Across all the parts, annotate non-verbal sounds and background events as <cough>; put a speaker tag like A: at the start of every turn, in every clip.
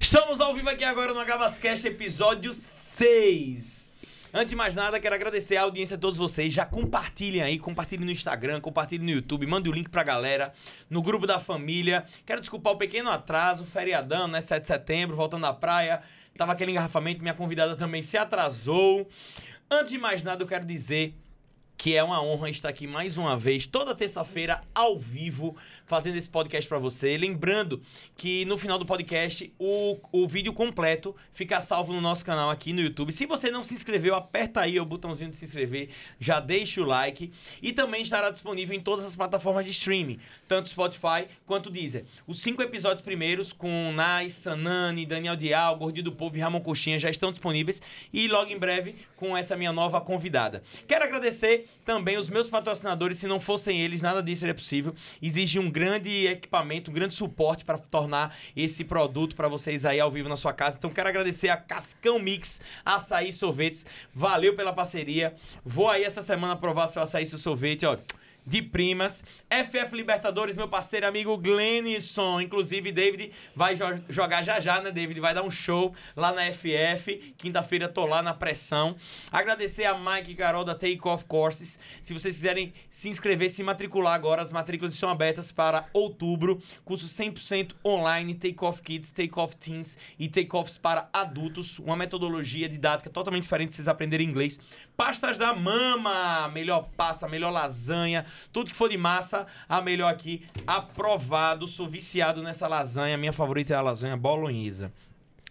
A: Estamos ao vivo aqui agora no Agabascast, episódio 6. Antes de mais nada, quero agradecer a audiência de todos vocês. Já compartilhem aí, compartilhem no Instagram, compartilhem no YouTube, mande o link pra galera, no grupo da família. Quero desculpar o pequeno atraso, feriadão, né? 7 de setembro, voltando da praia. Tava aquele engarrafamento, minha convidada também se atrasou. Antes de mais nada, eu quero dizer que é uma honra estar aqui mais uma vez, toda terça-feira, ao vivo, fazendo esse podcast pra você. Lembrando que no final do podcast, o, o vídeo completo fica salvo no nosso canal aqui no YouTube. Se você não se inscreveu, aperta aí o botãozinho de se inscrever, já deixa o like e também estará disponível em todas as plataformas de streaming, tanto Spotify quanto Deezer. Os cinco episódios primeiros, com Nai, Sanani, Daniel Dial, Gordinho do Povo e Ramon Coxinha, já estão disponíveis e logo em breve com essa minha nova convidada. Quero agradecer também os meus patrocinadores, se não fossem eles, nada disso seria possível. Exige um grande equipamento, um grande suporte para tornar esse produto para vocês aí ao vivo na sua casa. Então quero agradecer a Cascão Mix, Açaí e Sorvetes. Valeu pela parceria. Vou aí essa semana provar seu açaí e seu sorvete, ó. De primas. FF Libertadores, meu parceiro e amigo Glenison. Inclusive, David vai jo- jogar já já, né, David? Vai dar um show lá na FF. Quinta-feira tô lá na pressão. Agradecer a Mike e Carol da Take Off Courses. Se vocês quiserem se inscrever, se matricular agora, as matrículas estão abertas para outubro. Curso 100% online, Take Off Kids, Take Off Teens e Take Offs para adultos. Uma metodologia didática totalmente diferente pra vocês aprenderem inglês. Pastas da Mama, melhor pasta, melhor lasanha, tudo que for de massa, a melhor aqui. Aprovado, sou viciado nessa lasanha. Minha favorita é a lasanha bolonhesa.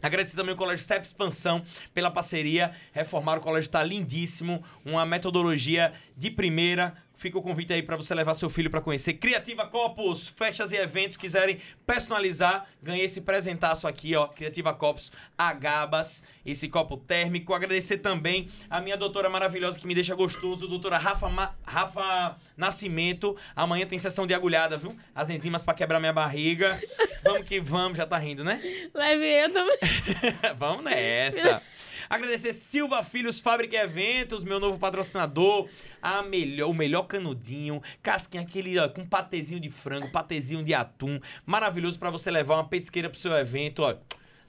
A: Agradecer também o Colégio CEP Expansão pela parceria. Reformar o colégio está lindíssimo, uma metodologia de primeira. Fica o convite aí para você levar seu filho para conhecer. Criativa Copos, festas e eventos quiserem personalizar, ganhei esse presentaço aqui, ó, Criativa Copos, Agabas, esse copo térmico. Agradecer também a minha doutora maravilhosa que me deixa gostoso, doutora Rafa, Ma- Rafa Nascimento. Amanhã tem sessão de agulhada, viu? As enzimas para quebrar minha barriga. Vamos que vamos, já tá rindo, né?
B: Leve eu também.
A: <laughs> Vamos nessa. Agradecer Silva Filhos Fábrica e Eventos, meu novo patrocinador. A melhor, o melhor canudinho, casquinha aquele ó, com patezinho de frango, patezinho de atum, maravilhoso pra você levar uma petisqueira pro seu evento, ó.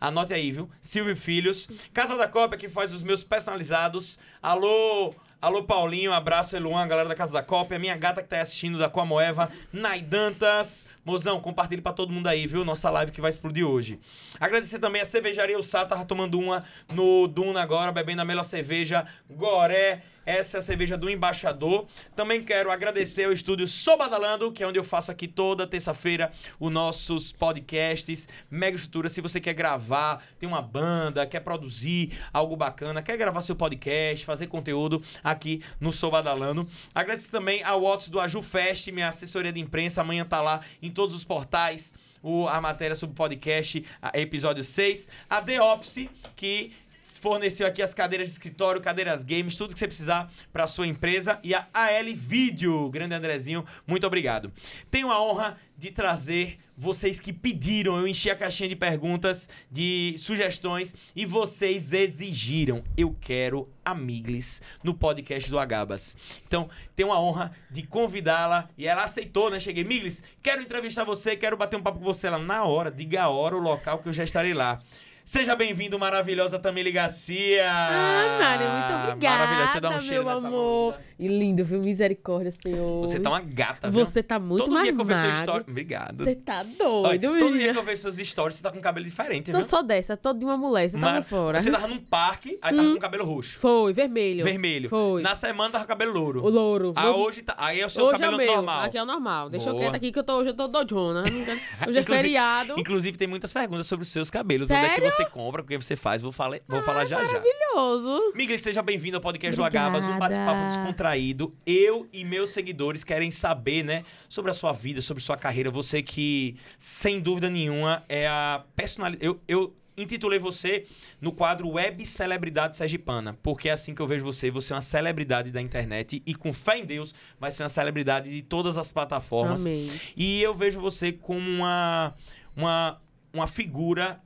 A: Anote aí, viu? Silvio Filhos, Casa da Copa que faz os meus personalizados. Alô, alô Paulinho, abraço Eluan, a galera da Casa da Copa, e a minha gata que tá aí assistindo da Coamoeva, Naidantas. Mozão, compartilhe pra todo mundo aí, viu? Nossa live que vai explodir hoje. Agradecer também a cervejaria O Sá, tava tomando uma no Duna agora, bebendo a melhor cerveja, Goré. Essa é a cerveja do embaixador. Também quero agradecer ao estúdio Sobadalando, que é onde eu faço aqui toda terça-feira os nossos podcasts. Mega estrutura. Se você quer gravar, tem uma banda, quer produzir algo bacana, quer gravar seu podcast, fazer conteúdo aqui no Sobadalando. Agradeço também ao Watts do Aju Fest, minha assessoria de imprensa. Amanhã tá lá em todos os portais. o- a matéria sobre o podcast, a- episódio 6. A The Office, que forneceu aqui as cadeiras de escritório, cadeiras games, tudo que você precisar para sua empresa e a AL Video, grande Andrezinho, muito obrigado. Tenho a honra de trazer vocês que pediram, eu enchi a caixinha de perguntas, de sugestões e vocês exigiram. Eu quero amiglis no podcast do Agabas. Então, tenho a honra de convidá-la e ela aceitou, né? Cheguei, Miglis, quero entrevistar você, quero bater um papo com você lá na hora, diga a hora, o local que eu já estarei lá. Seja bem-vindo, maravilhosa Tamile Garcia!
B: Ah, Mário, muito obrigada,
A: Maravilhosa, deixa eu dar um cheiro
B: meu
A: nessa
B: amor.
A: bunda.
B: E lindo, viu? Misericórdia, Senhor.
A: Você tá uma gata, viu?
B: Você tá muito
A: Todo dia que eu vejo
B: magro.
A: sua história... Obrigado.
B: Você tá
A: Olha, todo
B: doido,
A: dia
B: menina.
A: que eu vejo suas histórias, você tá com um cabelo diferente,
B: Então
A: viu?
B: só dessa, todo de uma mulher. Você
A: Mara-
B: tava fora.
A: Você tá tava num parque, aí tava com cabelo roxo.
B: Foi, vermelho.
A: Vermelho.
B: Foi.
A: Na semana tava com cabelo louro.
B: O louro.
A: Ah,
B: Meu-
A: hoje tá. Aí é o seu
B: hoje é
A: cabelo
B: o meu.
A: normal.
B: Aqui é o normal. Deixa eu
A: Boa.
B: quieto aqui que eu tô, hoje eu tô doidona. Eu
A: <laughs>
B: não quero- Hoje é
A: Inclusive-
B: feriado.
A: Inclusive, tem muitas perguntas sobre os seus cabelos. Onde é que
B: Sério? Ah,
A: você compra, o que você faz. Vou falar, vou falar já já.
B: Maravilhoso.
A: Miguel, seja bem-vindo ao podcast
B: Obrigada.
A: do Agabas, um bate-papo descontraído. Eu e meus seguidores querem saber, né, sobre a sua vida, sobre sua carreira. Você que, sem dúvida nenhuma, é a personalidade. Eu, eu intitulei você no quadro Web Celebridade Sergipana, porque é assim que eu vejo você. Você é uma celebridade da internet e, com fé em Deus, vai ser uma celebridade de todas as plataformas.
B: Amém.
A: E eu vejo você como uma, uma, uma figura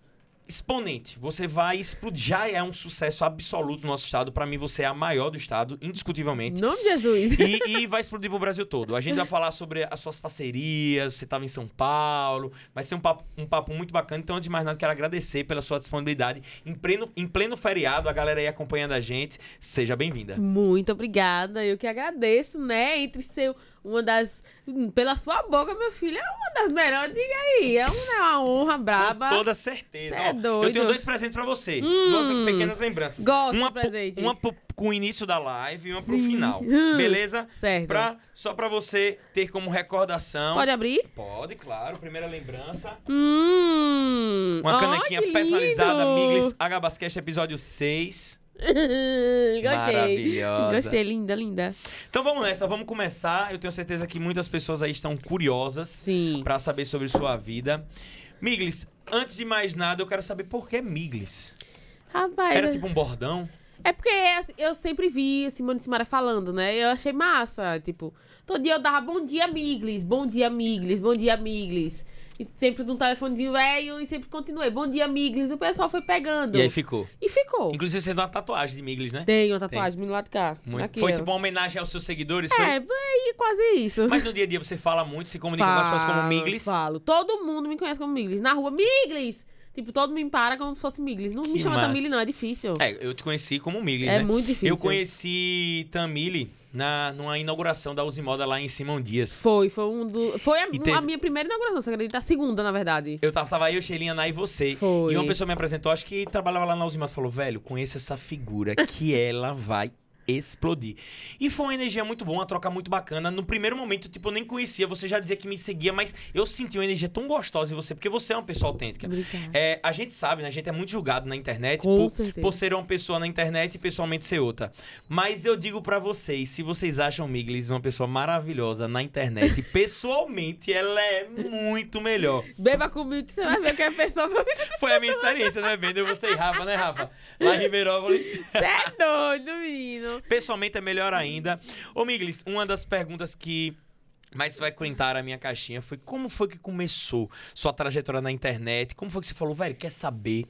A: exponente. Você vai explodir. Já é um sucesso absoluto no nosso estado. Pra mim, você é a maior do estado, indiscutivelmente.
B: Em nome de Jesus.
A: E, e vai explodir pro Brasil todo. A gente vai falar sobre as suas parcerias, você estava em São Paulo. Vai ser um papo, um papo muito bacana. Então, antes de mais nada, quero agradecer pela sua disponibilidade. Em pleno, em pleno feriado, a galera aí acompanhando a gente. Seja bem-vinda.
B: Muito obrigada. Eu que agradeço, né? Entre seu. Uma das. hum, Pela sua boca, meu filho, é uma das melhores. Diga aí. É uma, uma honra braba.
A: Com toda certeza.
B: Cê é
A: Ó, Eu
B: doido.
A: tenho dois presentes pra você.
B: Hum.
A: Duas pequenas lembranças.
B: Gosto de
A: uma pro-
B: presente.
A: Uma pro, com o início da live e uma pro
B: Sim.
A: final.
B: <laughs> Hum.
A: Beleza?
B: Certo.
A: Pra, só pra você ter como recordação.
B: Pode abrir?
A: Pode, claro. Primeira lembrança.
B: Hum.
A: Uma
B: Ó,
A: canequinha
B: que
A: personalizada,
B: lindo.
A: Miglis Agabascast, episódio 6.
B: <laughs> Gostei.
A: Maravilhosa.
B: Gostei, linda, linda.
A: Então vamos nessa, vamos começar. Eu tenho certeza que muitas pessoas aí estão curiosas
B: Sim.
A: pra saber sobre sua vida. Miglis, antes de mais nada, eu quero saber por que Miglis.
B: Rapaz.
A: Era
B: é-
A: tipo um bordão?
B: É porque assim, eu sempre vi a Simone Simara falando, né? Eu achei massa. Tipo, todo dia eu dava bom dia, Miglis, bom dia, Miglis, bom dia, Miglis. E sempre num telefonezinho velho e sempre continuei. Bom dia, Miglis. O pessoal foi pegando.
A: E aí ficou.
B: E ficou.
A: Inclusive você tem uma tatuagem de Miglis, né?
B: Tem uma tatuagem do lado de cá.
A: Muito.
B: Aqui,
A: foi
B: ó.
A: tipo uma homenagem aos seus seguidores?
B: É,
A: Foi?
B: é quase isso.
A: Mas no dia a dia você fala muito, se comunica com as pessoas como
B: Falo,
A: Miglis?
B: Falo. Todo mundo me conhece como Miglis. Na rua, Miglis! Tipo, todo mundo me para como se fosse Miglis. Não
A: Que
B: me chama
A: massa.
B: Tamile, não. É difícil.
A: É, eu te conheci como Miglis,
B: É
A: né?
B: muito difícil.
A: Eu conheci Tamili na, numa inauguração da Uzimoda lá em Simão Dias.
B: Foi, foi um do. Foi a,
A: E teve-
B: a minha primeira inauguração, você acredita? A segunda, na verdade.
A: Eu tava, tava eu, Sheilinha, Ana e você.
B: Foi.
A: E uma pessoa me apresentou, acho que trabalhava lá na Uzimoda, falou, velho, conheça essa figura que <laughs> ela vai explodir. E foi uma energia muito boa, uma troca muito bacana. No primeiro momento, tipo, eu nem conhecia, você já dizia que me seguia, mas eu senti uma energia tão gostosa em você, porque você é uma pessoa autêntica.
B: Obrigada.
A: É, a gente sabe, né? A gente é muito julgado na internet
B: Uhum. Com
A: por,
B: certeza.
A: por ser uma pessoa na internet e pessoalmente ser outra. Mas eu digo pra vocês, se vocês acham Miglis uma pessoa maravilhosa na internet, <laughs> pessoalmente ela é muito melhor.
B: Beba comigo que você vai ver que a pessoa vai me.
A: Foi a minha experiência, né, Bendo? Você e Rafa, né, Rafa? Lá em Ribeirópolis.
B: Você é doido, menino.
A: Pessoalmente é melhor ainda. Ô, Miglis, uma das perguntas que mais frequentaram a minha caixinha foi como foi que começou sua trajetória na internet? Como foi que você falou, velho, quer saber?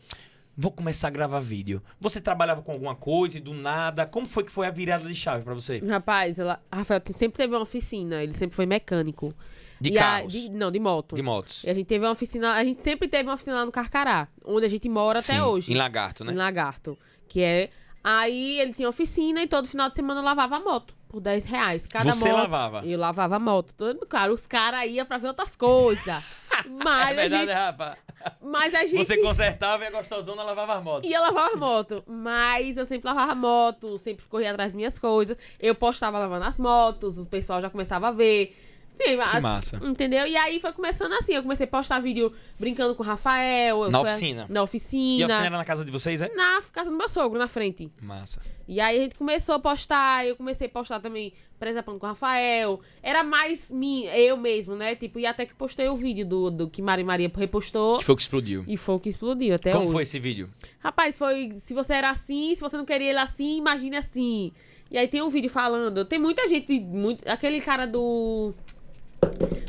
A: Vou começar a gravar vídeo. Você trabalhava com alguma coisa e do nada? Como foi que foi a virada de chave pra você?
B: Rapaz, ela... Rafael te- sempre teve uma oficina, ele sempre foi mecânico.
A: De
B: E a-
A: carros?
B: de- Não, de moto.
A: De motos.
B: E a gente teve uma oficina, a gente sempre teve uma oficina lá no Carcará, onde a gente mora
A: Sim,
B: até hoje.
A: Em Lagarto, né?
B: Em Lagarto. Que é. Aí ele tinha oficina e todo final de semana eu lavava a moto. Por 10 reais. Cada
A: Você
B: moto.
A: lavava?
B: Eu lavava a moto. Todo cara, os caras iam pra ver outras coisas.
A: É
B: Mas, a
A: verdade,
B: gente,
A: Rafa.
B: mas a gente.
A: Você consertava e a gostosona lavava as motos.
B: Ia lavar a moto, mas eu sempre lavava a moto, sempre corria atrás das minhas coisas. Eu postava lavando as motos, o pessoal já começava a ver. Sim, a-
A: massa.
B: Entendeu? E aí foi começando assim. Eu comecei a postar vídeo brincando com o Rafael. eu
A: Na
B: fui a-
A: oficina?
B: Na
A: E
B: oficina.
A: a oficina era na casa de vocês, é?
B: Na casa do meu sogro, na frente.
A: Massa.
B: E aí a gente começou a postar, eu comecei a postar também presapando com o Rafael. Era mais mim, eu mesmo, né? Tipo, e até que postei o vídeo do, do que Mari Maria repostou.
A: Que foi o que explodiu.
B: E foi o que explodiu até
A: Como
B: hoje.
A: foi esse vídeo?
B: Rapaz, foi. Se você era assim, se você não queria ele assim, imagine assim. E aí tem um vídeo falando. Tem muita gente. Muito, aquele cara do.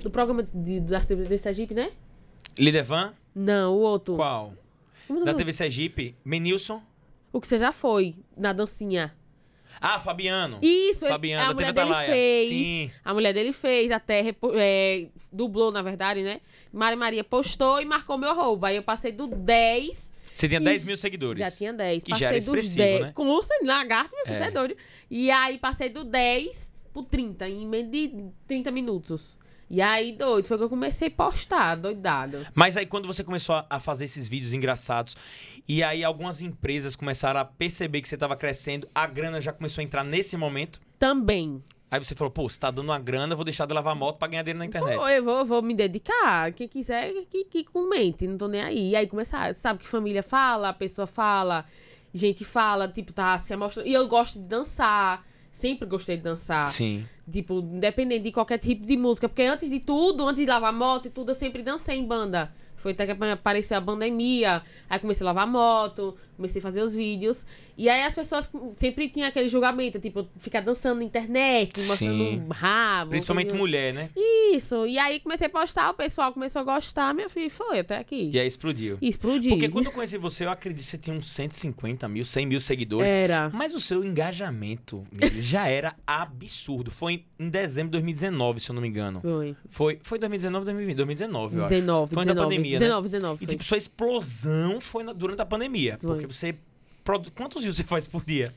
B: Do programa de, da TV de Sergipe, né?
A: Lidevan?
B: Não, o outro.
A: Qual?
B: Como é o
A: Da
B: nome?
A: TV Sergipe, Menilson.
B: O que você já foi na dancinha.
A: Ah, Fabiano.
B: Isso, ele-
A: Fabiana,
B: a
A: da
B: mulher
A: TV
B: dele
A: Atalaia.
B: fez.
A: Sim.
B: A mulher dele fez, até repo- é, dublou, na verdade, né? Mari Maria postou e marcou meu arroba. Aí eu passei do 10.
A: Você tinha
B: que
A: 10 mil seguidores.
B: Já tinha 10.
A: Que
B: passei
A: já era
B: dos
A: expressivo,
B: 10.
A: né?
B: Com o lagarto, meu filho,
A: É.
B: você é doido. E aí passei do 10 pro 30, em menos de 30 minutos. E aí, doido, foi que eu comecei a postar, doidado.
A: Mas aí quando você começou a- a fazer esses vídeos engraçados, e aí algumas empresas começaram a perceber que você estava crescendo, a grana já começou a entrar nesse momento.
B: Também.
A: Aí você falou, pô, você tá dando uma grana, eu vou deixar de lavar moto pra ganhar dinheiro na internet.
B: Pô, eu vou, vou me dedicar. Quem quiser, que, que comente. Não tô nem aí. E aí começar. Sabe que família fala, a pessoa fala, gente fala, tipo, tá se amostrando. E eu gosto de dançar. Sempre gostei de dançar.
A: Sim.
B: Tipo, independente de qualquer tipo de música. Porque antes de tudo, antes de lavar moto e tudo, eu sempre dancei em banda. Foi até que apareceu a pandemia. Aí comecei a lavar moto, comecei a fazer os vídeos. E aí as pessoas com- sempre tinham aquele julgamento, tipo, ficar dançando na internet, mostrando
C: Sim.
B: um rabo.
A: Principalmente
B: coisa-
A: mulher, né?
B: Isso. E aí comecei a postar, o pessoal começou a gostar, minha filha, e foi até aqui.
A: E aí explodiu.
B: E explodiu.
A: Porque quando eu conheci você, eu acredito que você tinha uns 150 mil, 100 mil seguidores.
B: Era.
A: Mas o seu engajamento Mili, já era absurdo. Foi em dezembro de 2019, se eu não me engano.
B: Foi.
A: Foi, foi 2019, 2020, 2019, eu acho.
B: 19,
A: Foi
B: 19,
A: da pandemia,
B: 19, 19,
A: né? E
B: foi.
A: tipo, sua explosão foi na- durante a pandemia.
B: Foi.
A: Porque você. produ- Quantos dias você faz por dia?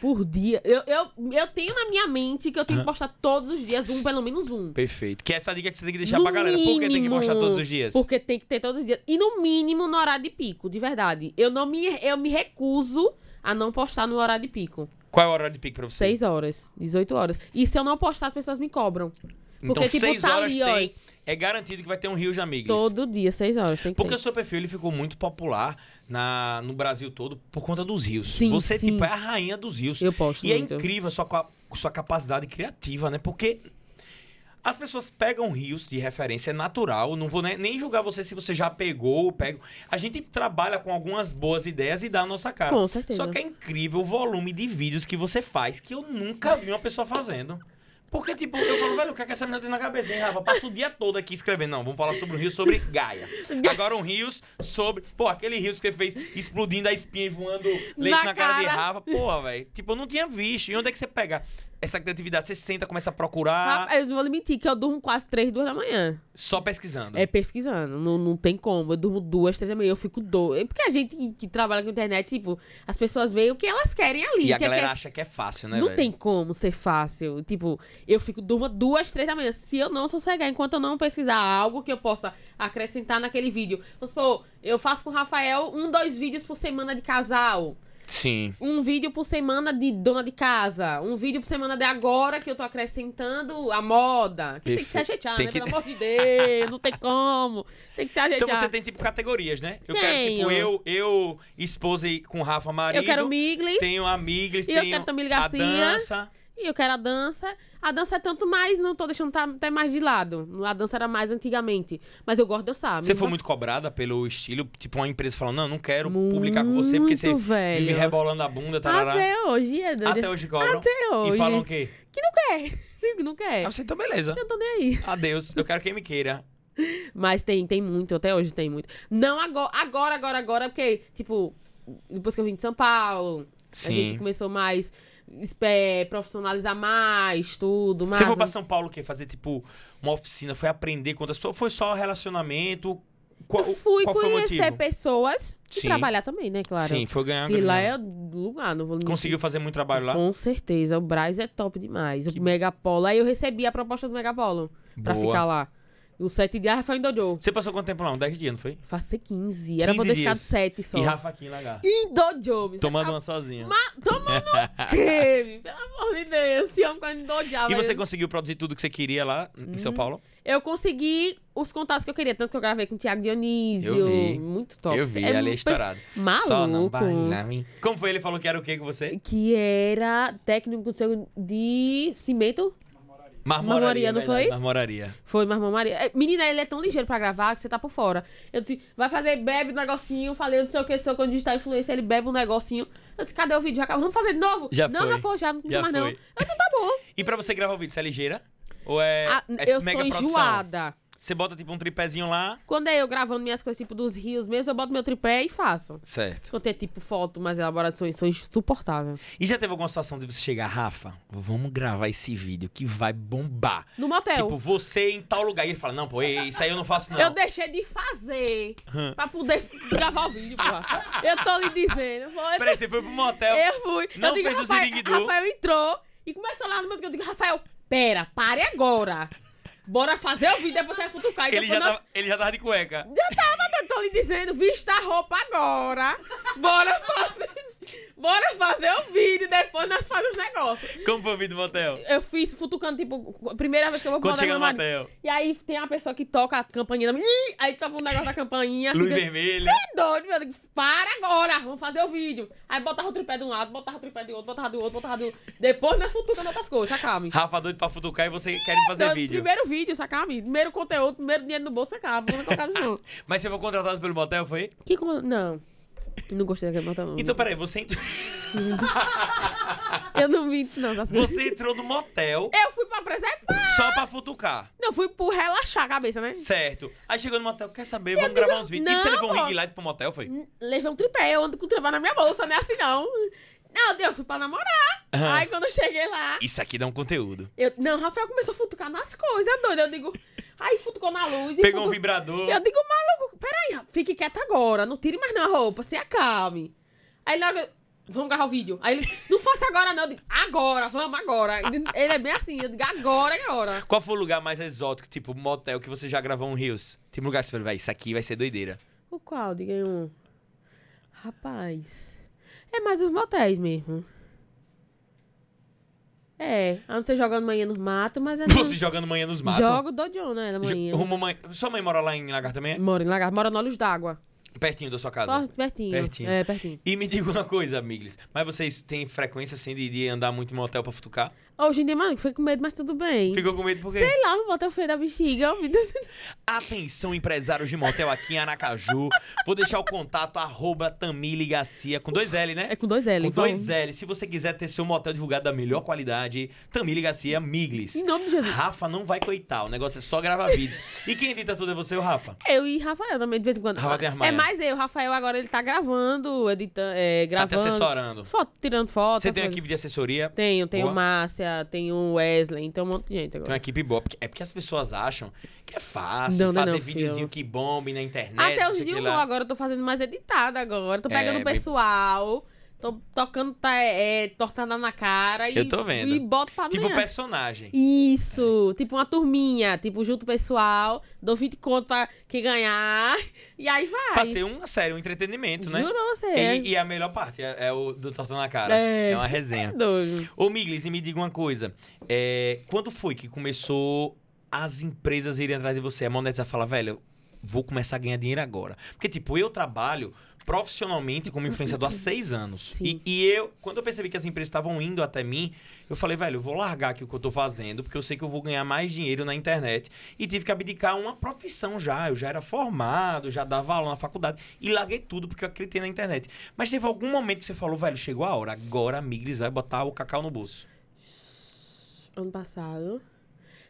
B: Por dia. Eu, eu, eu tenho na minha mente que eu tenho que postar todos os dias um, pelo menos um.
A: Perfeito. Que é essa dica que você tem que deixar
B: No
A: pra galera. Por que tem que
B: mínimo,
A: postar todos os dias?
B: Porque tem que ter todos os dias. E no mínimo no horário de pico, de verdade. Eu não me, eu me recuso a não postar no horário de pico.
A: Qual é o horário de pico pra você?
B: seis horas, 18 horas. E se eu não postar, as pessoas me cobram. Porque,
A: Então,
B: tipo,
A: seis
B: tá
A: horas
B: ali, ó.
A: tem. É garantido que vai ter um Rio de Amigos.
B: Todo dia, seis horas. Tem que
A: Porque
B: ter.
A: o seu perfil ele ficou muito popular na, no Brasil todo por conta dos rios.
B: Sim,
A: Você,
B: sim.
A: tipo, é a rainha dos rios.
B: Eu posto
A: E é
B: muito.
A: incrível a sua, ca- sua capacidade criativa, né? Porque as pessoas pegam rios de referência, é natural. Não vou ne- nem julgar você se você já pegou ou pega. A gente trabalha com algumas boas ideias e dá a nossa cara.
B: Com certeza.
A: Só que é incrível o volume de vídeos que você faz que eu nunca vi uma pessoa fazendo. Porque, tipo, eu falo, velho, o que, é que essa menina tem na cabeça, hein, Rafa? Passa o dia todo aqui escrevendo. Não, vamos falar sobre um rio sobre Gaia.
B: <laughs>
A: Agora um rios sobre. Pô, aquele rios que você fez explodindo a espinha e voando leite na,
B: Na
A: cara de
B: cara.
A: Rafa. Porra, velho. Tipo, eu não tinha visto. E onde é que você pega essa criatividade? Você senta, começa a procurar,
B: Rapaz, eu não vou lhe mentir que eu durmo quase três, duas da manhã.
A: só pesquisando.
B: É pesquisando, não, não tem como. Eu durmo duas, três da manhã, eu fico doida. Porque a gente que- que trabalha com internet, tipo, as pessoas veem o que elas querem ali.
A: E a
B: que é-
A: galera
B: que é-
A: acha que é fácil, né,
B: não
A: velho?
B: tem como ser fácil. Tipo, eu fico durmo duas, três da manhã. Se eu não sossegar, enquanto eu não pesquisar algo que eu possa acrescentar naquele vídeo. Vamos supor, eu faço com o Rafael um, dois vídeos por semana de casal.
A: Sim.
B: Um vídeo por semana de dona de casa. Um vídeo por semana de agora que eu tô acrescentando a moda. Que tem que se
A: Perfeito.
B: ajeitar,
A: Tem
B: né?
A: que-
B: Pelo amor de Deus, não tem como. Tem que se ajeitar.
A: Então você tem, tipo, categorias, né? Eu quero, tipo,
B: Tenho.
A: eu, eu esposa e- com Rafa Marido.
B: Eu quero Miglis
A: Tenho a Miglis,
B: E eu
A: tenho
B: quero assim, Tamile
A: a
B: Garcia.
A: dança.
B: e eu quero a dança. A dança é tanto mais, não tô deixando tá- até mais de lado. A dança era mais antigamente. Mas eu gosto de dançar.
A: Você
B: mesmo-
A: foi muito cobrada pelo estilo? Tipo, uma empresa falando, não, não quero publicar com você porque você
B: Muito, velho.
A: vive rebolando a bunda, tarará.
B: Até hoje, é doido.
A: Até hoje cobram.
B: Até hoje. É.
A: E falam o quê?
B: Que não quer. <laughs> Não quer.
A: Ah, você então beleza.
B: Eu não tô nem aí.
A: Adeus, eu quero quem me queira.
B: Mas tem, tem muito, até hoje tem muito. Não agora, agora, agora, agora, porque, tipo, depois que eu vim de São Paulo,
A: Sim.
B: a gente começou mais espe- profissionalizar mais, tudo, mais. um
A: Você foi pra São Paulo o quê? Fazer, tipo, uma oficina? Foi aprender com outras pessoas? Foi só relacionamento? Qual,
B: Eu fui
A: qual foi o
B: conhecer
A: motivo?
B: pessoas e
A: Sim.
B: trabalhar também, né, claro.
A: Sim, foi ganhar.
B: E
A: grana.
B: lá é o lugar, não vou mentir.
A: Ah, Conseguiu fazer muito trabalho lá?
B: Com certeza, o Braz é top demais.
A: Que-
B: O Megapolo. Aí eu recebi a proposta do Megapolo pra
A: Boa.
B: ficar lá. E o 7 de Rafael Dojo.
A: Você passou quanto tempo lá? Uns 10 dias, não foi?
B: Fazer 15. Era pra
A: 15
B: ter ficado
A: dias.
B: 7 só.
A: E Rafa aqui em Lagar.
B: E Dojo. me
A: Tomando uma sozinha.
B: Tomando o quê? mi? Pelo amor de Deus, se eu não odiava.
A: E você
B: eu,
A: conseguiu produzir tudo que você queria lá em
B: Hum,
A: São Paulo?
B: eu consegui os contatos que eu queria, tanto que eu gravei com o Thiago Dionísio.
A: Eu vi.
B: Muito top.
A: Eu vi,
B: É
A: ali é
B: muito-
A: estourado.
B: <laughs> Maluco.
A: Só né? não baila hein? Como foi? Ele falou que era o quê com você?
B: Que era técnico seu de cimento.
A: Marmoraria, é
B: Marmoraria, não
A: verdade,
B: foi?
A: Marmoraria.
B: Foi, mas Maria. É, Menina, ele é tão ligeiro pra gravar que você tá por fora. Eu disse, vai fazer, bebe um negocinho. Falei, eu não sei o que, sou quando digital influência, ele bebe um negocinho. Eu disse, cadê o vídeo? Já acabou. Vamos fazer de novo?
A: Já
B: não,
A: foi.
B: já foi, já não
A: Já
B: precisa mais não. Eu
A: foi.
B: disse, tá bom.
A: E pra você gravar o vídeo, você é ligeira? Ou é,
B: Ah,
A: é
B: eu
A: mega
B: sou
A: produção?
B: enjoada.
A: Você bota tipo um tripézinho lá.
B: Quando é eu gravando minhas coisas, tipo, dos rios mesmo, eu boto meu tripé e faço.
A: Certo.
B: Quando é, tipo, foto mais elaborada, sou, sou insuportável.
A: E já teve alguma situação de você chegar, Rafa, vamos gravar esse vídeo que vai bombar.
B: No motel,
A: Tipo, você em tal lugar. E ele fala, não, pô, isso aí eu não faço não.
B: É, eu deixei de fazer
A: Hum.
B: pra poder <laughs> gravar o vídeo, porra. Eu tô lhe dizendo. Foi,
A: Peraí, você foi pro motel.
B: eu fui.
A: Não
B: eu digo,
A: fez o
B: Rafael,
A: ziringuidu.
B: Rafael entrou e começou lá no meu... Eu digo, Rafael, pera, pare agora. Bora fazer o vídeo, depois você vai futucar. Então, E
A: Ele, já
B: depois nós- <laughs>
A: tava, ele já tava de cueca.
B: Já tava, eu tô lhe dizendo, vista a roupa agora. Bora fazer. Bora fazer o vídeo, depois nós fazemos os negócios.
A: Como foi o vídeo do motel?
B: Eu fiz futucando, tipo, a primeira vez que eu vou pro
A: Quando
B: motel,
A: chega no
B: meu marido-
A: motel.
B: E aí tem uma pessoa que toca a campainha. Ih! Aí toca um negócio da campainha.
A: Luz
B: fica-
A: vermelha.
B: É doido, meu Deus. Para agora, vamos fazer o vídeo. Aí botava o tripé de um lado, botava o tripé do outro, botava do outro, botava do outro. Depois nós futucando outras coisas, sacame.
A: Rafa doido pra futucar e você querendo fazer
B: Doido,
A: vídeo.
B: Primeiro vídeo, sacame. Primeiro conteúdo, primeiro dinheiro no bolso, sacame. Não é colocado não.
A: Mas você foi contratado pelo motel, foi?
B: <laughs> Que con... Não. Não gostei daquele motel, não.
A: Então, peraí, você, ent-
B: Eu não minto, não. essas
A: <laughs>
B: coisas.
A: você entrou no motel
B: Eu fui pra preservar.
A: só pra futucar.
B: Não, fui por relaxar a cabeça, né?
A: Certo. Aí chegou no motel, quer saber, vamos gravar uns vídeos. e você
B: Não,
A: levou um
B: pô.
A: ring light pro motel, foi?
B: N- Levei um tripé, eu ando com o tripé na minha bolsa, não é assim não. Não, eu fui pra namorar.
A: Aham.
B: Aí quando eu cheguei lá,
A: Isso aqui dá um conteúdo.
B: eu, não, Rafael começou a futucar nas coisas, doido. Eu digo, aí futucou na luz. e
A: Pegou um
B: futu-
A: vibrador.
B: Tipo Eu digo, maluco, peraí, Rafa, fique quieto agora, não tire mais não a roupa, se acalme. Aí logo, eu, vamos gravar o vídeo. Aí ele, não faça agora não, eu digo, agora, vamos agora. Ele, ele é bem assim, eu digo, agora, é agora.
A: Qual foi o lugar mais exótico, tipo motel, que você já gravou um Rios? Tem lugar que você falou, vai, isso aqui vai ser doideira.
B: O qual, diga aí um? Rapaz, é mais os motéis mesmo. É, a não ser jogando manhã nos matos, mas é...
A: Você jogando manhã nos matos.
B: Jogo do John, né, da manhã. Hum.
A: Jo- Rumo mãe- Sua mãe mora lá em Lagar também? é?
B: Mora em Lagarto, mora no Olhos d'Água.
A: Pertinho da sua casa?
B: Por- Pertinho.
A: Pertinho.
B: É, pertinho.
A: E me diga uma coisa, Miglis. Mas vocês têm frequência assim de, de andar muito em motel pra futucar?
B: Hoje em dia, mano, fiquei com medo, mas tudo bem.
A: Ficou com medo por quê?
B: Sei lá, vou botar o feio da bexiga. eu me-
A: Atenção, empresários de motel aqui em Aracaju. Vou deixar o contato, arroba Tamile Garcia, com dois L, né?
B: É com dois L.
A: Com
B: então-
A: dois L. Se você quiser ter seu motel divulgado da melhor qualidade, Tamile Garcia Miglis.
B: Em nome de Jesus.
A: Rafa não vai coitar, o negócio é só gravar vídeos. E quem edita tudo é você ou Rafa?
B: Eu e Rafael também, de vez em quando.
A: Rafa tem
B: é
A: armário.
B: mais eu. Rafael agora, ele tá gravando, editando, é,
A: Tá te
B: gravando.
A: assessorando.
B: Foto, tirando foto.
A: Você
B: essas
A: tem uma
B: coisas.
A: equipe de assessoria?
B: Tenho, tenho
A: Boa.
B: Márcia, tenho Wesley, tem um monte de gente
A: Tem uma
B: agora.
A: equipe boa. Porque- É porque as pessoas acham que é fácil
B: Não, não,
A: fazer
B: não,
A: videozinho
B: filho.
A: que bombe na internet.
B: Até
A: não
B: os
A: sei o que
B: Dilma,
A: lá.
B: agora eu tô fazendo mais editada agora. Tô
A: É,
B: pegando o
A: bem-
B: pessoal, tô tocando tá, é, tortada na cara e,
A: Eu tô vendo.
B: e boto pra
A: Tipo
B: amanhã.
A: personagem.
B: Isso, tipo uma turminha, tipo, junto o pessoal, dou 20 conto pra quem ganhar, e aí vai.
A: Passei uma série, um entretenimento, né?
B: Juro você.
A: E, e a melhor parte é, é o do Torta na Cara. É,
B: É.
A: uma
B: É
A: resenha.
B: doido.
A: Ô, Miglis, e me diga uma coisa. É, quando foi que começou as empresas irem atrás de você? A Monetiza fala, velho, eu vou começar a ganhar dinheiro agora. Porque, tipo, eu trabalho profissionalmente como influenciador há seis anos. E,
B: Sim.
A: e eu, quando eu percebi que as empresas estavam indo até mim, eu falei, velho, eu vou largar aqui o que eu tô fazendo, porque eu sei que eu vou ganhar mais dinheiro na internet. E tive que abdicar uma profissão já. Eu já era formado, já dava aula na faculdade. E larguei tudo porque eu acreditei na internet. Mas teve algum momento que você falou, velho, chegou a hora, agora a Miglis vai botar o cacau no bolso.
B: Ano passado.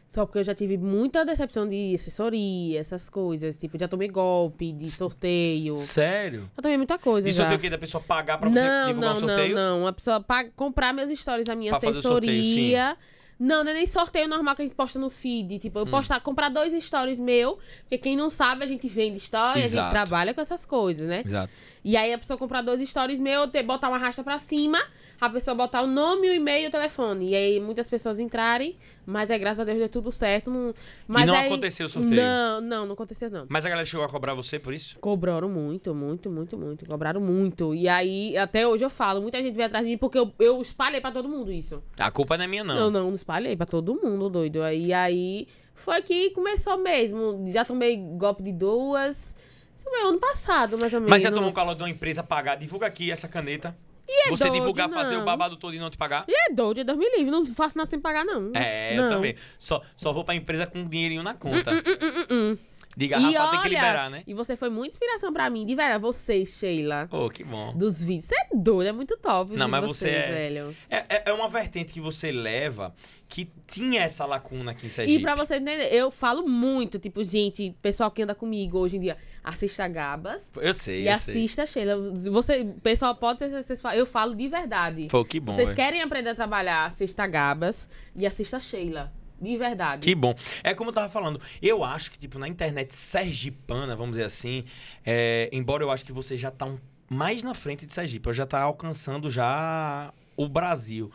B: Só porque eu já tive muita decepção de assessoria, essas coisas. Tipo, já tomei golpe de sorteio.
A: Sério?
B: Já tomei muita coisa.
A: E
B: já.
A: sorteio o quê? Da pessoa pagar pra você
B: não,
A: divulgar
B: não,
A: um sorteio?
B: não, não. A pessoa paga, comprar meus stories na minha
A: Pra fazer o sorteio,
B: assessoria. não, não é nem sorteio normal que a gente posta no feed. Tipo,
A: Hum.
B: eu postar, comprar dois stories meu, porque quem não sabe, a gente vende stories, a
A: Exato.
B: gente trabalha com essas coisas, né?
A: Exato.
B: E aí a pessoa comprar dois stories meu, ter, botar uma rasta pra cima, a pessoa botar o nome, o e-mail e o telefone. E aí muitas pessoas entrarem, mas é graças a Deus deu tudo certo. Não, mas
A: não
B: aí-
A: aconteceu o sorteio?
B: Não, não, não aconteceu não.
A: Mas a galera chegou a cobrar você por isso?
B: Cobraram muito, muito, muito, muito. Cobraram muito. E aí, até hoje eu falo, muita gente veio atrás de mim porque eu, eu espalhei pra todo mundo isso.
A: A culpa não é minha, não.
B: Eu não espalhei pra todo mundo, doido. Aí, aí foi que começou mesmo. Já tomei golpe de duas. Isso foi ano passado, mais ou menos.
A: Mas já tomou o calor de uma empresa pagar? Divulga aqui essa caneta. E
B: é
A: você
B: doido,
A: divulgar, fazer o
B: não.
A: babado todo e não te pagar?
B: E é doido, é Deus me livre. Não faço nada sem pagar, não.
A: É,
B: não. Mm,
A: eu também. Só, só vou pra empresa com um dinheirinho na conta. Diga,
B: Uh-uh. E
A: Rafa,
B: olha,
A: tem que liberar, né?
B: E você foi muita inspiração pra mim, de verdade. Você, Sheila,
A: Ô, que bom.
B: dos vídeos. Você é doido, é muito top. os
A: Não, mas
B: vídeos de
A: você
B: vocês,
A: é-
B: velho.
A: É, é- é uma vertente que você leva que tinha essa lacuna aqui em Sergipe.
B: E pra você entender, eu falo muito, tipo, gente, pessoal que anda comigo hoje em dia, assista Gabas
A: Eu sei,
B: e,
A: eu sei.
B: assista Sheila. Você, pessoal, pode ter, vocês falam, eu falo de verdade.
A: Pô, que bom, é.
B: Vocês
A: velho.
B: querem aprender a trabalhar, assista Gabas e assista Sheila. De verdade.
A: Que bom. É como eu tava falando, eu acho que, tipo, na internet sergipana, vamos dizer assim, é, embora eu acho que você já tá um- mais na frente de Sergipe, eu já tá alcançando já o Brasil.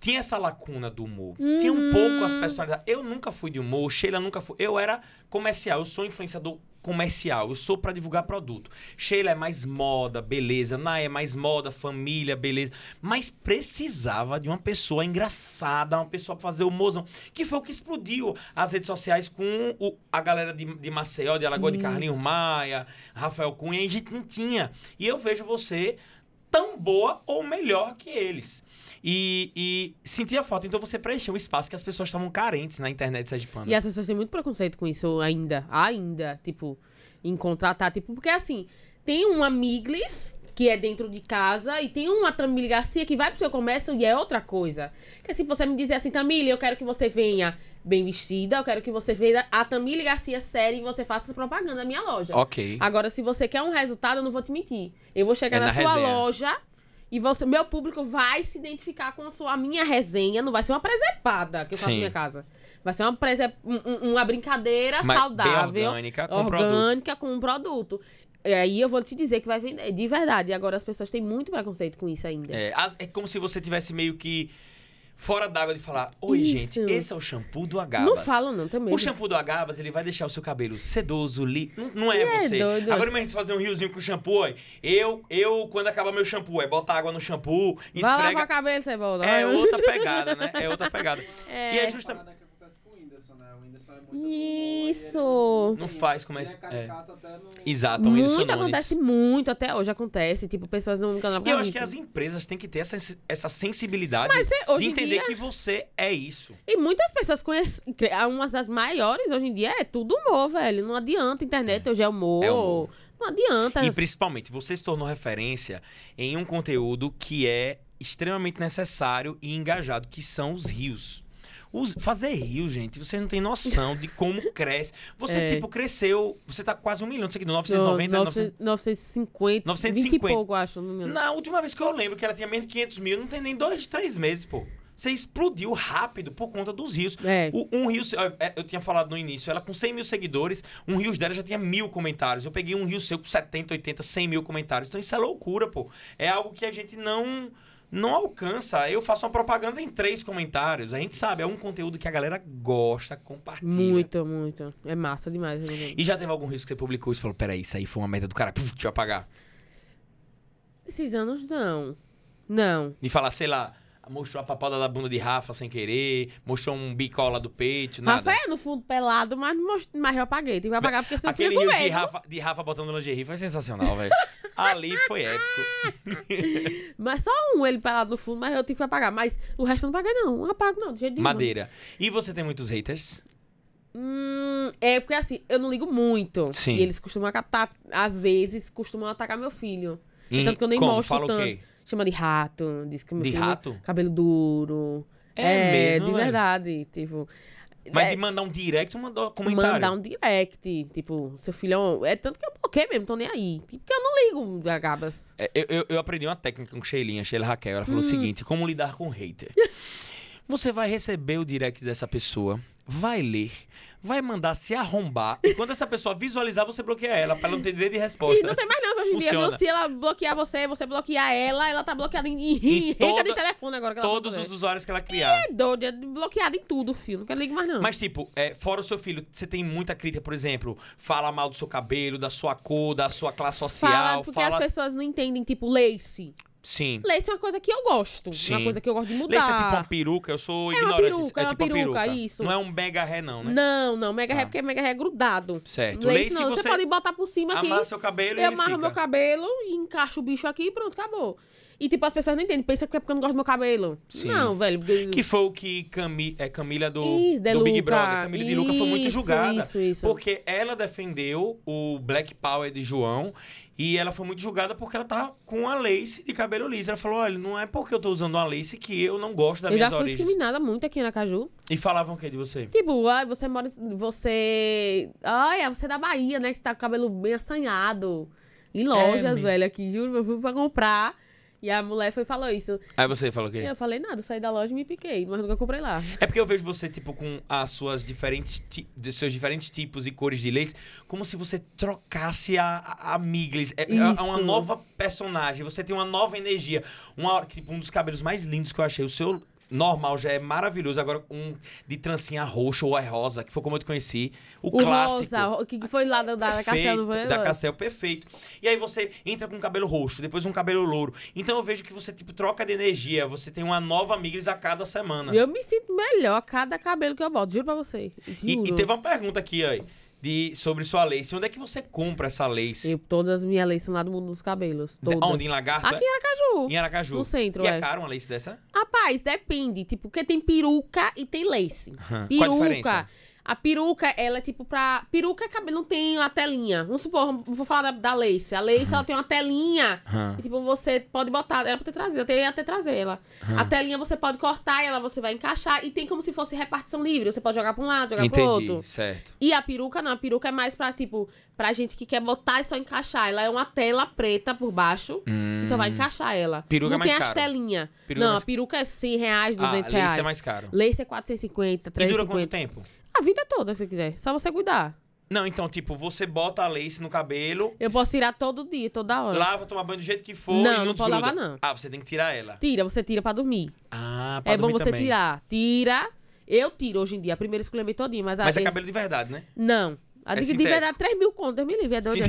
A: tinha essa lacuna do humor. Tinha um pouco as personalidades. Eu nunca fui de humor, Sheila nunca foi. Eu era comercial, eu sou influenciador comercial, eu sou pra divulgar produto. Sheila é mais moda, beleza. Nay é mais moda, família, beleza. Mas precisava de uma pessoa engraçada, uma pessoa pra fazer humorzão, que foi o que explodiu as redes sociais com o- a galera de, de Maceió, de Alagoa, de Carlinhos Maia, Rafael Cunha, e a gente não tinha. E eu vejo você tão boa ou melhor que eles. E, e sentia falta. Então você preencheu um espaço que as pessoas estavam carentes na internet sergipana.
B: E as pessoas têm muito preconceito com isso ainda. Ainda, tipo, em contratar. Tipo, porque assim, tem uma Miglis que é dentro de casa e tem uma Tamile Garcia que vai pro seu comércio e é outra coisa. Que se você me dizer assim, Tamile, eu quero que você venha bem vestida, eu quero que você venha a Tamile Garcia série e você faça propaganda na minha loja.
A: Ok.
B: Agora, se você quer um resultado, eu não vou te mentir. Eu vou chegar
A: É
B: na,
A: na
B: sua
A: resenha.
B: loja e você, meu público vai se identificar com a, sua, a minha resenha. Não vai ser uma presepada que eu faço
A: Sim.
B: na minha casa. Vai ser uma, prese, um- um- uma brincadeira
A: Mas bem
B: saudável,
A: orgânica, com produto.
B: orgânica, com um produto. E aí eu vou te dizer que vai vender, de verdade. E agora as pessoas têm muito preconceito com isso ainda.
A: É, as- é como se você tivesse meio que fora d'água de falar: Oi,
B: Isso.
A: gente, esse é o shampoo do Agabas.
B: não falam não, também.
A: O shampoo do Agabas, ele vai deixar o seu cabelo sedoso, li... Não, não é
B: É
A: você.
B: doido.
A: Agora imagina você fazer um riozinho com shampoo. ó. Eu, eu quando acabar meu shampoo, é botar água no shampoo,
B: Vai lá com a
A: esfrega.
B: cabeça, Cebola.
A: É
B: <laughs>
A: outra pegada, né? É outra pegada. E é justamente.
C: parada que acontece com o Whindersson, né? O Whindersson é muito do humor e ele
B: Isso.
A: Não faz como é-
C: Ele é caricato até no...
A: Exato, um o Whindersson
B: Muito
A: Nunes.
B: acontece muito, até hoje acontece. Tipo, pessoas não canal
A: E eu acho que as empresas têm que ter essa, essa sensibilidade
B: Mas é, hoje
A: de
B: em
A: entender
B: dia-
A: que você é isso.
B: E muitas pessoas conhecem. cre- é Uma das maiores hoje em dia é tudo humor, velho. Não adianta. Internet hoje é humor.
A: É humor.
B: Não adianta.
A: E principalmente, você se tornou referência em um conteúdo que é extremamente necessário e engajado, que são os rios. Os- fazer rio, gente, você não tem noção de como
B: <laughs>
A: cresce. Você,
B: É.
A: tipo, cresceu. Você tá com quase um milhão, não sei o que,
B: No-
A: 990, 900.
B: 900 950.
A: 950.
B: 20 e pouco, acho. Não me lembro.
A: Na última vez que eu lembro que ela tinha menos de 500 mil, não tem nem dois, três meses, pô. Você explodiu rápido por conta dos rios.
B: É.
A: O- um Rio, seu- é, eu tinha falado no início, ela com 100 mil seguidores, um Rios dela já tinha mil comentários. Eu peguei um Rio seu com 70, 80, 100 mil comentários. Então isso é loucura, pô. É algo que a gente não não alcança. Eu faço uma propaganda em três comentários. A gente sabe, é um conteúdo que a galera gosta, compartilha.
B: Muito, muito. É massa demais. eu não lembro.
A: E já teve algum risco que você publicou e você falou, peraí, isso aí foi uma merda do cara, puf, deixa eu apagar.
B: Esses anos, não. Não.
A: De falar, sei lá, mostrou a papada da bunda de Rafa sem querer, mostrou um bicola do peito, nada.
B: Rafa é no fundo pelado, mas, não most- mas eu apaguei. Tive que apagar porque sempre
A: Aquele
B: fico com
A: rio de
B: medo.
A: Rafa, de Rafa botando lingerie foi sensacional,
B: <laughs>
A: velho. Ali foi épico.
B: Mas só um ele pelado no fundo, mas eu tive que apagar. Mas o resto eu não apaguei, não. Não apago, não. De jeito nenhum.
A: Madeira. E você tem muitos haters?
B: Hum, é porque assim, eu não ligo muito.
A: Sim.
B: E eles costumam atacar, às vezes, costumam atacar meu filho.
A: Em-
B: Tanto que eu nem
A: como?
B: mostro
A: Fala o
B: tanto.
A: quê?
B: Chama de rato, diz que meu
A: De
B: filho-
A: rato?
B: cabelo duro.
A: É mesmo,
B: de
A: velho?
B: verdade, tipo,
A: Mas
B: É.
A: de mandar um direct ou mandar um comentário?
B: mandar um direct, tipo, seu filhão, é tanto que eu bloqueei mesmo, tô nem aí. Tipo, porque eu não ligo, Gabas.
A: É, eu, eu- eu aprendi uma técnica com Sheilinha, Sheila Raquel. Ela falou
B: Hum.
A: o seguinte: como lidar com um
B: <laughs>
A: hater. Você vai receber o direct dessa pessoa, vai ler, vai mandar se arrombar, e quando essa pessoa visualizar, você bloqueia ela, pra ela não ter direito de resposta.
B: E não tem mais não, hoje em dia,
A: Funciona.
B: viu? Se ela bloquear você, você bloquear ela, ela tá bloqueada em, em,
A: Em
B: em rede
A: toda-
B: de telefone agora. Que ela
A: Todos
B: pode
A: os
B: fazer.
A: usuários que ela criar.
B: É doida, bloqueada em tudo, filho. Não quero ligar mais não.
A: Mas, tipo, é, fora o seu filho, você tem muita crítica, por exemplo, fala mal do seu cabelo, da sua cor, da sua classe social,
B: Fala, porque
A: fala.
B: as pessoas não entendem, tipo, lace.
A: Sim.
B: Lace é uma coisa que eu gosto.
A: Sim.
B: Uma coisa que eu gosto de mudar.
A: Lace é tipo uma peruca, eu sou
B: É uma
A: ignorante.
B: peruca, é uma
A: tipo
B: peruca, isso.
A: Não é um mega ré, não, né?
B: Não, não, mega
A: Tá.
B: hair, porque mega hair é grudado.
A: Certo.
B: Lace, não, você... pode botar por cima aqui.
A: amar seu cabelo e
B: Eu
A: ele
B: amarro
A: fica.
B: meu cabelo e encaixo o bicho aqui e pronto, acabou. E tipo, as pessoas não entendem, pensa que é porque eu não gosto do meu cabelo.
A: Sim.
B: Não, velho. porque-
A: Que foi o que Cami, é, Camila do,
B: Isso, De
A: do Big
B: Luca.
A: Brother. Camila de Luca foi muito
B: Isso,
A: julgada.
B: isso, isso.
A: Porque ela defendeu o Black Power de João e ela foi muito julgada porque ela tava com a lace de cabelo liso. Ela falou: olha, não é porque eu tô usando uma lace que eu não gosto das
B: eu já
A: minhas
B: fui
A: origens.
B: discriminada muito aqui na Caju.
A: E falavam o que de você?
B: Tipo, ai, você mora. Você. Ai, você é da Bahia, né? Que você tá com o cabelo bem assanhado.
A: É,
B: Em lojas,
A: mesmo.
B: velho, aqui, juro, eu fui pra comprar. E a mulher foi e falou isso.
A: Aí você falou o quê?
B: E eu falei, nada, eu saí da loja e me piquei, mas nunca comprei lá.
A: É porque eu vejo você, tipo, com as suas diferentes. ti- de seus diferentes tipos e cores de leis, como se você trocasse a, a, a Miglis. É, é- é uma
B: Isso.
A: nova personagem, você tem uma nova energia. Uma hora, que, tipo, um dos cabelos mais lindos que eu achei, o seu. normal já é maravilhoso. Agora, um de trancinha roxa ou é rosa, que foi como eu te conheci. O,
B: O
A: clássico.
B: rosa, o que que foi lá da, da
A: Perfeito,
B: Castelo, não foi?
A: da Castelo, perfeito. E aí você entra com um cabelo roxo, depois um cabelo louro. Então eu vejo que você, tipo, troca de energia. Você tem uma nova Miglis a cada semana.
B: Eu me sinto melhor a cada cabelo que eu boto, juro pra vocês.
A: E,
B: Juro.
A: e teve uma pergunta aqui, aí, de, sobre sua lace. Onde é que você compra essa lace?
B: Eu- todas as minhas leis são lá do mundo dos cabelos.
A: De-
B: Todas.
A: Onde? Em Lagarto?
B: Aqui
A: é?
B: era Caju.
A: Em Aracaju.
B: No centro,
A: E
B: é.
A: é caro uma lace dessa?
B: Rapaz, depende. Tipo, porque tem peruca e tem lace.
A: Qual a
B: Peruca.
A: diferença?
B: a peruca, ela é tipo pra. Peruca é cabelo, não tem uma telinha. Vamos supor, vou falar da, da lace. A lace, ela tem uma telinha.
A: Aham.
B: E, tipo, você pode botar. Era pra ter trazido, eu tenho até trazer ela. A telinha você pode cortar, ela você vai encaixar. E tem como se fosse repartição livre. Você pode jogar pra um lado, jogar pro outro.
A: Entendi, certo.
B: E a peruca não, a peruca é mais pra, tipo, pra gente que quer botar e só encaixar. Ela é uma tela preta por baixo e só vai encaixar ela.
A: Hum. Peruca
B: não
A: é mais
B: tem as
A: caro.
B: telinhas.
A: Peruca é
B: Não,
A: mais-
B: a peruca é 100 reais,
A: Ah,
B: 200 reais.
A: lace é mais caro.
B: Lace é 450,
A: E dura quanto
B: 350.
A: tempo?
B: A vida toda, se quiser. Só você cuidar.
A: Não, então, tipo, você bota a lace no cabelo,
B: Eu posso tirar todo dia, toda hora.
A: lava, toma banho do jeito que for
B: Não,
A: e não,
B: não pode
A: desgruda.
B: lavar, não.
A: Ah, você tem que tirar ela.
B: Tira, você tira pra dormir.
A: Ah, pra
B: é bom
A: dormir
B: você
A: também.
B: tirar. Tira. Eu tiro hoje em dia. Primeiro escolhi meio todinho, mas a
A: Mas é
B: de-
A: cabelo de verdade, né?
B: Não. A
A: É
B: de, de
A: sintético.
B: verdade, 3 mil contas, me livre, é doido.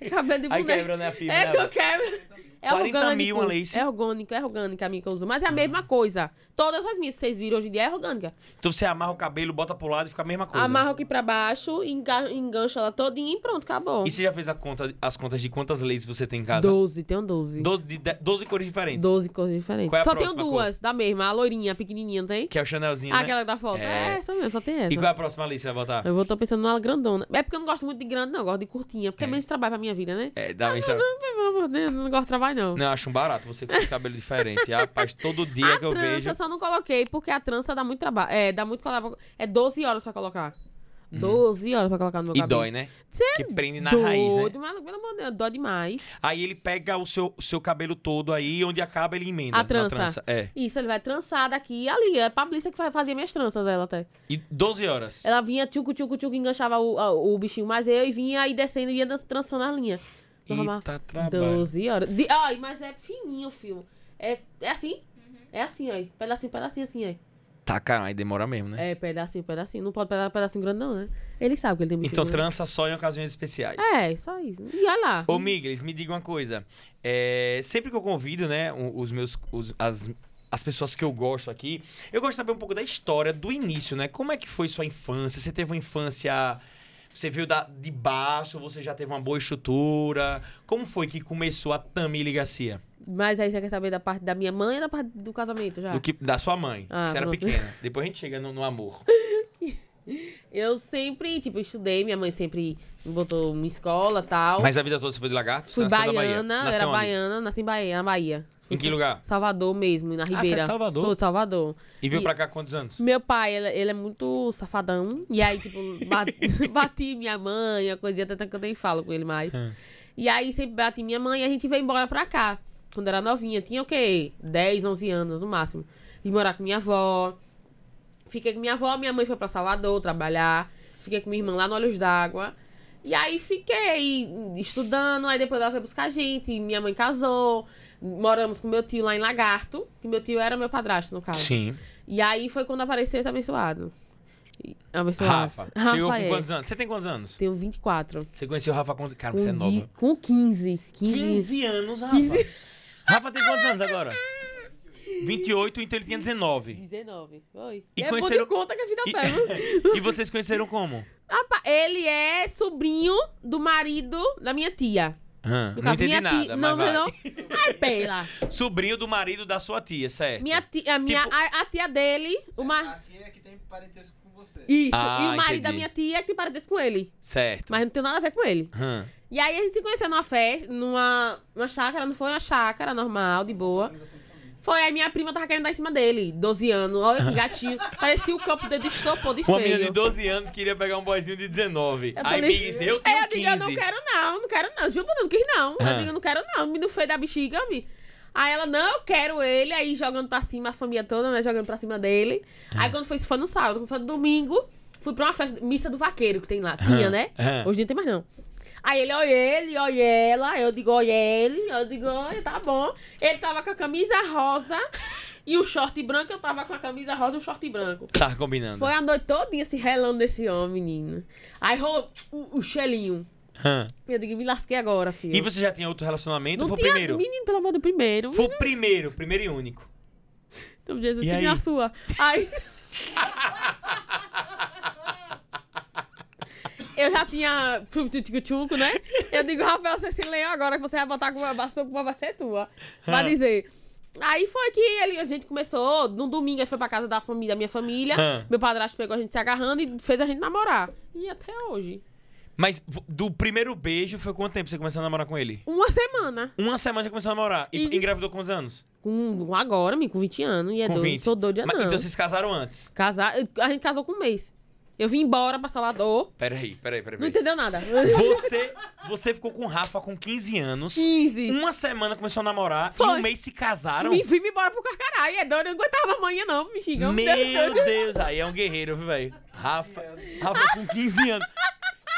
B: É <laughs> cabelo de
A: Aí
B: boneca.
A: quebra, né, a fibra,
B: É,
A: né,
B: não
A: velho?
B: quebra. É
A: 40
B: orgânico.
A: mil uma Ah. lace.
B: É orgânico, é orgânica a minha que eu uso. Mas é a mesma coisa. Todas as minhas que vocês viram hoje em dia é orgânica.
A: <laughs> Então você amarra o cabelo, bota pro lado e fica a mesma coisa.
B: Amarro aqui pra baixo, enga- engancho ela todinha e pronto, acabou.
A: E você já fez a conta, as contas de quantas leis você tem em casa?
B: 12, tenho 12.
A: Doze de- de- doze cores diferentes.
B: 12 coisas diferentes.
A: Qual é a
B: só tenho
A: próxima
B: duas da mesma, a loirinha, a pequenininha, não tem?
A: Que é o Chanelzinho,
B: Ah,
A: né?
B: Aquela da foto.
A: É.
B: É, essa mesmo, só tem essa.
A: E qual é a próxima lei que você vai botar?
B: Eu vou, tô pensando numa grandona. É porque eu não gosto muito de grande, não. Eu gosto de curtinha, porque é,
A: É.
B: menos trabalho pra minha vida, né?
A: É, dá uma insta-
B: Pelo amor de Deus, eu não gosto de trabalho, não.
A: Não, eu acho um barato você com esse cabelo diferente. Ah, Rapaz, todo dia
B: a
A: que eu
B: trança
A: vejo.
B: eu só não coloquei, porque a trança dá muito trabalho. É, dá muito trabalho. É 12 horas pra colocar. 12 horas pra colocar no meu
A: Hum. E
B: cabelo.
A: dói, né?
B: Cê é
A: Que prende na raiz, né?
B: Doido, mas pelo amor de Deus, dói demais.
A: Aí ele pega o seu, o seu cabelo todo aí, onde acaba ele emenda.
B: A
A: na
B: trança.
A: É.
B: Isso, ele vai trançar daqui e ali. É a Pablícia que fa- fazia minhas tranças, ela até.
A: E 12 horas.
B: Ela vinha tchucu, tchucu, tchucu, enganchava o, a- o bichinho mais eu e vinha aí descendo e ia dan- trançando as linhas. Normal.
A: Eita, trabalho.
B: 12 horas. De, ai, mas é fininho o fio. É, é assim? É assim, aí. Pedacinho, pedacinho, assim, aí.
A: Tá, caralho, demora mesmo, né?
B: É, pedacinho, pedacinho. Não pode pegar pedacinho grande, não, né? Ele sabe que ele tem bichinho
A: Então
B: grande.
A: trança só em ocasiões especiais.
B: É, só isso. E olha lá.
A: Ô, Miglis, me diga uma coisa. É, sempre que eu convido, né, o- os meus. os- as, as pessoas que eu gosto aqui, eu gosto de saber um pouco da história, do início, né? Como é que foi sua infância? Você teve uma infância. Você veio da, de baixo, você já teve uma boa estrutura. Como foi que começou a Tamile Garcia?
B: Mas aí você quer saber da parte da minha mãe ou da parte do casamento já?
A: Do que, da sua mãe,
B: Ah,
A: que você era
B: pronto. <laughs>
A: pequena. Depois a gente chega no, no amor.
B: Eu sempre, tipo, estudei. Minha mãe sempre me botou em escola e tal.
A: Mas a vida toda você foi de lagarto? Você
B: Fui
A: nasceu da Bahia.
B: baiana, eu
A: Nasceu
B: era
A: onde?
B: baiana, nasci em Bahia, na Bahia. Fui
A: Em que lugar?
B: Salvador mesmo, na
A: você é de
B: Ribeira.
A: Salvador?
B: Sou de Salvador.
A: E veio
B: E-
A: pra cá há quantos anos?
B: Meu pai, ele, ele é muito safadão. E aí, tipo, ba- <laughs> bati minha mãe, a coisinha, tanto que eu nem falo com ele mais.
A: Hum.
B: E aí, sempre bati minha mãe e a gente veio embora pra cá. Quando era novinha, tinha o quê? 10, 11 anos no máximo. E morar com minha avó. Fiquei com minha avó, minha mãe foi pra Salvador trabalhar. Fiquei com minha irmã lá no Olhos d'Água. E aí fiquei estudando, aí depois ela foi buscar a gente, minha mãe casou, moramos com meu tio lá em Lagarto, que meu tio era meu padrasto, no caso.
A: Sim.
B: E aí foi quando apareceu esse abençoado. E- Abençoado.
A: Rafa. Chegou com
B: é.
A: quantos anos? Você tem quantos anos?
B: Tenho 24.
A: Você conheceu o Rafa quando. Cara,
B: Com,
A: você é
B: di-
A: nova.
B: Um com 15. 15.
A: 15 anos, Rafa. Rafa tem quantos anos agora? 28, então ele tinha 19.
B: 19. Oi.
A: E
B: é
A: conheceram-
B: bom de conta que a vida
A: E, <laughs>
B: pega.
A: e vocês conheceram como?
B: Rapaz, ele é sobrinho do marido da minha tia.
A: Hã,
B: No
A: não
B: caso,
A: entendi
B: minha
A: nada,
B: tia.
A: mas
B: Não,
A: vai.
B: não, não. <laughs> Ai, pela.
A: Sobrinho do marido da sua tia, certo?
B: Minha tia, a, minha,
A: Tipo-
B: a, a tia dele, o mar...
C: Aqui é que tem parentesco com você.
B: Isso. e
A: Ah,
B: o marido da
A: entendi.
B: minha tia é que tem parentesco com ele.
A: Certo.
B: Mas não tem nada a ver com ele.
A: Hã.
B: E aí a gente se conheceu numa festa, numa uma chácara, não foi uma chácara normal, de boa. Foi, aí minha prima tava querendo dar em cima dele, 12 anos, olha que gatinho. Parecia o campo dele estopou de
A: Uma
B: feio.
A: menina de 12 anos queria pegar um boyzinho de 19.
B: Eu
A: Aí
B: falei-
A: me diz, eu
B: Aí
A: tenho 15.
B: eu digo, eu não quero não, não quero não. Juro, eu não quis não.
A: Ah.
B: Eu digo, eu não quero não, menino feio da bexiga, me. Aí ela, não, eu quero ele. Aí jogando pra cima, a família toda, né, jogando pra cima dele. Aí quando foi, isso foi no sábado, quando foi no domingo, fui pra uma festa, missa do vaqueiro que tem lá. Tinha, né?
A: Ah.
B: Hoje não tem mais não. Aí ele, olha ele, olha ela. Eu digo, olha ele. Eu digo, olha, tá bom. Ele tava com a camisa rosa e o short branco, eu tava com a camisa rosa e o short branco.
A: Tá combinando.
B: Foi a noite todinha se relando nesse homem, menino. Aí rolou o, o chelinho.
A: Hã.
B: Eu digo, me lasquei agora, filho.
A: E você já tinha outro relacionamento?
B: não
A: ou foi o
B: tinha
A: primeiro?
B: menino, pelo amor do primeiro.
A: Foi o primeiro, primeiro e único.
B: Então, Jesus,
A: E
B: e
A: aí?
B: a sua. Aí. Eu já tinha tchuco, né? Eu digo, Rafael, você se leu agora que você vai botar com uma bastão, com vai ser sua. Vai
A: Ah.
B: dizer. Aí foi que ele- a gente começou, num domingo, ele foi pra casa da família, da minha família.
A: Ah.
B: Meu padrasto pegou a gente se agarrando e fez a gente namorar. E até hoje.
A: Mas v- do primeiro beijo foi quanto tempo você começou a namorar com ele?
B: Uma semana.
A: Uma semana você começou a namorar. E,
B: E-
A: engravidou com quantos anos?
B: Com, com agora, menino, com 20 anos. E é
A: com
B: doido.
A: 20.
B: Sou doida,
A: Mas-
B: não.
A: Então vocês casaram antes.
B: Casar, a gente casou com um mês. Eu vim embora pra Salvador.
A: Peraí, peraí, peraí.
B: Não
A: peraí.
B: entendeu nada.
A: Você, você ficou com o Rafa com 15 anos.
B: 15.
A: Uma semana começou a namorar
B: Foi.
A: e um mês se casaram.
B: Me é um vim embora pro carcará. E é doido, eu não aguentava amanhã, não, mexigão.
A: Meu
B: Deus.
A: Deus, aí é um guerreiro, viu, velho? Rafa, Rafa com 15 anos.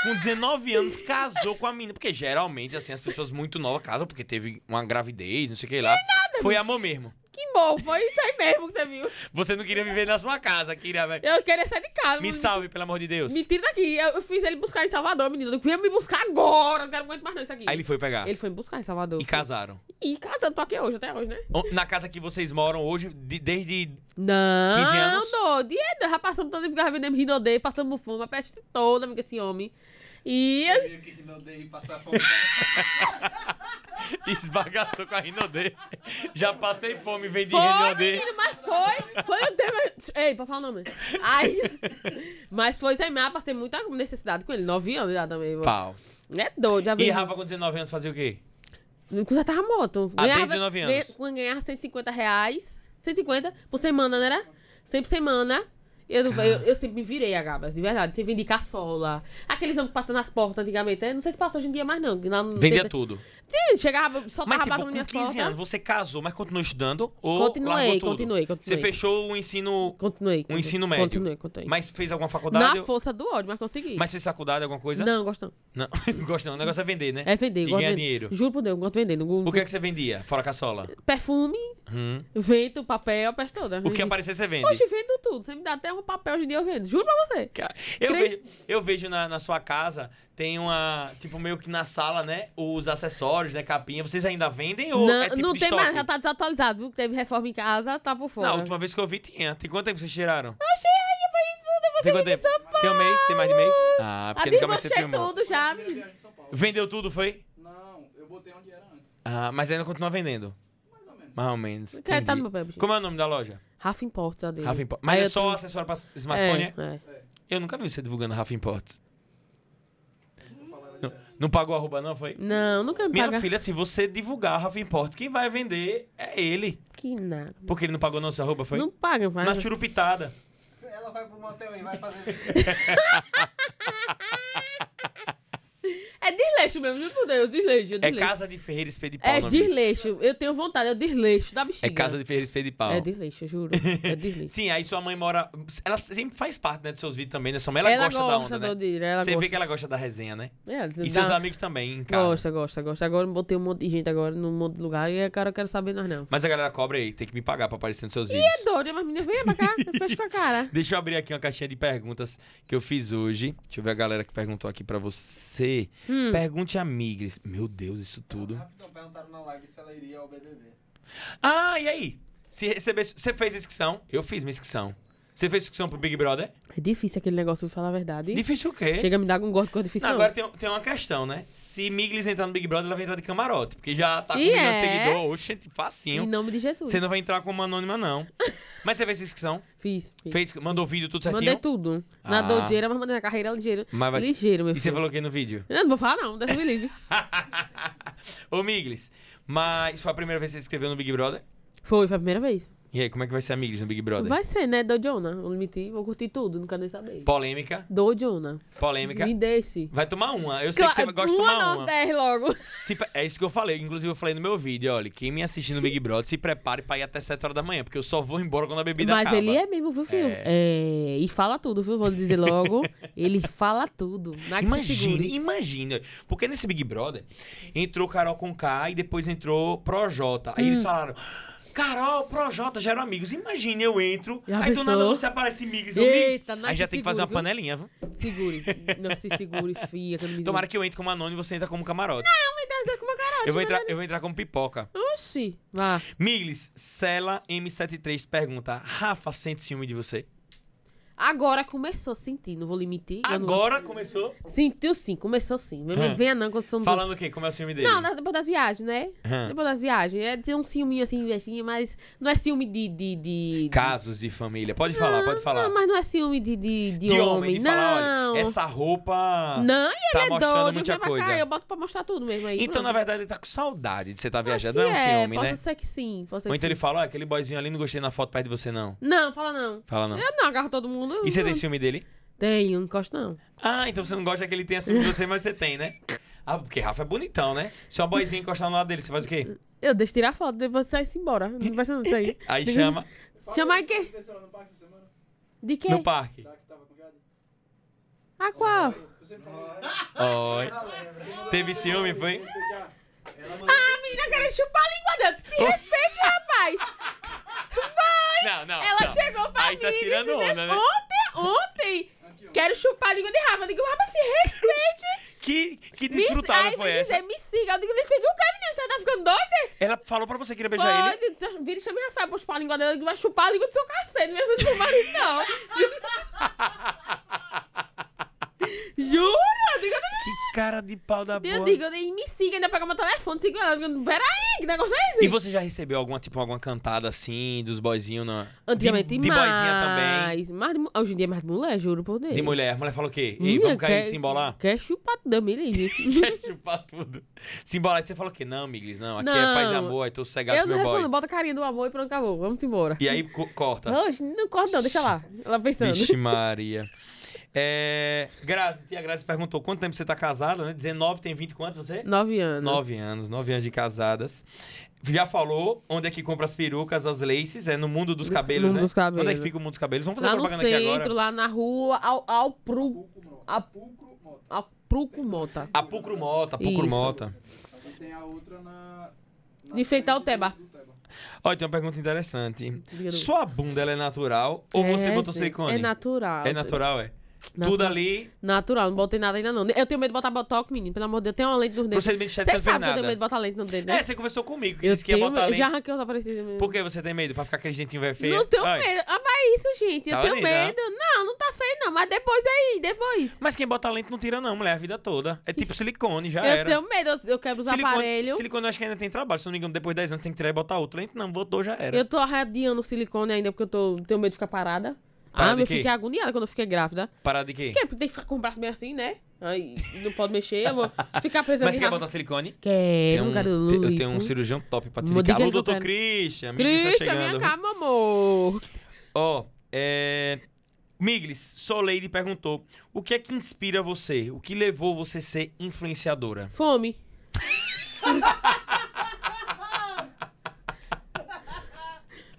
A: Com 19 anos, casou com a menina. Porque geralmente, assim, as pessoas muito novas casam porque teve uma gravidez, não sei o que lá. Foi amor mesmo.
B: Que bom, foi isso aí mesmo que você viu.
A: Você não queria viver na sua casa, queria, velho.
B: Eu queria sair de casa.
A: Me salve, pelo amor de Deus.
B: Me tira daqui. Eu, eu fiz ele buscar em Salvador, menino. Eu Vinha me buscar agora. Eu não quero muito mais não isso aqui.
A: Aí ele foi pegar.
B: Ele foi me buscar em Salvador.
A: E casaram.
B: E casando, tô aqui hoje, até hoje, né?
A: O- Na casa que vocês moram hoje, de- desde.
B: Não,
A: 15 anos?
B: doido. E é, já passamos todo dia vendendo rinodê, passamos fome, a peste toda, amiga, esse homem. E
C: Eu meio que não dei passar
B: <laughs>
C: fome. tá?
A: Esbagaçou com a Rinodê. Já passei fome, vendi
B: Foi,
A: Rinodê.
B: menino, mas foi. Foi o tema. Ei, pra falar o nome.
A: <laughs>
B: Aí, mas foi sem mapa, passei muita necessidade com ele. Nove anos já também. Pá.
A: Pau.
B: É doido, já
A: E
B: vi.
A: Rafa com 19 anos fazia o quê?
B: Inclusive, tava moto.
A: Ah, desde nove anos.
B: ganha- Quando ganhava 150 reais. 150 por semana, não era? Sempre semana. Eu, não- eu, eu sempre me virei a Gabas, de verdade. Sempre vendi caçola. Aqueles homens que passam nas portas antigamente. né? Não sei se passa hoje em dia mais, não. que lá não
A: Vendia
B: tem-
A: tudo.
B: Sim, chegava, só
A: Mas
B: tava
A: tipo,
B: barra na
A: com
B: minha
A: 15 anos,
B: porta.
A: você casou, mas continuou estudando? Ou
B: Continuei,
A: largou tudo?
B: continuei, continuei.
A: Você fechou o ensino,
B: Continuei. continuei.
A: um ensino médio.
B: Continuei, continuei.
A: mas fez alguma faculdade?
B: Na força do ódio, mas consegui.
A: Mas fez faculdade, alguma coisa?
B: Não, gosto não.
A: Não, <laughs> não gosto não. O negócio é vender, né?
B: É vender, eu
A: E
B: gosto
A: ganhar
B: de-
A: dinheiro.
B: Juro por Deus, eu gosto de vender. Não,
A: O que é que você vendia, fora caçola?
B: Perfume,
A: Hum.
B: vento, papel, a peste toda.
A: O que é aparecer, você vende.
B: Hoje vendo tudo. Você me dá até um papel hoje em dia, eu vendo. Juro pra você.
A: Cara, Eu
B: Cre-
A: vejo, eu vejo na, na sua casa, tem uma. Tipo, meio que na sala, né? Os acessórios, né? Capinha. Vocês ainda vendem ou
B: não
A: é tipo
B: não
A: de
B: tem
A: estoque?
B: mais, já tá desatualizado, viu? Que teve reforma em casa, tá por fora.
A: Não, tipo- a última vez que eu vi tinha. Tem quanto tempo vocês tiraram?
B: Achei aí, foi isso,
A: Tem
B: depois tem
A: quanto
B: que ir em
A: tempo?
B: São Paulo.
A: Tem um mês? Tem mais de mês? Ah,
B: A
A: Tipo, porque nunca mais você
B: desmanchei
A: filmou.
B: é tudo já,
C: Primeira
B: menino.
C: viagem de São Paulo.
A: Vendeu tudo, foi?
C: Não, eu botei onde era antes.
A: Ah, mas ainda continua vendendo.
C: Mais ou menos.
A: Mais ou menos.
B: Quer tá
A: entendi.
B: no meu pé, bichinho.
A: Como é o nome da loja?
B: Rafa Imports, a dele.
A: Rafa Imports. Mas
B: Aí
A: é
B: eu
A: só
B: tô-
A: acessório pra smartphone?
B: É,
A: é?
B: é.
A: Eu nunca vi você divulgando Rafa Imports.
C: Vou falar ali
A: Não,
C: direto.
A: não pagou arroba, não, foi?
B: Não, nunca me
A: Minha
B: paga.
A: filha, se você divulgar Rafa Imports, quem vai vender é ele.
B: Que nada.
A: Porque ele não pagou não, seu arroba, foi?
B: Não paga, vai.
A: Na churupitada.
C: Ela vai pro motel aí, vai
A: <laughs>
C: fazer isso.
B: É desleixo mesmo, juro por Deus, desleixo.
A: É
B: desleixo.
A: casa de Ferreira Espelho de Pau.
B: É
A: o nome disso.
B: desleixo. Eu tenho vontade, é o desleixo da
A: É
B: bexiga.
A: casa de Ferreira Espelho de Pau.
B: É desleixo, eu juro. É desleixo.
A: Sim, aí sua mãe mora. Ela sempre faz parte né, dos seus vídeos também, né? Sua mãe <laughs> ela, gosta, da onda, né?
B: doideira, ela
A: você
B: gosta.
A: vê que ela gosta da resenha, né?
B: É,
A: E
B: dá-
A: seus amigos também, em casa.
B: Gosta, gosta, gosta. Agora eu botei um monte de gente agora num monte de lugar e agora eu quero saber nós não.
A: Mas a galera cobra aí, tem que me pagar pra aparecer nos seus
B: É
A: vídeos.
B: doido, mas menina, vem pra cá.
A: <laughs>
B: Eu fecho com a cara.
A: Deixa eu abrir aqui uma caixinha de perguntas que eu fiz hoje. Deixa eu ver a galera que perguntou aqui pra você.
B: Hum.
A: Pergunte a Migres. Meu Deus, isso tudo.
C: Rapidão, perguntaram na live se ela iria ao BBB.
A: Ah, e aí? Se recebesse. Você fez inscrição? Eu fiz minha inscrição. Você fez inscrição pro Big Brother?
B: É difícil aquele negócio de falar a verdade.
A: Difícil o quê?
B: Chega a me dar algum gosto de coisa difícil.
A: é? Não,
B: Não,
A: agora tem, tem uma questão, né? Se Miglis entrar no Big Brother, ela vai entrar de camarote, porque já tá com um
B: E
A: milhão de
B: é?
A: seguidor, oxente,
B: Em
A: facinho.
B: nome de Jesus.
A: um. Você não vai entrar como anônima,
B: <laughs>
A: não. Mas você fez inscrição?
B: Fiz. fiz.
A: Fez, mandou vídeo, tudo certinho?
B: Mandei tudo. Na
A: Ah.
B: doideira, mas mandei na carreira ligeira.
A: Mas vai-
B: Ligeiro, meu
A: E você
B: filho.
A: falou o que no vídeo?
B: Eu não vou falar não, Deus me livre.
A: Ô, Miglis, mas foi a primeira vez que você se inscreveu no Big Brother?
B: Foi, foi a primeira vez.
A: E aí, como é que vai ser a Miglis no Big Brother?
B: Vai ser, né, doidona? Vou admitir, vou curtir tudo, não quero nem saber.
A: Polêmica,
B: Doidona,
A: polêmica.
B: me deixe.
A: Vai tomar uma. Eu sei que você
B: Claro,
A: gosta de
B: uma
A: tomar
B: não,
A: uma.
B: dez logo.
A: Se pre- é isso que eu falei. Inclusive, eu falei no meu vídeo, olha, quem me assistir no Big Brother, se prepare pra ir até 7 horas da manhã, porque eu só vou embora quando a bebida
B: Mas
A: acaba.
B: ele é mesmo, viu, filho?
A: É.
B: É, E fala tudo, viu? Vou dizer
A: <laughs>
B: logo. ele fala tudo. Na que se
A: Imagine,
B: segure.
A: imagine. Porque
B: Hum.
A: nesse Big Brother entrou Carol com K e depois entrou Projota. Aí eles falaram: Carol, Projota, geram amigos. Imagina, eu entro,
B: Já
A: aí do nada
B: pensou?
A: você aparece Miggs, eu Miggs.
B: Eita, é Nath,
A: Aí já tem que fazer uma
B: segura,
A: panelinha, viu?
B: Segure. Não se segure, fia. Que eu não me
A: Tomara que eu entre como anônimo e você entra como camarote.
B: Tá com uma garagem,
A: eu, vou
B: né,
A: entrar,
B: velho?
A: eu vou entrar como pipoca.
B: né? Oxi. Vá.
A: Miglis, Cela M73 pergunta: Rafa sente ciúme de você?
B: Agora começou a sentir, não vou limitar.
A: Agora começou.
B: Sentiu sim, começou sim.
A: Hã.
B: Vem, venha não, que eu sou um
A: Falando o quê? Como é o ciúme dele?
B: Não, na- depois das viagens, né?
A: Hã.
B: Depois das viagens. É ter um ciúminho assim, vestinha, mas não é ciúme de. de, de...
A: Casos de família. Pode falar, pode falar.
B: Não, mas não é ciúme de, de, de,
A: de
B: homem.
A: homem, de
B: não.
A: falar: olha, é essa roupa.
B: Não, e
A: tá
B: ele é
A: mostrando
B: doido.
A: muita
B: vem pra
A: coisa.
B: Cá, eu boto pra mostrar tudo mesmo aí.
A: Então,
B: pronto.
A: na verdade, ele tá com saudade de você estar tá
B: Acho
A: viajando. Não é um
B: que
A: ciúme,
B: pode
A: né?
B: ser que sim. Pode ser
A: Ou
B: que
A: então ele
B: sim.
A: fala: ó, aquele boyzinho ali não gostei na foto perto de você, não.
B: Não, fala não.
A: Fala não.
B: Eu não agarro todo mundo. eu
A: E você
B: não.
A: tem ciúme dele?
B: Tenho, não encosto não.
A: Ah, então você não gosta que ele tenha ciúme de você, mas você tem, né? Ah, porque Rafa é bonitão, né? Se uma boizinha encostar no lado dele, você faz o quê?
B: Eu deixo tirar foto, depois sai-se embora. Não vai ser isso aí.
A: <laughs> Aí chama
B: Chama aí
C: aí
B: quem?
C: Aconteceu lá no parque essa semana?
B: De quê?
A: no parque.
C: Da que tava com viado?
B: A qual?
C: Você falou.
A: Oi.
C: Ela lembra. Você né, não
A: Teve
C: lembra,
A: ciúme, <laughs>
C: não,
A: foi?
C: vou explicar. Ela mandou.
B: Ah, a menina quer chupar a língua dele. Se respeite,
A: <laughs>
B: rapaz.
A: Não, não.
B: Ela
A: não.
B: chegou pra
A: Aí
B: mim
A: tá
B: e
A: tirando
B: disse,
A: onda, né?
B: ontem, ontem,
C: Aqui, ó.
B: quero chupar a língua de Rafa. Eu digo,
A: <laughs>
B: Rafa, se respeite.
A: Que, que
B: Me-
A: desfrutada
B: Aí
A: foi
B: vem dizer,
A: essa?
B: me siga. Eu digo, me siga o quê, menina? Você tá ficando doida?
A: Ela falou pra você que queria beijar
B: Foi,
A: ele.
B: eu disse, vira e chama o Rafael pra chupar a língua dele. Eu digo, vai chupar a língua do seu cacete, é mesmo do seu marido, não.
A: <laughs>
B: Jura? Eu digo, eu digo,
A: Que cara de pau da boa.
B: eu digo, eu digo, me siga, ainda pega meu telefone, siga ela. Eu digo, Peraí, que negócio é esse?
A: E você já recebeu alguma, tipo, alguma cantada assim, dos boyzinhos na.
B: Antigamente
A: de, de
B: mais.
A: boyzinha também.
B: Mas de mu- hoje em dia é mais de mulher, juro por Deus.
A: De mulher. A mulher falou o quê? Ei,
B: Menina,
A: vamos cair
B: quer-
A: e se
B: <laughs>
A: embolar?
B: Quer chupar tudo, me
A: <laughs>
B: livre.
A: Quer chupar tudo. Se embolar. Aí você falou o quê? Não, Miglis, não. Aqui é
B: Não.
A: paz e amor, aí tô sossegado
B: Eu
A: com
B: não
A: meu
B: respondo,
A: boy.
B: bota a carinha do amor e pronto, acabou. Vamos embora.
A: E aí co- corta.
B: Oxe, não corta não, deixa lá. Ela pensando.
A: Vixe Maria. É, Grazi, tia Grazi perguntou quanto tempo você tá casada, né? 19, tem 20 quanto você?
B: Nove anos.
A: Nove anos, nove anos de casadas. Já falou onde é que compra as perucas, as laces, é no mundo dos
B: Dos-
A: cabelos,
B: mundo
A: né?
B: dos cabelos.
A: Onde é que fica o mundo dos cabelos? Vamos fazer
B: Lá no
A: propaganda aqui
B: centro,
A: agora.
B: lá na rua, ao, ao pru...
C: Pulcro Mota.
B: A,
C: Pulcro Mota.
B: ao Pruco Mota.
A: A Pucro Mota, a Pucro
B: Isso.
A: Mota.
C: E tem a outra na. na
B: De frente ao
C: frente do-
B: Teba.
C: do
A: Olha, tem uma pergunta interessante.
B: Diga do-
A: Sua bunda, ela é natural ou você
B: É,
A: botou
B: gente,
A: silicone?
B: É natural.
A: É natural, é?
B: Natural.
A: Tudo ali,
B: Natural, não botei nada ainda não. Eu tenho medo de botar botox, menino, pelo amor de Deus. Tem uma lente nos dedos.
A: procedimento estético,
B: Você
A: você não
B: sabe que
A: fez
B: eu tenho medo de
A: nada.
B: botar lente no dedo, né?
A: É, você conversou comigo, que
B: Eu
A: disse que ia
B: tenho-
A: botar
B: eu
A: lente.
B: já arranquei os aparecidos mesmo.
A: Por que você tem medo? Pra ficar aquele jeitinho velho feio?
B: Não tenho
A: Ai.
B: medo. Ah, mas isso, gente. Eu
A: Tá
B: tenho
A: bonito, né?
B: medo. Não, não tá feio, não. Mas depois aí, depois.
A: Mas quem bota lente não tira não, mulher, a vida toda. É tipo silicone, já
B: eu
A: era.
B: tenho medo. Eu, eu quebro os aparelhos.
A: silicone eu acho que ainda tem trabalho. Se eu não me engano, depois de 10 anos tem que tirar e botar outro lente. Não, botou, já era.
B: Eu tô arradiando o silicone ainda porque eu tô, tenho medo de ficar parada.
A: Parada Tá,
B: ah,
A: de
B: mas
A: quê?
B: eu fiquei agoniada quando eu fiquei grávida.
A: Parar de quê?
B: Porque tem que ficar com o braço meio assim, né? Aí não pode mexer. Eu vou ficar presa
A: Mas você
B: de
A: quer
B: rabo.
A: botar silicone? Tem
B: Quero,
A: um-
B: quero
A: te- eu tenho um
B: lúdico.
A: cirurgião top pra te
B: Diga
A: indicar.
B: que
A: Alô,
B: eu
A: doutor
B: quero.
A: Christian. Miglis tá
B: Cristian,
A: chegando.
B: minha calma, amor.
A: Ó, é... Miglis, Soleide perguntou, o que é que inspira você? O que levou você a ser influenciadora?
B: Fome.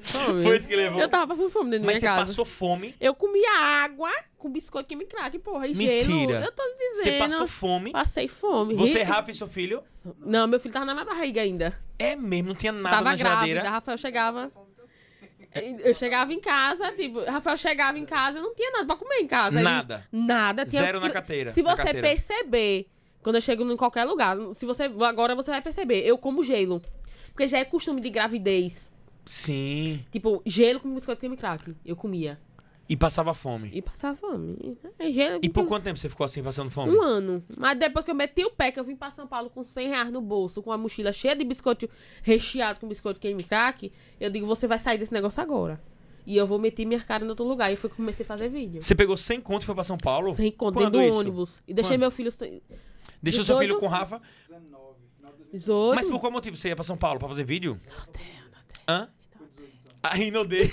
B: Fome.
A: Foi isso que levou?
B: Eu tava passando fome dentro da
A: Mas
B: minha
A: você
B: casa.
A: passou fome,
B: Eu comia água com biscoito que me traga, porra. E gelo.
A: Mentira.
B: Eu tô lhe dizendo.
A: você passou fome,
B: Passei fome.
A: você,
B: Ri-
A: Rafa e seu filho,
B: Não, meu filho tava na minha barriga ainda.
A: é mesmo, não tinha nada
B: tava
A: na geladeira.
B: grávida. Rafael chegava. Eu chegava em casa, tipo, Rafael chegava em casa, não tinha nada pra comer em casa. Aí-
A: Nada.
B: nada. Tinha
A: Zero na
B: cri-
A: carteira.
B: Se
A: na
B: você
A: carteira.
B: perceber, quando eu chego em qualquer lugar, se você agora você vai perceber, eu como gelo. Porque já é costume de gravidez.
A: Sim.
B: Tipo, gelo com biscoito creme crack. Eu comia.
A: E passava fome.
B: E passava fome. É gelo
A: E
B: com-
A: por quanto tempo você ficou assim passando fome?
B: Um ano. Mas depois que eu meti o pé, que eu vim pra São Paulo com 100 reais no bolso, com a mochila cheia de biscoito recheado com biscoito creme crack, eu digo, você vai sair desse negócio agora. E eu vou meter minha cara em outro lugar. E foi que eu comecei a fazer vídeo.
A: Você pegou 100 conto e foi pra São Paulo?
B: Sem conta
A: Quando
B: dentro do
A: isso?
B: ônibus. E deixei
A: Quando?
B: meu filho sem...
A: Deixou seu filho
B: Dezoito.
A: com o Rafa?
C: 19, final de 2018.
B: 18.
A: Mas por qual motivo você ia pra São Paulo? Pra fazer
B: <laughs>
A: vídeo?
B: Deus, meu Deus.
A: Hã?
C: Foi 18, então.
A: Aí não dei.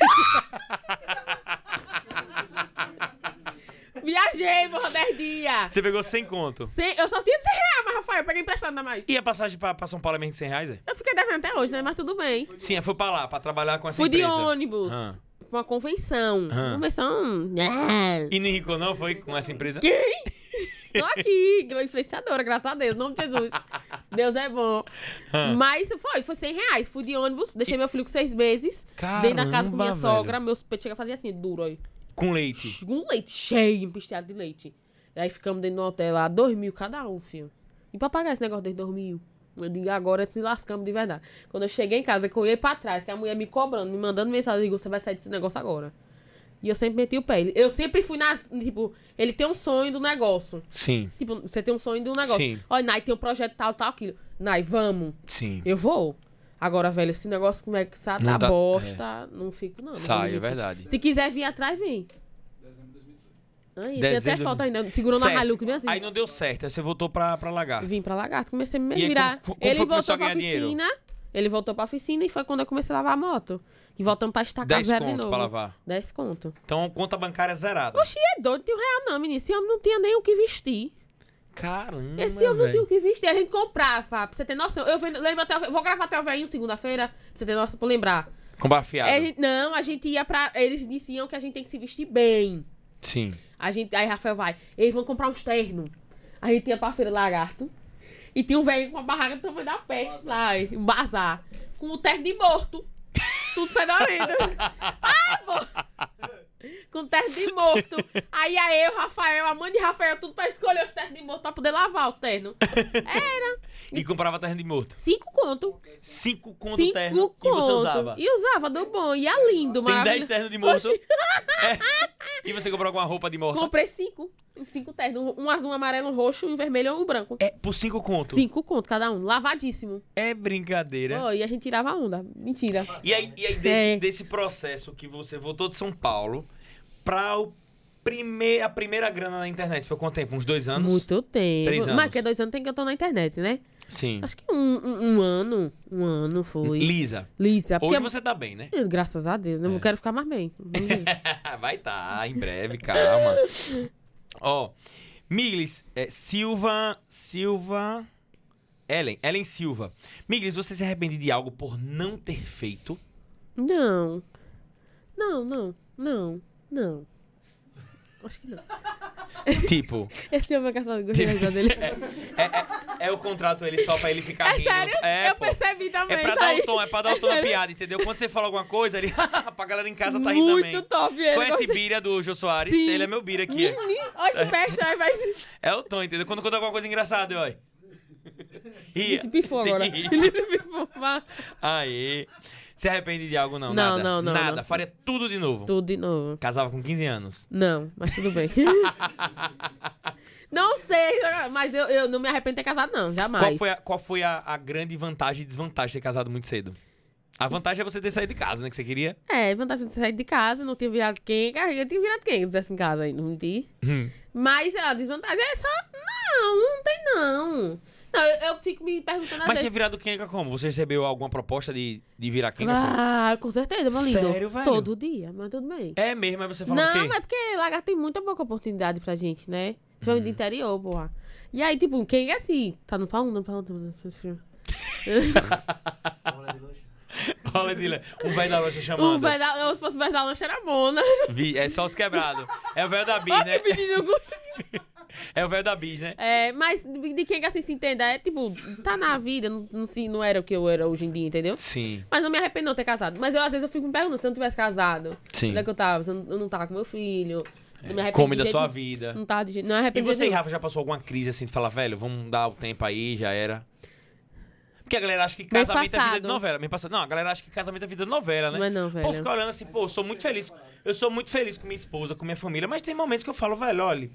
B: Viajei, porra, 10 dias.
A: Você pegou 100 conto.
B: Sem- Eu só tinha 100 reais, mas Rafael, eu peguei emprestado ainda mais.
A: E a passagem pra, pra São Paulo é menos de 100 reais, é?
B: Eu fiquei devendo até hoje, né? Mas tudo bem.
A: Sim, é, foi pra lá, pra trabalhar com essa
B: Fui de
A: empresa.
B: ônibus.
A: Ah.
B: Pra Uma convenção.
A: Ah.
B: Convenção. né?
A: E não enricou não, é.
B: <laughs>
A: foi com essa empresa?
B: Quem? Tô aqui, influenciadora, graças a Deus, em nome de Jesus. Deus é bom.
A: Ah.
B: Mas foi, foi 100 reais. Fui de ônibus, deixei meu filho com seis meses. dei na casa com minha
A: Caramba,
B: sogra.
A: velho.
B: Meus peitos chega a fazer assim, duro aí.
A: Com leite.
B: Um leite cheio, empisteado de leite. E aí ficamos dentro do hotel lá, dois mil cada um, filho. E pra pagar esse negócio desde dois mil? Eu digo, agora se lascamos de verdade. Quando eu cheguei em casa, que eu olhei pra trás, que a mulher me cobrando, me mandando mensagem, eu digo, você vai sair desse negócio agora. E eu sempre meti o pé. Ele- Eu sempre fui na. Tipo, ele tem um sonho do negócio.
A: Sim,
B: Tipo, você tem um sonho de um negócio.
A: Sim.
B: Olha, Nai, tem um projeto tal, tal, aquilo. Nai, vamos.
A: sim.
B: Eu vou. Agora, velho, esse negócio como é que sai
A: Não
B: da
A: dá-
B: bosta, não fico, não.
A: Sai, é
B: Não.
A: verdade.
B: Se quiser vir atrás, vem.
C: Dezembro de 2018.
B: Aí, tem até
A: Dezembro-
B: foto ainda, segurando
A: Certo.
B: a Hilux, né? Assim.
A: Aí não deu certo, aí você voltou pra, pra lagarto.
B: Vim pra lagarto, comecei a
A: E aí,
B: me virar.
A: como- como
B: Ele
A: foi que começou a
B: voltou pra
A: ganhar dinheiro?
B: oficina, ele voltou pra oficina e foi quando eu comecei a lavar a moto. E voltamos pra estacar
A: 10
B: zero de
A: conto
B: novo.
A: pra lavar.
B: 10 conto.
A: Então, conta bancária zerada.
B: Oxi, é doido, não tem um real não, menino. Esse homem não tinha nem o que vestir.
A: Caramba,
B: Esse homem não tinha
A: velho.
B: o que vestir. A gente comprava, pra você ter noção. Eu vendo- lembro até, o- vou gravar até o velhinho segunda-feira, pra você ter noção, pra lembrar.
A: Com bafiado.
B: É, a gente- não, a gente ia pra. Eles diziam que a gente tem que se vestir bem.
A: Sim.
B: A gente, aí Rafael vai, eles vão comprar uns ternos. A gente ia pra feira do lagarto. E tinha um velho com uma barraca do tamanho da peste lá, hein, um bazar. Com o terno de morto.
A: <laughs>
B: Tudo fedorento. Ai, pô! Com terno de morto. Aí a eu, Rafael, a mãe de Rafael, tudo pra escolher os ternos de morto pra poder lavar os ternos. Era.
A: E comprava terno de morto.
B: Cinco conto.
A: Cinco conto
B: Cinco
A: terno.
B: conto.
A: E você usava.
B: E usava do bom. E é lindo,
A: Tem 10
B: maravilhoso.
A: ternos de morto. É. E você comprou alguma roupa de morto?
B: Comprei cinco. Cinco ternos. Um azul, um amarelo, um roxo, um vermelho e um branco.
A: É, por cinco conto.
B: Cinco conto cada um, lavadíssimo.
A: É brincadeira.
B: Ó, e a gente tirava onda. Mentira.
A: E aí, e aí desse,
B: É.
A: desse processo que você voltou de São Paulo pra o prime- a primeira grana na internet, foi quanto tempo? Uns dois anos?
B: Muito tempo.
A: Três anos. Hum.
B: Mas que é dois anos tem que eu tô na internet, né?
A: Sim.
B: Acho que um, um- um ano. Um ano foi.
A: Lisa,
B: Lisa, porque.
A: hoje você tá bem, né?
B: Graças a Deus, eu não quero ficar mais
A: <laughs>
B: bem.
A: Vai tá, em breve, calma. Ó, Miglis, é, Silva, Silva, Ellen, Ellen Silva. Miglis, você se arrepende de algo por não ter
B: <laughs>
A: feito?
B: não. Não, não, não, não. Acho que não.
A: Tipo,
B: Esse homem é engraçado, eu gostei da risada dele.
A: <laughs> é, é, é o contrato ele só pra ele ficar
B: É
A: rindo.
B: sério?
A: É,
B: eu
A: pô.
B: percebi também.
A: É pra
B: isso
A: dar
B: aí.
A: o tom, é pra dar o tom da
B: sério.
A: piada, entendeu? Quando você fala alguma coisa, <laughs> ele. pra galera em casa tá rindo
B: Muito
A: também.
B: top ele.
A: Conhece Bíria do Jô Soares?
B: Sim. Hum.
A: Ele é meu Bíria aqui. ó.
B: Menino,
A: <laughs>
B: Olha que besta, vai se.
A: É o tom, entendeu? Quando conta alguma coisa engraçada, eu. ó. Ria.
B: Ele pifou
A: Tem
B: agora.
A: que rir.
B: Ele pifou. mas-
A: Aí. Se arrepende de algo, não?
B: Não,
A: nada.
B: não, não,
A: Nada.
B: não.
A: Faria tudo de novo.
B: Tudo de novo.
A: Casava com 15 anos.
B: Não, mas tudo bem. <laughs> não sei, mas eu, eu não me arrependo de ter casado, não. Jamais.
A: Qual foi, a, qual foi a, a grande vantagem e desvantagem de ter casado muito cedo? A vantagem é você ter saído de casa, né? Que você queria.
B: É, vantagem de sair de casa, não tinha virado quem. Ah, Eu tinha virado quem se eu tivesse em casa ainda, não menti.
A: Hum.
B: Mas a desvantagem é só. Não, não tem não. Não, eu, eu fico me perguntando às
A: Mas tinha
B: vezes.
A: virado quenca como? Você recebeu alguma proposta de, de virar quenca?
B: Claro, com certeza, meu lindo.
A: Sério, velho?
B: Todo dia, mas tudo bem.
A: É mesmo, aí você fala o
B: Não,
A: quê?
B: mas porque lagarto tem muita pouca oportunidade pra gente, né? Principalmente do
A: Uhum.
B: interior, porra. E aí, tipo, quem é assim? Tá no pau, não, pau, não, pau.
A: <laughs> <laughs>
B: <laughs>
A: Olha, Dila, um velho da loja
B: O
A: chamando.
B: velho da, eu, se fosse o velho da lancha era Mona. <laughs>
A: Vi- É só os quebrados. É o velho da Bis,
B: Olha
A: né?
B: que menino gostoso.
A: É o velho da Bis, né?
B: É, mas de de quem que assim se entenda, é tipo, tá na vida, não, não, se, não era o que eu era hoje em dia, entendeu?
A: Sim,
B: Mas não me arrependo de não ter casado. Mas eu, às vezes, eu fico me perguntando, se eu não tivesse casado,
A: sim.
B: onde é que eu tava? Se eu não, eu não tava com meu filho, não me arrependo
A: Come
B: de
A: da
B: jeito
A: sua
B: nenhum.
A: vida.
B: Não tava de jeito, não me
A: E
B: arrependo de
A: você e
B: jeito
A: Rafa já passou alguma crise assim de falar, velho, vamos dar o tempo aí, já era? Porque a galera acha que
B: Mês
A: casamento é vida de
B: passado.
A: novela. Mês passado- Não, a galera acha que casamento é vida de novela, né?
B: Não é não,
A: Pô,
B: velho.
A: fica olhando assim, pô, eu sou muito feliz. Eu sou muito feliz com minha esposa, com minha família, mas tem momentos que eu falo, velho, olha,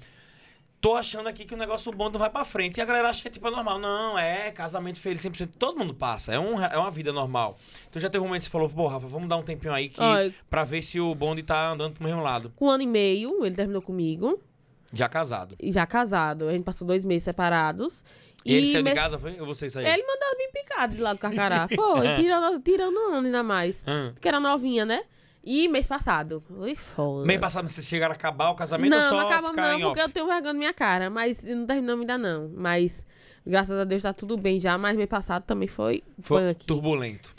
A: tô achando aqui que o negócio bom não vai pra frente. E a galera acha que é tipo é normal. Não, é casamento feliz 100%. Todo mundo passa, é, um, é uma vida normal. Então já teve um momento que você falou, pô, Rafa, vamos dar um tempinho aí que,
B: Olha.
A: pra ver se o bonde tá andando pro mesmo lado.
B: Com um ano e meio, ele terminou comigo,
A: Já casado.
B: e já casado. A gente passou dois meses separados.
A: E, ele saiu
B: mes-
A: de casa, foi? Ou você saiu?
B: Ele mandava me picar de lá do
A: <laughs>
B: Carcará. Foi, tirando, tirando onda ainda mais.
A: É. Hã?
B: Porque era novinha, né? E mês passado. Oi, foda.
A: Meio passado, vocês chegaram a acabar o casamento
B: É. não,
A: ou só
B: não acabamos
A: ficar
B: não,
A: em
B: porque
A: off?
B: eu tenho vergonha na minha cara. Mas não terminamos ainda não. Mas Graças a Deus tá tudo bem já, mas mês passado também foi,
A: Foi
B: punk.
A: turbulento.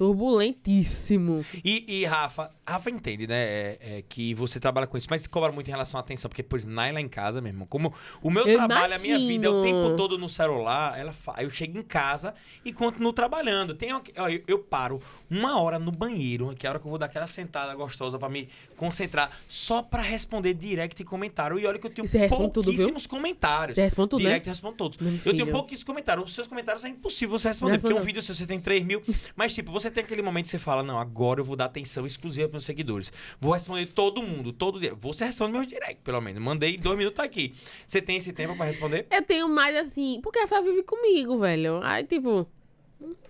B: Turbulentíssimo.
A: E, e Rafa, Rafa entende, né? é- é que você trabalha com isso, mas cobra muito em relação à atenção, porque, por exemplo, Naila em casa, meu irmão, como o meu
B: Eu
A: trabalho, a minha vida é o
B: imagino.
A: tempo todo no celular, ela fa... eu chego em casa e continuo trabalhando. Tem, uma- ó, eu, eu paro uma hora no banheiro, que é a hora que eu vou dar aquela sentada gostosa pra me concentrar, só pra responder direct e comentário. E olha que eu tenho
B: E você responde tudo, viu?
A: pouquíssimos comentários.
B: Você responde tudo, né?
A: Direct eu respondo todos.
B: Meu
A: Eu tenho
B: filho.
A: pouquíssimos comentários. Os seus comentários é impossível você responder, porque um
B: Respondo.
A: vídeo seu você tem 3 mil. Mas, tipo, você tem aquele momento que você fala: não, agora eu vou dar atenção exclusiva para meus seguidores. Vou responder todo mundo, todo dia. Você responde meus direct, pelo menos. Mandei dois minutos tá aqui. Você tem esse tempo para responder?
B: Eu tenho mais assim, porque a Fá vive comigo, velho. Aí, tipo,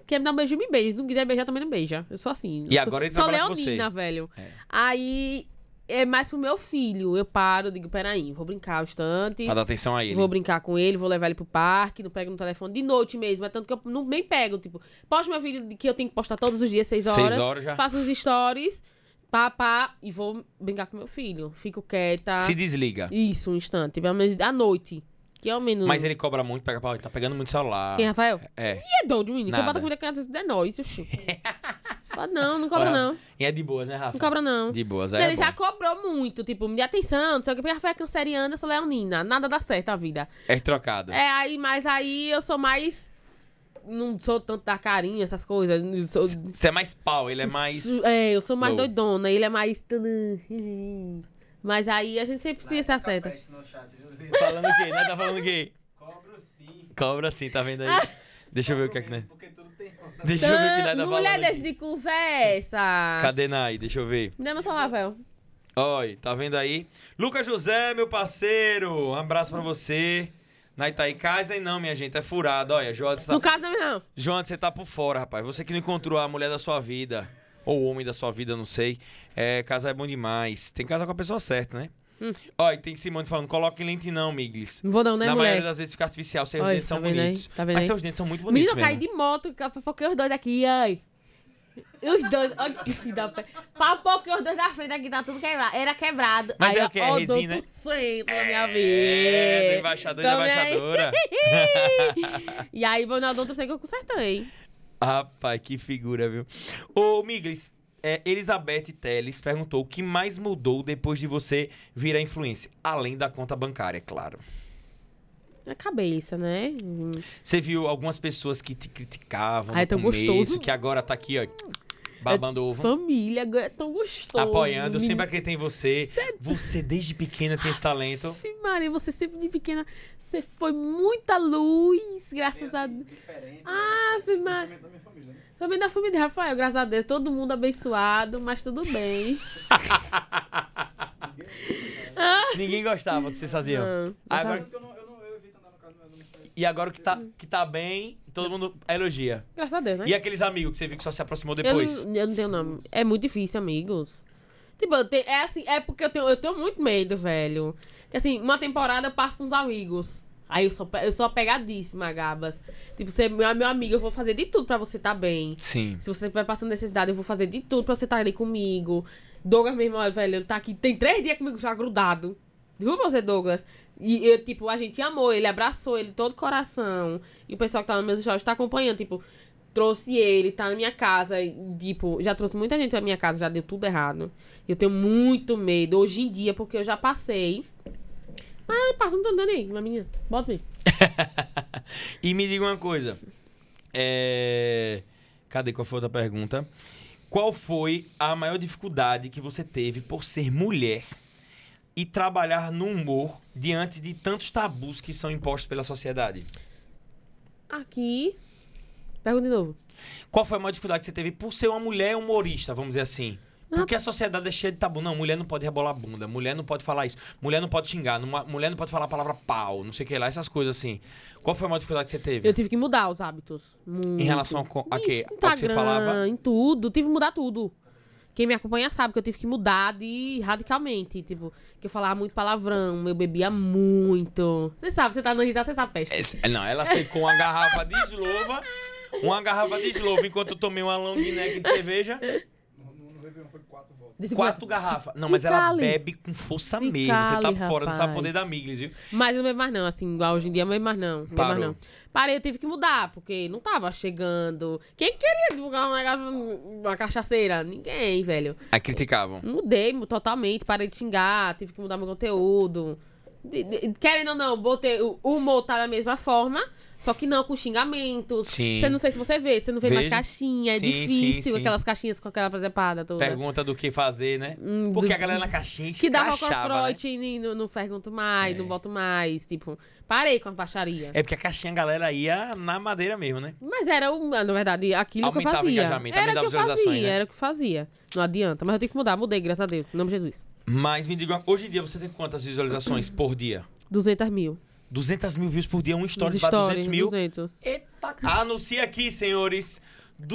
B: quer me dar um beijo, me beija. Se não quiser beijar, também não beija. Eu sou assim.
A: E
B: Eu
A: agora
B: sou,
A: ele
B: sou
A: trabalha com
B: leonina,
A: você.
B: velho.
A: É.
B: Aí, é mais pro meu filho. Eu paro, digo, peraí, vou brincar um instante.
A: Pra dar atenção a ele.
B: Vou brincar com ele, vou levar ele pro parque, não pego no telefone de noite mesmo. É tanto que eu não, nem pego, tipo, posto meu vídeo de que eu tenho que postar todos os dias, seis horas.
A: Seis horas já.
B: Faço uns stories, pá, pá, e vou brincar com meu filho. Fico quieta.
A: Se desliga.
B: Isso, um instante. Pelo menos à noite. Que é o menos.
A: Mas ele cobra muito, pega pra. Tá pegando muito celular.
B: Quem, Rafael?
A: É.
B: E é doido, menino. Quem
A: Nada.
B: bota comida que é
A: <laughs>
B: nóis, oxi. Pode não, não cobra
A: Olha,
B: não.
A: E é de boas, né, Rafa?
B: Não cobra não.
A: De boas, é.
B: Ele já
A: bom.
B: cobrou muito, tipo, me dê atenção, não sei o que, porque Rafael é canceriana, eu sou leonina. Nada dá certo a vida.
A: É trocado.
B: É, aí, mas aí eu sou mais. Não sou tanto da carinha, essas coisas. não Sou...
A: Você é mais pau, ele é mais.
B: É, eu sou mais
A: Low.
B: doidona, ele é mais. Mas aí a gente sempre se
D: Fica
B: acerta.
D: peste no chat, viu?
A: <laughs> Falando o quê? Né? Tá falando o quê?
D: Cobro sim.
A: Cobra sim, tá vendo
B: Ah.
A: aí? Deixa eu ver o que é que. né?
D: Porque tudo tem
A: <laughs>
D: onda.
A: Deixa eu ver o que nada tá falando.
B: Mulher,
A: aqui.
B: deixa de conversa. é
A: Cadê Nai? Deixa eu ver.
B: Cadê meu celular, velho?
A: Oi, tá vendo aí? Lucas José, meu parceiro, um abraço pra você. Nai tá aí. Kaisen não, minha gente, é furado. Olha, Joana, você tá,
B: No caso, não, é não.
A: Joana, você tá por fora, rapaz. Você que não encontrou a mulher da sua vida, ou o homem da sua vida, não sei. É, casar é bom demais. Tem que casar com a pessoa certa, né? Olha, tem Simone falando, coloque lente não, Miglis.
B: Hum. Não vou não, né,
A: Na maioria
B: mulher?
A: das vezes fica artificial, seus
B: Olha,
A: dentes
B: tá
A: são
B: vendo aí?
A: bonitos.
B: Tá vendo
A: Mas
B: aí?
A: seus dentes são muito
B: Menino,
A: bonitos
B: eu caí
A: mesmo.
B: de moto, ca- fofoquei os dois daqui, ai. Os dois, olha que filho da pé. Papoquei os dois da frente aqui, tá tudo quebrado. Era quebrado.
A: Mas
B: aí,
A: é o quê? É
B: ó,
A: resina, né?
B: 2% na minha vida.
A: É, do embaixador e da
B: Também.
A: embaixadora.
B: <laughs> E aí, meu odonto, eu sei que eu consertei.
A: Rapaz, que figura, viu? Ô, Miglis, é, Elizabeth Teles perguntou o que mais mudou depois de você virar influência, além da conta bancária, é claro.
B: A cabeça, né? Hum.
A: Você viu algumas pessoas que te criticavam
B: Ai,
A: no
B: tão
A: começo,
B: gostoso.
A: que agora tá aqui, ó, babando ovo.
B: Família, é tão gostoso.
A: Apoiando, eu
B: menino.
A: sempre acreditei em você.
B: é
A: Você desde pequena tem esse
B: <laughs>
A: talento.
B: Sim, Maria, você sempre de pequena, você foi muita luz,
D: Tem,
B: graças a
D: assim,
B: Deus.
D: diferente.
B: Ave Maria.
C: né? Também da minha família, né?
B: Também da família de Rafael, graças a Deus, todo mundo abençoado, mas tudo
A: <laughs>
B: bem.
A: Ninguém gostava do que vocês faziam.
B: Não,
A: Ah, Agora-
C: Tanto que eu não- eu não- eu evito andar no carro dos meus amigos.
A: E agora o que tá, que tá bem, todo mundo elogia.
B: Graças a Deus, né?
A: E aqueles amigos que você viu que só se aproximou
B: eu,
A: depois?
B: não, eu não tenho nome. É muito difícil, amigos. Tipo, eu tenho, é assim, é porque eu tenho, eu tenho muito medo, velho. Que assim, uma temporada eu passo com os amigos. Aí eu sou, pe- eu sou apegadíssima, Gabas. Tipo, você é meu, meu amigo, eu vou fazer de tudo pra você tá bem.
A: Sim.
B: Se você vai passando necessidade, eu vou fazer de tudo pra você estar ali comigo. Douglas, meu irmão, velho, tá aqui, tem três dias comigo já grudado. Viu pra você, Douglas? E eu, tipo, a gente amou, ele abraçou ele todo coração. E o pessoal que tá no meus stories tá acompanhando, tipo, trouxe ele, tá na minha casa. e, tipo, já trouxe muita gente pra minha casa, já deu tudo errado. Eu tenho muito medo hoje em dia, porque eu já passei. Mas passa, não tô andando aí, minha menina. Bota me
A: E me diga uma coisa. É... Cadê qual foi a outra pergunta? Qual foi a maior dificuldade que você teve por ser mulher e trabalhar no humor diante de tantos tabus que são impostos pela sociedade?
B: Aqui. Pergunta de novo.
A: Qual foi a maior dificuldade que você teve por ser uma mulher humorista, vamos dizer assim? Porque a sociedade é cheia de tabu. Não, mulher não pode rebolar bunda, mulher não pode falar isso, mulher não pode xingar, numa- mulher não pode falar a palavra pau, não sei o que lá, essas coisas assim. Qual foi a maior dificuldade que você teve?
B: Eu tive que mudar os hábitos. Muito.
A: Em relação a co- a
B: Ixi,
A: quê? Ao que você
B: Instagram,
A: falava?
B: em tudo. Tive que mudar tudo. Quem me acompanha sabe que eu tive que mudar de radicalmente. Tipo, que eu falava muito palavrão, eu bebia muito. Você sabe, você tá dando risada, você sabe peste.
A: Essa- Não, ela foi com uma garrafa de eslova. Uma garrafa de eslova enquanto eu tomei uma long neck de cerveja.
C: Não- não- não revelou campeão, foi quatro voltas.
B: Desde que
A: Quatro
B: começa-
A: garrafas. Não,
B: tipo, se
A: mas ela
B: cale.
A: bebe com força
B: Se
A: mesmo. Você tá
B: cale,
A: fora, não sabe poder da
B: rapaz.
A: Miglis, viu?
B: Mas eu não bebo mais não, assim, igual hoje em dia eu não bebo mais não. não bebo mais
A: Parou.
B: não. Parei, eu tive que mudar, porque não tava chegando. Quem queria divulgar um negócio, uma cachaceira? Ninguém, velho.
A: Aí criticavam.
B: Mudei mu- totalmente, parei de xingar, tive que mudar meu conteúdo. De- de- querendo ou não, botei o o humor tá da mesma forma, só que não com xingamentos.
A: Sim.
B: Você não sei se você vê, você não vê mais
A: Vejo.
B: caixinha, é
A: Sim,
B: difícil
A: sim, sim.
B: aquelas caixinhas com aquela fazepada toda.
A: Pergunta do que fazer, né?
B: Hum,
A: Porque
B: do-
A: a galera na caixinha
B: que dá
A: escrachava, né?
B: Rocafrote e não, não pergunto mais, não boto mais. Tipo, parei com a baixaria.
A: É porque a caixinha a galera ia na madeira mesmo, né?
B: Mas era, um, na verdade, aquilo
A: Aumentava o
B: que eu fazia.
A: engajamento,
B: era
A: aumentava
B: o que eu
A: visualizações,
B: fazia,
A: né?
B: era o que eu fazia. Não adianta, mas eu tenho que mudar, mudei, graças a Deus. Em nome de Jesus.
A: Mas me diga, hoje em dia você tem quantas
B: <clears throat>
A: visualizações por dia?
B: 200 mil.
A: 200 mil views por dia, um story
B: Nos
A: para 200 mil.
B: 200.
A: Eita, c- anuncia aqui, senhores,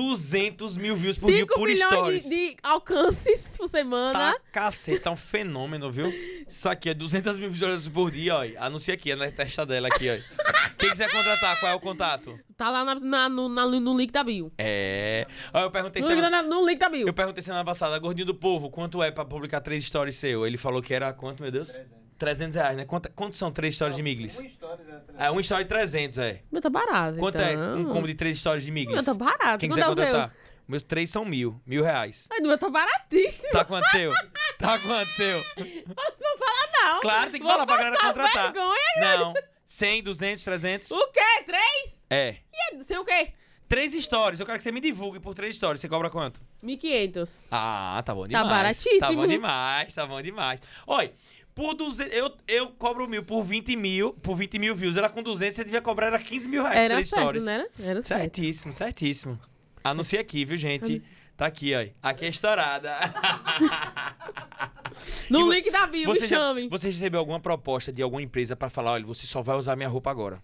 A: 200 mil views por dia
B: 5
A: por
B: milhões
A: stories.
B: de, de alcances por semana.
A: Tá caceta, é um fenômeno, viu? Isso aqui é 200 mil visualizações por dia, ó. Anuncia aqui, é na testa dela aqui, ó. Quem quiser contratar, qual é o contato?
B: Tá lá na, na- no, na- no link da bio.
A: É. Ó, eu perguntei
B: No link,
A: semana...
B: da- no link da bio.
A: Eu perguntei semana passada, gordinho do povo, quanto é pra publicar três stories seu? Ele falou que era quanto, meu Deus? 300 reais, né? Quanto, quanto são três stories de Miglis?
D: Uma história,
C: né,
D: Zé, atrás.
A: É, um story 300, é.
B: Meu, tá barato,
A: Quanto
B: então.
A: é um combo de três stories de
B: Meu,
A: Miglis?
B: tá barato.
A: Quem quiser
B: Quanto é o seu?
A: contratar. Meus três são mil. Mil reais.
B: Ai, meu, tá baratíssimo.
A: Tá quanto seu? Tá quanto seu?
B: <laughs> Não vou falar não.
A: Claro, tem que
B: Vou
A: falar pra galera
B: passar
A: contratar.
B: vergonha.
A: Não. 100, 200, 300.
B: O quê? Três?
A: É.
B: E é- sei o quê?
A: Três stories. Eu quero que você me divulgue por três stories. Você cobra quanto?
B: 1.500.
A: Ah, tá bom demais.
B: baratíssimo.
A: Tá bom demais, tá bom demais. Olha, por 200... Eu, eu cobro mil por 20 mil, por 20 mil views. Ela com 200, você devia cobrar era 15 mil reais.
B: Era
A: É, três
B: certo,
A: stories.
B: não era? Era certo.
A: Certíssimo, certíssimo. Anuncia aqui, viu, gente? Tá aqui, ó. Aqui é
B: <laughs>
A: estourada. E
B: No
A: vo-
B: link da bio,
A: Você,
B: me
A: já-
B: chame.
A: você recebeu alguma proposta de alguma empresa pra falar, olha, você só vai usar minha roupa agora.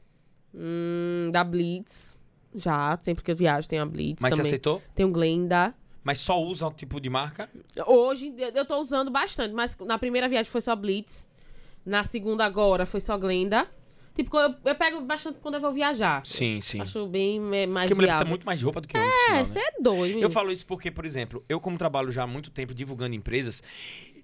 B: Hum, da Blitz. Já, sempre que eu viajo tem a Blitz
A: Mas você
B: também.
A: aceitou?
B: Tem o Glenda.
A: Mas só usa um tipo de marca?
B: Hoje eu- eu tô usando bastante, mas na primeira viagem foi só Blitz. Na segunda agora foi só Glenda. Tipo, quando eu, eu pego bastante quando eu vou viajar.
A: Sim, sim.
B: Acho bem é, mais
A: Porque mulher precisa
B: viável.
A: muito mais de roupa do que homem. por
B: É,
A: sinal,
B: você
A: né?
B: é doido.
A: Eu
B: menino.
A: falo isso porque, por exemplo, eu como trabalho já há muito tempo divulgando empresas,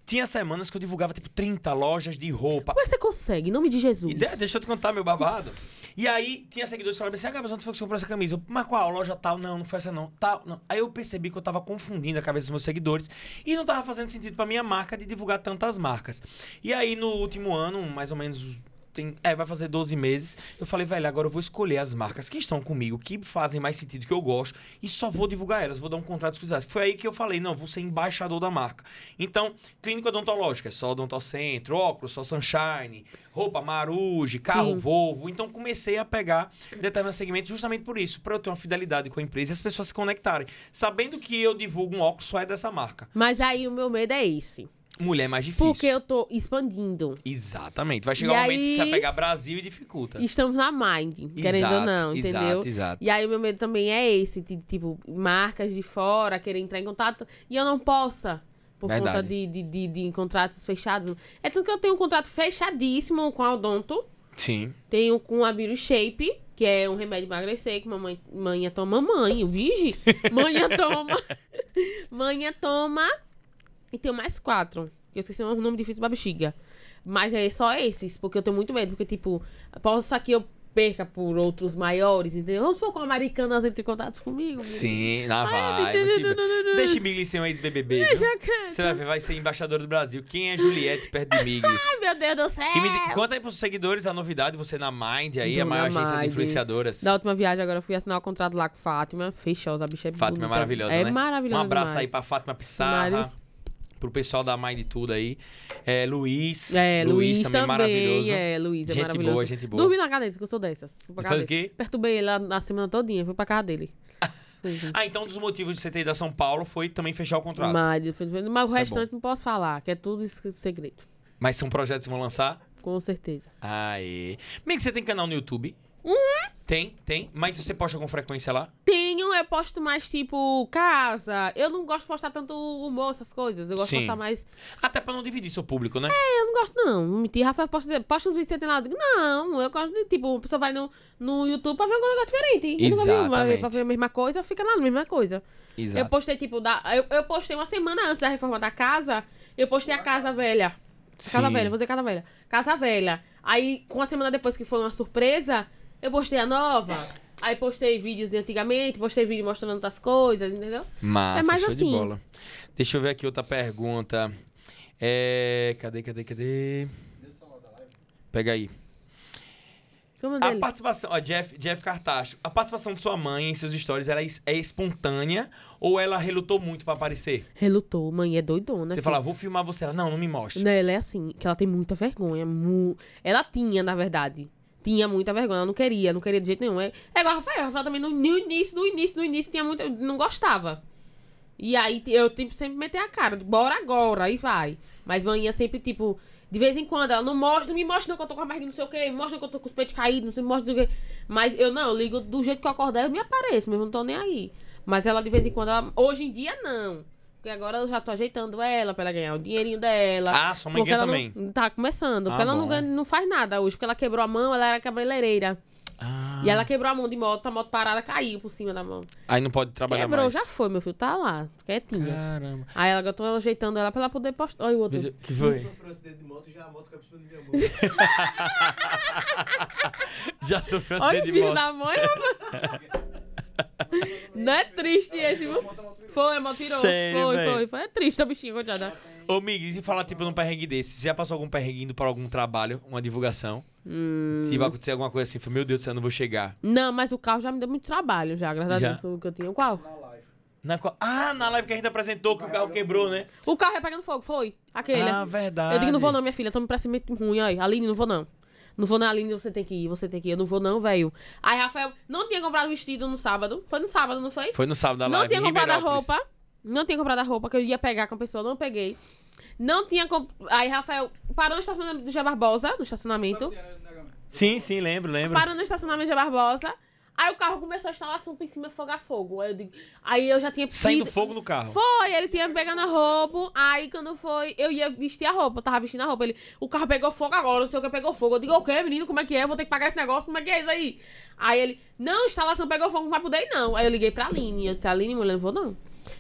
A: tinha semanas que eu divulgava tipo 30 lojas de roupa.
B: Como é que você consegue? Em nome de Jesus.
A: E de- deixa eu te contar meu babado. E aí tinha seguidores que falavam assim, ah, Gabs, onde foi que você comprou essa camisa? Eu, mas qual? Loja tal? Não, não foi essa não. Tal, não. Aí eu percebi que eu tava confundindo a cabeça dos meus seguidores e não tava fazendo sentido pra minha marca de divulgar tantas marcas. E aí no último ano, mais ou menos... Tem, é, vai fazer 12 meses. Eu falei, velho, agora eu vou escolher as marcas que estão comigo, que fazem mais sentido, que eu gosto, e só vou divulgar elas, vou dar um contrato exclusivo. Foi aí que eu falei, não, vou ser embaixador da marca. Então, clínica odontológica, é só odontocentro, óculos, só sunshine, roupa maruge, carro
B: Sim.
A: Volvo. Então, comecei a pegar determinados segmentos justamente por isso, para eu ter uma fidelidade com a empresa e as pessoas se conectarem. Sabendo que eu divulgo um óculos só é dessa marca.
B: Mas aí o meu medo é esse.
A: Mulher é mais difícil.
B: Porque eu tô expandindo.
A: Exatamente. Vai chegar
B: E
A: um momento que você
B: aí-
A: vai pegar Brasil e dificulta.
B: Estamos na mind, querendo ou não, entendeu?
A: Exato, exato.
B: E aí o meu medo também é esse, de, tipo, marcas de fora querer entrar em contato e eu não possa. Por
A: Verdade.
B: conta de, de, de, de contratos fechados. É tanto que eu tenho um contrato fechadíssimo com a Odonto.
A: Sim.
B: Tenho com a Biro Shape, que é um remédio pra emagrecer, que mamãe manha toma mãe, vige?
A: <laughs>
B: Manha toma. manha toma. E tenho mais quatro. que Eu esqueci o nome difícil da bexiga. Mas é só esses, porque eu tenho muito medo. Porque, tipo, posso que eu perca por outros maiores, entendeu? Vamos supor que o Americanas entre em contato comigo.
A: Sim, na
B: Ai,
A: vai.
B: não, não, não,
A: muito
B: não, não,
A: bem.
B: não.
A: Deixa Miglis ser um ex-BBB. viu?
B: Já que-
A: Você vai ver, vai ser embaixador do Brasil. Quem é Juliette perto de Miglis?
B: Ai, meu Deus do céu!
A: E me di- conta aí pros seguidores a novidade, você na Mind aí, a
B: Dona
A: maior agência de
B: Mind.
A: influenciadoras.
B: Da última viagem, agora eu fui assinar o contrato lá com Fátima. Fechosa, a bicha é
A: Fátima é
B: bonita.
A: maravilhosa,
B: É
A: né?
B: maravilhosa
A: Um abraço
B: demais.
A: aí pra Fátima Pissarra,
B: Mário.
A: pro pessoal da Mind tudo aí. É, Luiz.
B: É, Luiz,
A: também,
B: também,
A: maravilhoso.
B: é, Luiz, é
A: Gente
B: maravilhoso.
A: boa, gente boa.
B: Dormi na casa dele, que eu sou dessas. Fui pra casa
A: Faz o
B: dele.
A: quê?
B: Perturbei ele a, a semana todinha, fui pra casa dele.
A: Ah, então um dos motivos de você ter ido a São Paulo foi também fechar o contrato. Mas,
B: Mário, foi- mas o
A: Isso é
B: restante não posso falar, que é tudo isso- segredo.
A: são projetos que vão lançar?
B: Com certeza.
A: Aê. Bem que você tem canal no YouTube. Tem, tem. Mas você posta com frequência lá?
B: Tenho, eu posto mais tipo casa. Eu não gosto de postar tanto humor, essas coisas. Eu gosto
A: Sim.
B: de postar mais.
A: Até pra não dividir seu público, né?
B: "É, Eu não gosto, não. Vou Mentir, Rafael posta, posta os vídeos que você tem lá. Eu digo, não, eu gosto de tipo, a pessoa vai no, no YouTube pra ver um negócio diferente. hein? Eu nunca vi uma-
A: Exatamente.
B: pra ver a mesma coisa, fica lá na mesma coisa. Eu
A: Exato.
B: postei, tipo, da, eu, eu postei uma semana antes da reforma da casa, eu postei a Casa Velha. A Casa
A: Sim.
B: Velha, vou dizer Casa Velha. Casa Velha. Aí, com uma semana depois que foi uma surpresa, eu postei a nova. Aí postei vídeos de antigamente, postei vídeo mostrando outras coisas, entendeu?
A: Massa,
B: É mais
A: show de
B: assim.
A: bola. Deixa eu ver aqui outra pergunta. É, cadê, cadê, cadê? Pega aí.
B: Como é o
A: A
B: dele?
A: participação, ó, Jeff, Jeff Cartacho, a participação de sua mãe em seus stories ela é es- é espontânea ou ela relutou muito pra aparecer?
B: Relutou, mãe é doidona.
A: Você
B: filho.
A: fala, vou filmar você. Ela, não, não me mostra.
B: Não, ela é assim, que ela tem muita vergonha. mu- Ela tinha, na verdade. Tinha muita vergonha, ela não queria, não queria de jeito nenhum. É, é igual a Rafael, a Rafael também no, no início, no início, no início tinha muita. não gostava. E aí eu tipo, sempre meter a cara, bora agora, aí vai. Mas manhã sempre, tipo, de vez em quando, ela não mostra, não me mostra não que eu tô com a barriga não sei o quê, me mostra que eu tô com os peitos caídos, não sei, me mostra não sei o quê. Mas eu não, eu ligo do jeito que eu acordar, eu me apareço, mas eu não tô nem aí. Mas ela de vez em quando, ela- hoje em dia não. Porque agora eu já tô ajeitando ela pra ela ganhar o dinheirinho dela.
A: Ah, sua mãe
B: Porque
A: ganha
B: ela
A: também.
B: Não, tá começando.
A: Ah,
B: porque ela
A: bom.
B: não, ganha- não faz nada hoje. Porque ela quebrou a mão, ela era cabeleireira.
A: Ah,
B: E ela quebrou a mão de moto, a moto parada caiu por cima da mão.
A: Aí não pode trabalhar
B: quebrou,
A: mais.
B: já foi, meu filho. Tá lá, quietinha.
A: Caramba.
B: Aí ela, eu tô ajeitando ela pra ela poder postar. Olha o outro. <laughs>
A: Veja- que foi?
D: Sofreu um acidente de moto, já a moto caiu por cima do meu amor.
A: <laughs> Já sofreu
B: Olha o
A: acidente de
B: filho
A: moto.
B: da mãe, rapaz. Não é triste esse, viu? Foi, a moto tirou.
A: Sei,
B: foi,
A: véi.
B: foi, foi. É triste a bichinha, coitada.
A: Ô, Miguel, e falar, tipo, num perrengue desse? Você já passou algum perrengue indo pra algum trabalho, uma divulgação?
B: Hum.
A: Se vai acontecer alguma coisa assim, foi, meu Deus do céu, eu não vou chegar.
B: Não, mas o carro já me deu muito trabalho, já, graças
A: Já?
B: a Deus, pelo que eu tinha. Qual?
C: Na live.
A: Na qual- Ah, na live que a gente apresentou que o carro quebrou, né?
B: O carro ia pegando fogo, foi. Aquele.
A: Ah, verdade.
B: é- Eu digo, não vou não, minha filha, toma um prestamento ruim aí. Aline, não vou não. Não vou não, Aline, você tem que ir, você tem que ir. Eu não vou não, velho. Aí, Rafael, não tinha comprado vestido no sábado. Foi no sábado, não foi?
A: Foi no sábado da
B: não
A: live.
B: tinha
A: em
B: comprado a
A: Ribeirópolis.
B: roupa. Não tinha comprado a roupa que eu ia pegar com a pessoa, não peguei. Não tinha. comp- Aí, Rafael parou no estacionamento do Gia Barbosa, no estacionamento.
C: é, né,
A: Sim, sim, lembro, lembro.
B: Parou no estacionamento do Gia Barbosa. Aí o carro começou a instalar assunto em cima fogo a fogo. Aí eu, digo... aí eu já tinha
A: Saindo
B: ido-
A: fogo no carro.
B: foi, ele tinha pegando a roupa. Aí quando foi, eu ia vestir a roupa, eu tava vestindo a roupa. Ele, o carro pegou fogo agora, não sei o que pegou fogo. Eu digo, o que, menino? Como é que é? Eu vou ter que pagar esse negócio, como é que é isso aí? Aí ele, não, instalação pegou fogo, não vai poder ir, não. Aí eu liguei pra Aline. Eu disse, Aline, mulher, não vou não.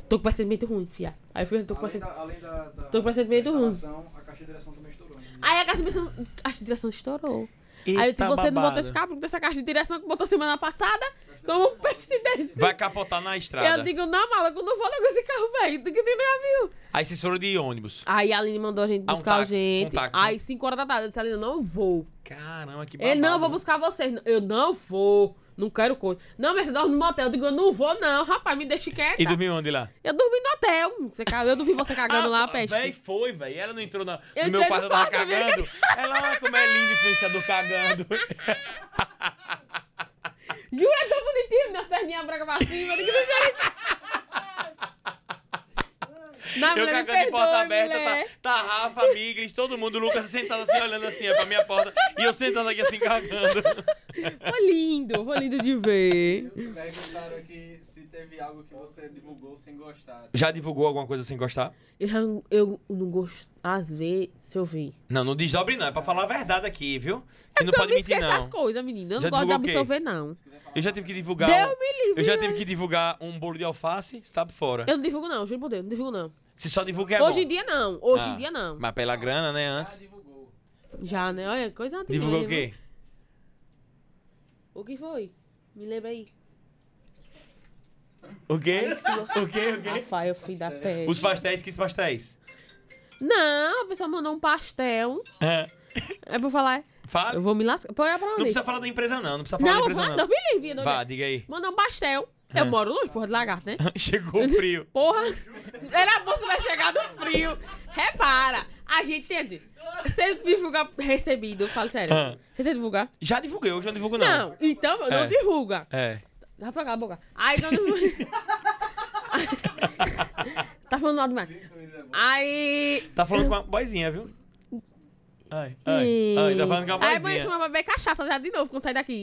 B: Tô com pressentimento ruim, fia. Aí eu fui, tô com
C: Além
B: pressentimento.
C: da, além da, da,
B: Tô com pressentimento
C: da
B: ruim.
C: instalação, A caixa de direção também estourou. né?
B: Aí a caixa de direção, a caixa de direção estourou. aí eu disse, você não botou esse carro, porque essa caixa de direção que botou semana passada, como peste desse.
A: Vai capotar na
B: Eu
A: estrada.
B: digo, não, maluco, eu não vou não com esse carro, velho. Tu que tem navio.
A: Aí vocês foram de ônibus.
B: Aí a Aline mandou a gente
A: Ah, um
B: buscar
A: táxi,
B: a gente.
A: um táxi, né?
B: Aí, 5 horas da tarde, eu disse, Aline, eu não vou.
A: Caramba, que babado.
B: Ele, não, eu vou
A: né?
B: buscar vocês. Eu não vou. Não quero coisa. Não, mas você dorme no motel. Eu digo, eu não vou, não. Rapaz, me deixa quieta.
A: E dormiu onde lá?
B: Eu dormi no hotel. Você, ca- eu não vi você cagando
A: <laughs>
B: lá, peste.
A: Ah, Véi, foi, véi. Ela não entrou na...
B: Eu
A: no meu
B: entrei
A: quarto,
B: no
A: eu tava
B: quarto, <laughs> viu?
A: cagando. Ela, olha como é lindo influenciador cagando.
B: Jura, é tão bonitinho. Minha perninha branca pra cima. Eu digo, não quero
A: <laughs>
B: isso. Não,
A: eu
B: mulher, me
A: cagando de porta
B: perdoe,
A: aberta,
B: mulher.
A: tá, tá Rafa, Migris, todo mundo, Lucas sentado assim, olhando assim, ó, pra minha porta. E eu sentado aqui assim, cagando.
B: Foi lindo, foi lindo de ver.
C: Perguntaram aqui se teve algo que você divulgou sem gostar.
A: Já divulgou alguma coisa sem gostar?
B: Eu, já não- eu não gosto. Às vezes, se eu ver.
A: Não, não desdobre não, é pra falar a verdade aqui, viu? Que não pode
B: Porque É eu me
A: mentir
B: esqueço
A: não.
B: as coisas, menina. Eu
A: Já
B: não gosto de
A: divulgou o quê?
B: absorver, não.
A: Eu já tive que divulgar.
B: Deus né?
A: um- Eu já tive que divulgar um bolo de alface, você tá por fora.
B: Eu não divulgo, não, juro por Deus, não divulgo, não.
A: Se só divulga é
B: hoje
A: bom.
B: em dia, não. Hoje
A: Ah,
B: em dia, não.
A: Mas pela grana, né,
C: Ah,
A: antes.
C: divulgou.
B: Já, né? Olha, coisa de
A: Divulgou o
B: velho,
A: quê?
B: mano. O que foi? Me
A: <laughs>
B: lembra aí.
A: O quê? O quê? O quê?
B: Rafael, filho da peste.
A: Os pastéis, que pastéis?
B: Não, a pessoa mandou um pastel.
A: É.
B: É pra falar. Eu
A: Fala.
B: vou me lascar. Põe pra
A: Não
B: onde?
A: precisa falar da empresa não, não precisa falar
B: Não,
A: da
B: eu
A: empresa
B: vou-
A: não.
B: não, me livre. não,
A: Vá, Hum.
B: né?
A: diga aí.
B: Mandou um pastel. Eu moro longe, porra de lagarto, né?
A: <laughs> Chegou o frio.
B: Porra, era bom que vai chegar no frio. Repara, a gente entende. Você divulga recebido, fala sério.
A: Ah.
B: Você divulgar?
A: Já divulguei, hoje eu não divulgo não.
B: Não, então não
A: É.
B: divulga.
A: É.
B: Rafa, cala a boca. Aí quando. <laughs> tá falando mal demais. Aí.
A: Tá falando com a boizinha, viu? Ai, ai, ai, tá falando que é uma
B: Aí a mãe
A: poesia.
B: chama pra beber cachaça já de novo quando
A: <laughs>
B: sai daqui.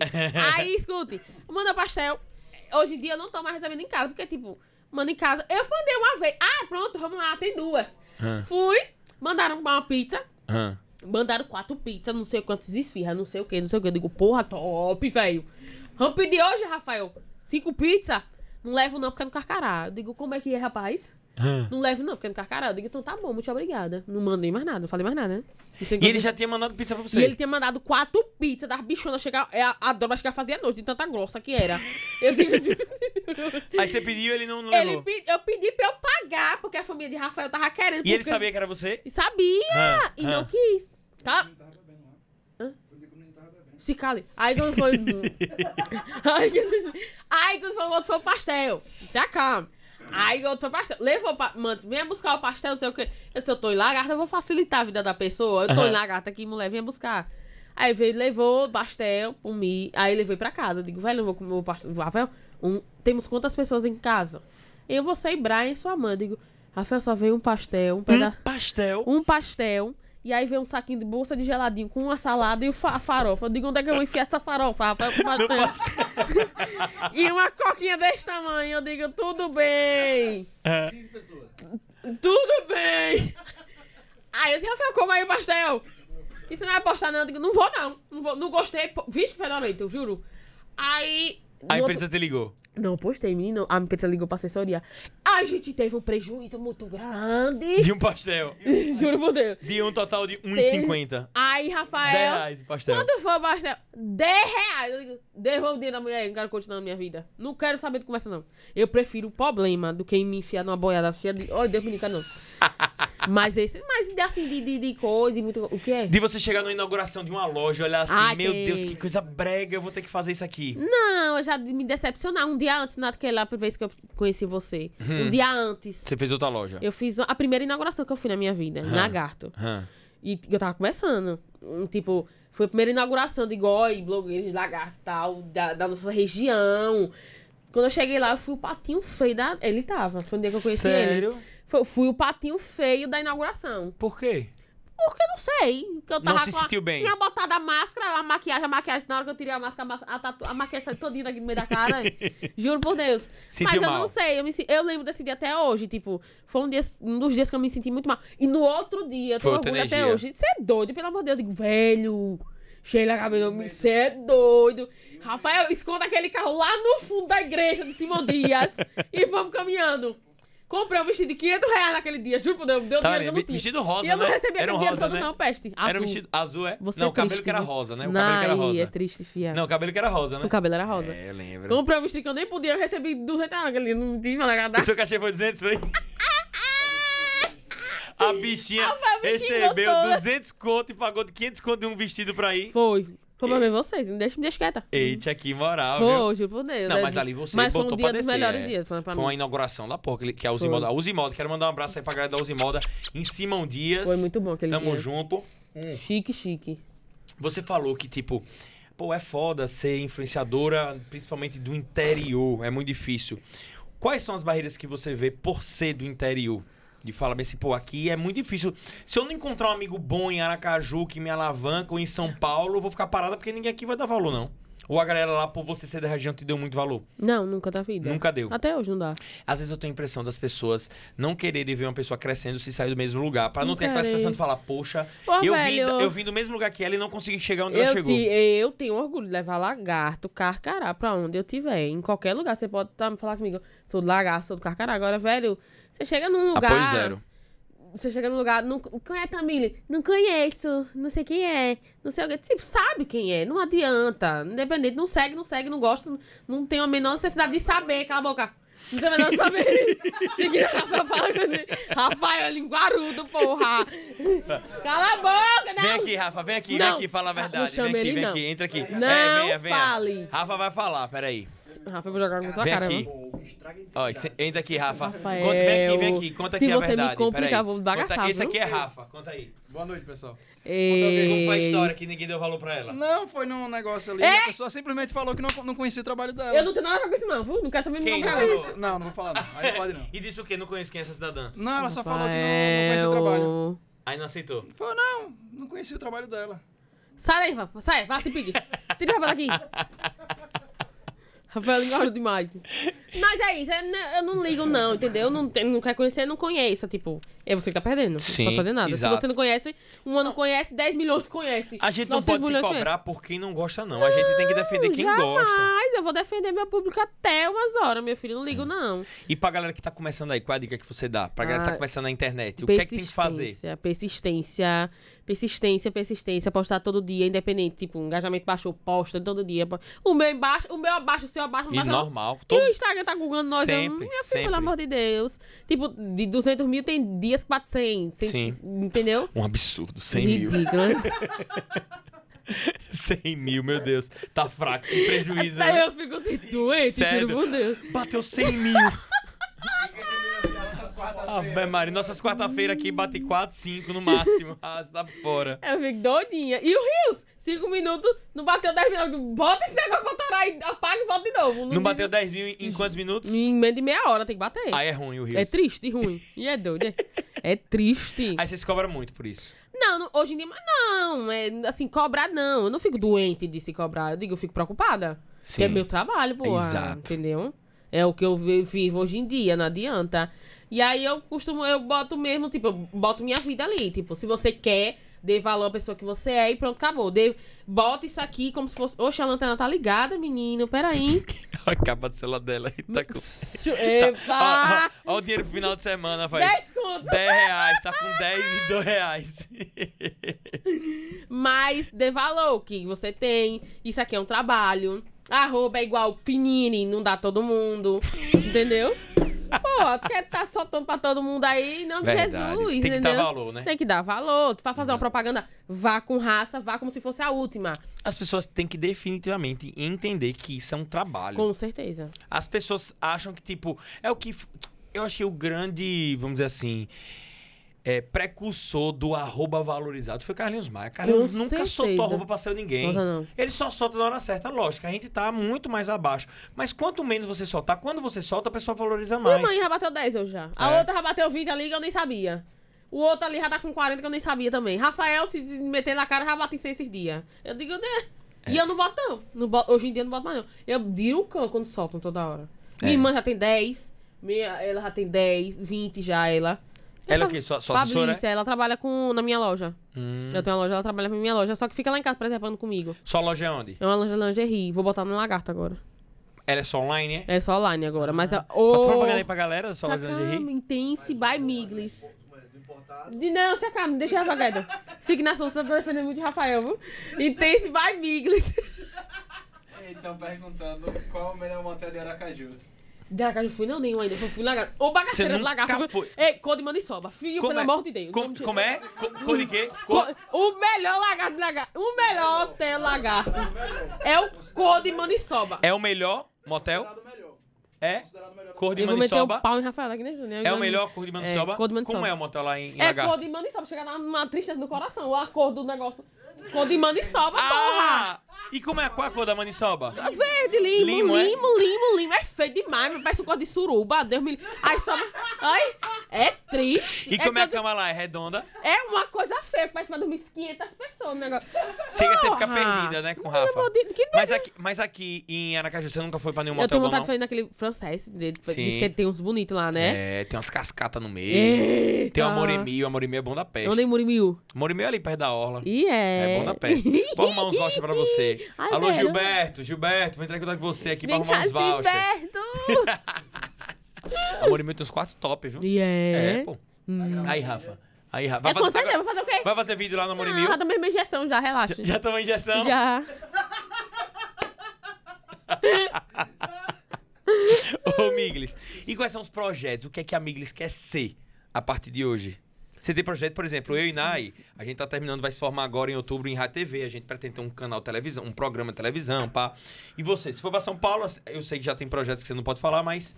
B: Aí, escute, manda pastel. Hoje em dia eu não tô mais recebendo em casa, porque, tipo, manda em casa. Eu mandei uma vez. Ah, pronto, vamos lá, tem duas.
A: Ah,
B: Fui, mandaram uma pizza.
A: ah.
B: Mandaram quatro pizzas, não sei quantos esfirras, não sei o que, não sei o que. Eu digo, porra, top, velho. Vamos pedir hoje, Rafael? Cinco pizzas? Não levo não, porque é no carcará. Eu digo, como é que é, rapaz?
A: Ah.
B: Não levo não, porque é no carcará. Eu digo, então tá bom, muito obrigada. Não mandei mais nada, não falei mais nada, né? E sem
A: E ele
B: contar-
A: já tinha mandado pizza pra
B: e
A: você.
B: ele tinha mandado quatro pizzas das bichonas chegar. é, A, a dona chegar fazia noite, de tanta grossa
A: <laughs>
B: que era. Eu digo,
A: Aí você pediu ele não, não
B: ele
A: levou.
B: pe- eu pedi pra eu pagar, porque a família de Rafael tava querendo.
A: E ele
B: porque-
A: sabia que era você?
B: E sabia!
A: Ah,
B: e
A: ah.
B: não quis. Tá?
C: Não tava bebendo lá.
B: Hã?
C: Foi dizer que o menino tava bebendo.
B: Se cale. Aí
A: <laughs>
B: quando foi. aí, quando- aí quando foi, outro foi o pastel. Se acalme. Aí outro foi o pastel. Levou pra. Mano, venha buscar o pastel, não sei o quê. Eu disse, eu tô em lagarta, eu vou facilitar a vida da pessoa. Eu tô
A: Aham.
B: em lagarta aqui, mulher, venha buscar. Aí veio, levou o pastel pra mim. Aí levei pra casa. Eu digo, velho, eu vou comer o pastel. Rafael, um- temos quantas pessoas em casa? Eu, você e Brian e sua mãe. Eu digo, Rafael, só veio um pastel, um
A: Um
B: pedaço
A: pastel.
B: um pastel. E aí vem um saquinho de bolsa de geladinho com uma salada e fa- farofa. Eu digo, onde é que eu vou enfiar essa farofa? Rafael, com pastel. <laughs> e uma coquinha desse tamanho. Eu digo, tudo bem.
D: 15 pessoas.
B: Tudo bem. Aí eu disse, Rafael, como aí o pastel? E você não vai postar, não? Eu digo, não vou, não. Não, vou, não gostei. Pô, Vixe, que fedorento, eu juro. Aí...
A: A
B: no outro-
A: empresa te ligou.
B: Não, postei, menino. A empresa ligou pra assessoria. A gente teve um prejuízo muito grande.
A: De um pastel.
B: <laughs> juro por Deus.
A: De um total de 1,50.
B: Aí,
A: 10
B: Rafael...
A: reais então. o pastel.
B: Quanto foi o pastel? 10 reais. Eu digo, Devolvo o dinheiro da mulher, eu não quero continuar na minha vida. Não quero saber de conversa, não. Eu prefiro o problema do que me enfiar numa boiada cheia de. Olha, Deus me
A: <laughs>
B: liga, não. mas esse. Mas assim, de, de, de coisa, de muito. O que é?
A: De você chegar na inauguração de uma loja e olhar assim,
B: Ai,
A: meu
B: tem.
A: Deus, que coisa brega, eu vou ter que fazer isso aqui.
B: Não, eu já de- me decepcionar. Um dia antes, naquela vez que eu conheci você.
A: Hum.
B: Um dia antes.
A: Você fez outra loja.
B: Eu fiz a primeira inauguração que eu fui na minha vida, em Lagarto.
A: Hã.
B: E eu tava começando. Hum, Tipo, foi a primeira inauguração de Goi, blogueiros, lagarto e tal, da, da nossa região. Quando eu cheguei lá, eu fui o patinho feio da. Ele tava. Foi um dia que eu conheci ele.
A: Sério?
B: Foi, fui o patinho feio da inauguração.
A: Por quê?
B: Porque eu não sei. Que eu
A: Não
B: tava
A: se
B: com a-
A: sentiu bem.
B: Tinha botado a máscara, a maquiagem, a maquiagem. Na hora que eu tirei a máscara, a, mas- a, tatu... a maquiagem saiu todinha aqui no meio
A: <laughs>
B: da cara. Juro por Deus.
A: Sentiu
B: Mas eu
A: mal.
B: não sei. Eu, me se- eu lembro desse dia até hoje. Tipo, foi um, dia, um dos dias que eu me senti muito mal. E no outro dia, eu
A: Foi
B: tenho
A: outra
B: orgulho até
A: energia.
B: hoje. Você é doido, pelo amor de Deus. Eu digo, velho. Sheila Cabelo, você é doido. Rafael, esconda aquele carro lá no fundo da igreja de Simão Dias
A: <laughs>
B: e vamos caminhando. Comprei um vestido de 500 reais naquele dia, juro por Deus, me deu
A: Tá,
B: dinheiro que eu não
A: ve-
B: tinha.
A: vestido rosa,
B: E eu não
A: né?
B: recebi
A: Era
B: aquele
A: um
B: dinheiro
A: rosa,
B: todo,
A: né?
B: não, peste. Azul.
A: Era um vestido azul, é?
B: Você
A: não,
B: é
A: o cabelo
B: triste,
A: que era
B: viu?
A: rosa, né? O
B: Não,
A: cabelo que era
B: aí
A: rosa.
B: é triste, fia.
A: Não, o cabelo que era rosa, né?
B: O cabelo era rosa.
A: É, lembro.
B: Comprei um vestido que eu nem podia, eu recebi 200 reais naquele dia, não tive nada
A: O
B: agradar.
A: seu cachê foi 200, foi? A bichinha
B: Rafael me xingou
A: recebeu
B: toda.
A: 200 conto e pagou de 500 conto de um vestido pra ir.
B: Foi. Foi pra ver vocês, me deixa, me deixa quieta.
A: Eita, que moral, viu?
B: Foi, juro por Deus.
A: tá Não,
B: né?
A: mas ali você
B: Mas
A: botou
B: foi um dia
A: pra
B: dos
A: descer,
B: melhores
A: é.
B: dias pra, pra
A: Foi uma
B: mim.
A: inauguração da porra, que- que é a
B: Foi.
A: Uzimoda. A Uzimoda, quero mandar um abraço aí pra galera da Uzimoda em Simão Dias.
B: Foi muito bom aquele
A: Tamo
B: dia.
A: junto. Um.
B: Chique, chique.
A: Você falou que, tipo, pô, é foda ser influenciadora, principalmente do interior, é muito difícil. Quais são as barreiras que você vê por ser do interior? De falar bem assim, pô, aqui é muito difícil. Se eu não encontrar um amigo bom em Aracaju que me alavanca ou em São Paulo, eu vou ficar parada porque ninguém aqui vai dar valor, não. Ou a galera lá, por você ser da região, te deu muito valor.
B: Não, nunca da vida.
A: Nunca deu.
B: Até hoje não dá.
A: Às vezes eu tenho a impressão das pessoas não quererem ver uma pessoa crescendo se sair do mesmo lugar. Pra não,
B: Não
A: ter aquela
B: querem.
A: sensação de falar, poxa,
B: Pô,
A: eu,
B: velho.
A: vim, da- eu vim do mesmo lugar que ela e não consegui chegar onde ela
B: Eu,
A: chegou.
B: sim, eu tenho orgulho de levar lagarto, carcará, pra onde eu tiver. Em qualquer lugar, você pode tá, falar comigo. Sou do lagarto, sou do carcará. Agora, velho, você chega num lugar.
A: Apoio Ah, zero.
B: Você chega num lugar. Não, quem é Tamile? Não conheço. Não sei quem é. Não sei o que. Tipo, sabe quem é. Não adianta. Independente. Não segue, não segue, não gosta. Não tem a menor necessidade de saber. Cala a boca. Não tem a menor necessidade de
A: <laughs>
B: saber. Tem que Rafael fala com ele. Rafael, é linguarudo,
A: <laughs>
B: porra. Cala a boca, não.
A: Vem aqui, Rafa, vem aqui, vem
B: Não.
A: aqui, fala a
B: Ah, não
A: verdade.
B: chama
A: Vem aqui,
B: ele,
A: vem
B: não.
A: aqui, entra aqui.
B: Não
A: é, venha,
B: fale.
A: venha. Rafa vai falar, peraí.
B: Rafa, eu vou jogar com sua
A: Vem
B: cara.
A: aqui.
B: viu?
D: Ou estraga a
A: Ó,
D: integridade.
A: esse- entra aqui, Rafa.
B: Rafael,
A: Conta- vem aqui, vem aqui, conta
B: se
A: aqui a
B: você me
A: verdade.
B: complicar,
A: peraí.
B: eu vou bagaçar,
A: Conta- Esse
B: viu?
A: aqui é Rafa, conta aí. Boa noite, pessoal. Conta aí, como foi é a
B: Ei.
A: história que ninguém deu valor pra ela?
C: Não, foi num negócio ali.
B: É?
C: A pessoa simplesmente falou que não, não conhecia o trabalho dela.
B: Eu não tenho nada a ver com isso, não, viu? Não quero saber
A: Quem
B: meu nome.
A: falou?
B: não.
A: não- <laughs>
C: Não, não vou falar não. Aí não pode não.
A: E disse o quê? Não conheço quem é essa cidadã.
C: Não, ela só falou que não, não conhecia o trabalho.
B: Rafael,
A: Aí não aceitou.
E: Falou, não, não conheci o trabalho dela.
B: Sai daí, Rafa. Sai, vá se pedir. Tira o Rafael daqui. Rafael engorda demais. Mas é isso, é, né, eu não ligo, não, entendeu? Não, tem- não quer conhecer, não conheça. Tipo, é você que tá perdendo.
A: Sim,
B: não posso fazer nada.
A: exato.
B: Se você não conhece, um ano conhece, 10 milhões conhece.
A: A gente não
B: 900
A: pode se
B: milhões
A: cobrar por quem não gosta, não. A gente tem que defender quem
B: jamais.
A: gosta.
B: eu vou defender meu público até umas horas, meu filho. Não ligo,
A: É.
B: não.
A: E pra galera que tá começando aí, qual é a dica que você dá? Pra galera que tá
B: Ah,
A: começando na internet, o que é que tem que fazer?
B: Persistência, Persistência, persistência, persistência. Postar todo dia, independente. Tipo, um engajamento baixou, posta todo dia. po- O meu embaixo, o meu abaixo, o seu abaixo, não
A: E
B: baixa não.
A: normal.
B: E o
A: Todo...
B: Instagram tá googando nós. eu-
A: Sempre,
B: Meu filho,
A: sempre.
B: pelo amor de Deus. Tipo, de 200 mil tem dias que bate 100. cem-
A: Sim.
B: Entendeu?
A: Um absurdo, 100 mil. <laughs>
B: Ridículo.
A: 100 mil, meu Deus. Tá fraco, que prejuízo.
B: Aí
A: né?
B: eu fico de- doente,
A: Sério.
B: juro por Deus.
A: Bateu 100 mil. Ave Maria, nossas quarta-feira aqui bate 4, 5 no
B: <laughs>
A: máximo. Ah, você tá fora.
B: Eu fico doidinha. E o Rios? Cinco minutos, não bateu 10 minutos. Bota esse negócio pra autorar e apaga e volta de novo.
A: Não bateu 10 mil em quantos minutos?
B: Em menos de meia hora tem que bater.
A: Aí é ruim o Rios.
B: É triste e ruim. E é doido, é? É triste.
A: Aí vocês cobram muito por isso. <laughs>
B: Não, não, hoje em dia, mas não. É, assim, cobrar não. Eu não fico doente de se cobrar. Eu digo, eu fico preocupada.
A: Sim.
B: Que é meu trabalho, porra.
A: Exato.
B: Entendeu? É o que eu vi- vivo hoje em dia, não adianta. E aí eu costumo, eu boto mesmo, tipo, eu boto minha vida ali. Tipo, se você quer, dê valor à pessoa que você é e pronto, acabou. Dê, bota isso aqui como se fosse. Oxe, a lanterna tá ligada,
A: <laughs>
B: menino. Peraí.
A: Olha a capa do celular dela aí tá com. Tá,
B: Epa!
A: Olha o dinheiro pro final de semana, faz.
B: 10 conto.
A: 10 reais, tá com 10 e 2 reais.
B: Mas dê valor que você tem. Isso aqui é um trabalho. Arroba é igual pinini, não dá todo mundo. Entendeu? Pô, quer tá soltando pra todo mundo aí em nome de Jesus,
A: Tem que
B: entendeu?
A: dar valor, né? Uhum.
B: Tem que dar valor. Tu vai fazer uma propaganda, vá com raça, vá como se fosse a última.
A: As pessoas têm que definitivamente entender que isso é um trabalho.
B: Com certeza.
A: As pessoas acham que, tipo, é o que. f- Eu acho que o grande, vamos dizer assim, é, precursor do arroba valorizado foi Carlinhos Maia. Carlinhos
B: Com
A: nunca
B: certeza.
A: soltou arroba pra seu ninguém.
B: Não, não.
A: Ele só solta na hora certa, lógico. A gente tá muito mais abaixo. Mas quanto menos você soltar, quando você solta, a pessoa valoriza mais.
B: Minha mãe já bateu 10 eu já. A
A: É.
B: outra já bateu 20 ali que eu nem sabia. O outro ali já tá com 40 que eu nem sabia também. Rafael, se meter na cara, já bate em 100 esses dias. Eu digo, né?
A: É.
B: E eu não boto, não. Não boto- hoje em dia eu não boto mais, não. Eu viro o cão quando soltam toda hora.
A: É.
B: Minha irmã já tem 10. Minha, ela já tem 10, 20 já, ela. Eu
A: Ela
B: só-
A: o quê? Sua, sua assessora? é?
B: Fabrícia, ela trabalha com, na minha loja.
A: Hum.
B: Eu tenho uma loja, ela trabalha na minha loja. Só que fica lá em casa preservando comigo.
A: Sua loja é onde?
B: É uma loja de lingerie. Vou botar na lagarta agora.
A: Ela é só online, é?
B: É só online agora. Mas é.
A: Passa
B: Ô,
A: propaganda aí pra galera da sua loja é de lingerie.
B: Sacama, Intense by Miglis.
D: Do importado.
B: De não, se acalme, deixa a vagada. Fique na sua, você tá defendendo muito o Rafael, viu? Intense by Miglis.
C: Então perguntando qual o melhor motel de Aracaju.
B: Da casa eu fui, não, nenhum ainda. Eu fui lagarto. Ô,
A: Você
B: bagaceira
A: nunca
B: do lagarto. viu?
A: foi.
B: Ei, cor de maniçoba. Filho, pelo amor de Deus. um
A: Como, como é? Co- Cor de quê? Cor-
B: Co- O melhor lagarto de lagarto. O melhor hotel lagarto. É o cor de maniçoba.
A: É o melhor motel?
D: Considerado melhor.
A: É?
D: Considerado melhor.
A: Cor de
B: Eu vou meter um
A: maniçoba?
B: pau em Rafael aqui, né, Júnior?
A: É o melhor cor de maniçoba?
B: É, cor de maniçoba.
A: Como é o motel lá em, em
B: É
A: Lagarto?
B: cor de maniçoba. Chega na- numa tristeza do coração. A cor do negócio. Cor de maniçoba, porra.
A: Ah! E como é qual é a cor da maniçoba?
B: Verde, limo,
A: Limo,
B: limo,
A: é?
B: limo, limo, É feio demais, mas parece um cor de suruba. Deus me livre. Aí só. Ai, é triste.
A: E como é a
B: todo-
A: cama lá? É redonda?
B: é uma coisa feia, que parece que vai dormir 500 pessoas no negócio.
A: Chega, você fica
B: Porra!
A: perdida, né, com o
B: Pelo
A: Rafa?
B: amor de- que
A: Mas aqui, mas aqui em Aracaju, você nunca foi pra nenhum
B: Eu
A: motel
B: tenho
A: bom,
B: vontade
A: não?
B: de fazer naquele francês dele. Diz
A: Sim.
B: que tem uns bonitos lá, né?
A: É, tem umas cascatas no meio.
B: Eita.
A: Tem o Amoremi, o Amoremi é bom da peste.
B: Onde é Murimil?
A: Amoremi é ali perto da orla.
B: E é.
A: É bom da peste.
B: <laughs>
A: Vou arrumar uns vouchers um pra você.
B: Ai,
A: Alô,
B: quero.
A: Gilberto, Gilberto, vou entrar em contato com você aqui pra
B: Vem cá,
A: arrumar uns vouchers.
B: Gilberto.
A: <laughs> Amoremi tem uns quatro top, viu?
B: E é.
A: É, pô. Aí, Rafa. Aí, Rafa. Vai
B: É, com
A: fazer,
B: certeza, vai fazer o quê?
A: vai fazer vídeo lá no Amoremi?
B: Ah, já tomei minha injeção, já, relaxa.
A: Já tomou injeção?
B: Já.
A: Ô, Miglis, e quais são os projetos? O que é que a Miglis quer ser a partir de hoje? Você tem projeto, por exemplo, eu e Nai, a gente tá terminando, vai se formar agora em outubro em Rádio TV, a gente pretende ter um canal de televisão, um programa de televisão, pá. E você, se for pra São Paulo, eu sei que já tem projetos que você não pode falar, mas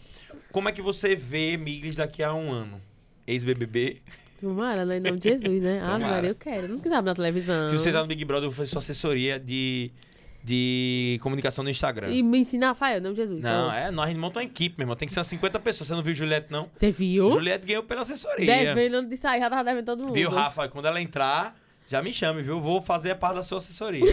A: como é que você vê Miglis daqui a um ano? Ex-BBB,
B: Tomara, né? Em nome de Jesus, né? Ah,
A: Tomara. tá
B: Maria, eu quero. Eu não quiser abrir na televisão.
A: se você tá no Big Brother, eu vou fazer sua assessoria de, de comunicação no Instagram.
B: E me ensina Rafael, não Jesus.
A: Não,
B: Então,
A: é, nós a gente monta uma equipe, meu irmão. Tem que ser umas 50 pessoas. Você não viu Juliette, não?
B: Você viu?
A: Juliette ganhou pela assessoria.
B: Devendo antes de sair, já tava devendo todo mundo.
A: Viu, Rafa? Quando ela entrar, já me chame, viu? Vou fazer a parte da sua
B: <laughs>
A: assessoria.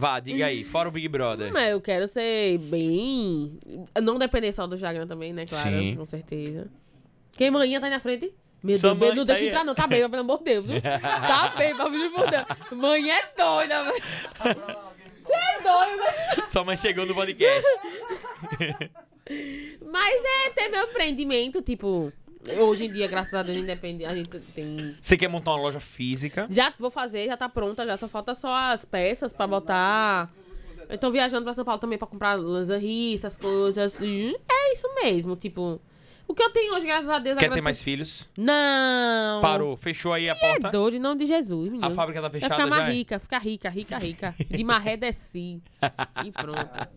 A: Vá, diga aí. Fora o Big Brother.
B: Mas eu quero ser bem. Não depender só do Instagram também, né? Claro,
A: Sim.
B: com certeza. Quem manhã tá aí na frente? Meu
A: Sua
B: Deus, meu-
A: mãe
B: não
A: tá
B: deixa
A: aí.
B: entrar, não. Tá bem, pelo amor
A: <laughs>
B: de Deus. viu? tá bem, pelo amor de Deus. Mãe é doida, velho. Você é doido, velho.
A: Sua mãe chegou no podcast.
B: Mas é ter meu empreendimento, tipo. Hoje em dia, graças a Deus, independe. A gente tem.
A: Você quer montar uma loja física?
B: Já vou fazer, já tá pronta, já só falta só as peças pra botar. Eu tô viajando pra São Paulo também pra comprar lingerie, essas coisas. E É isso mesmo, tipo. O que eu tenho hoje, graças a Deus,
A: Quer ter
B: agradeço-
A: mais filhos?
B: Não.
A: Parou. Fechou aí a
B: É
A: porta?
B: doido, em nome de Jesus, menino.
A: A fábrica tá
B: Vai
A: fechada
B: ficar
A: já?
B: mais
A: é?
B: rica, ficar rica, rica, rica. De marré desci. E pronto.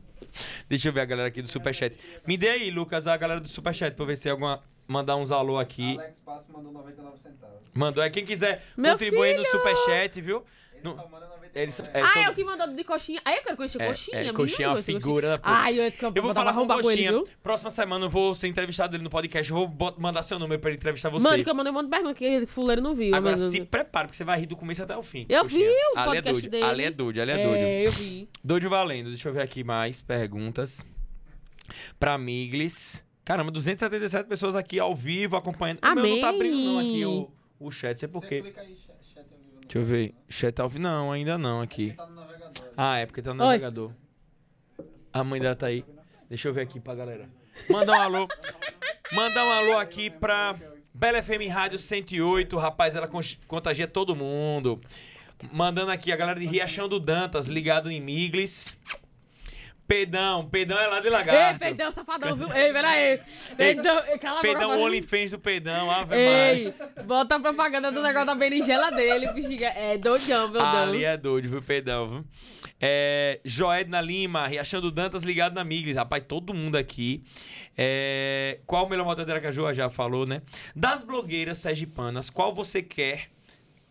A: Deixa eu ver a galera aqui do Superchat. Me dê aí, Lucas, a galera do Superchat, pra eu ver se tem alguma... Mandar uns alô aqui.
C: Alex Passo mandou 99 centavos.
A: Mandou. É quem quiser
B: Meu
A: contribuir no
B: filho!
A: Superchat, viu?
C: Ele
A: No-
C: só manda 99.
A: Ele só-
C: né?
A: <laughs> é,
B: ah,
A: todo-
B: é o que mandou de coxinha. Ah, eu quero conhecer
A: É,
B: coxinha.
A: é,
B: menino,
A: coxinha é uma
B: eu gosto de
A: figura da porra.
B: Ai, antes que eu,
A: Eu vou
B: botar
A: falar com o
B: arrombar ele,
A: Coxinha.
B: viu?
A: Próxima semana eu vou ser entrevistado ele no podcast. Eu vou bot- mandar seu número pra ele entrevistar você.
B: Mano, que eu mandei um monte de pergunta que ele fuleiro não viu.
A: Agora
B: mas-
A: se prepara, porque você vai rir do começo até o fim.
B: Eu
A: Coxinha.
B: vi o
A: Ale é
B: podcast
A: doido,
B: dele.
A: Ale é doido, Ale é doido.
B: É, eu vi.
A: Doido valendo. Deixa eu ver aqui mais perguntas. Pra Miglis. Caramba, 277 pessoas aqui ao vivo acompanhando. O meu não tá
B: Amém.
A: abrindo não aqui o, o chat, sei por
C: Você
A: quê.
C: clica aí, chat, chat ao vivo.
A: Deixa eu ver. Chat ao vivo. Não, ainda não
C: Ele
A: aqui.
C: tá no navegador.
A: Ah, é porque tá no
B: Oi.
A: navegador. A mãe dela tá aí. Deixa eu ver aqui pra galera. Mandar um alô. Mandar um alô aqui pra Bela FM Rádio 108. Rapaz, ela con- contagia todo mundo. Mandando aqui a galera de Riachão do Dantas, ligado em Miglis. Pedão, Pedão é lá de
B: Ei,
A: lagarto.
B: perdão, safadão, viu? Ei, peraí. Perdão, cala a boca,
A: Pedão,
B: vai.
A: o OnlyFans do Pedão. Ave Maria.
B: Ei, bota a propaganda do negócio da berinjela dele, bexiga. É doidão, meu
A: Ali
B: Deus.
A: é doido, viu, Pedão? Viu? É, Joedna Lima, Riachando Dantas ligado na Miglis. Rapaz, todo mundo aqui. É, qual o melhor motel de Aracaju? Já falou, né? Das blogueiras sergipanas, qual você quer?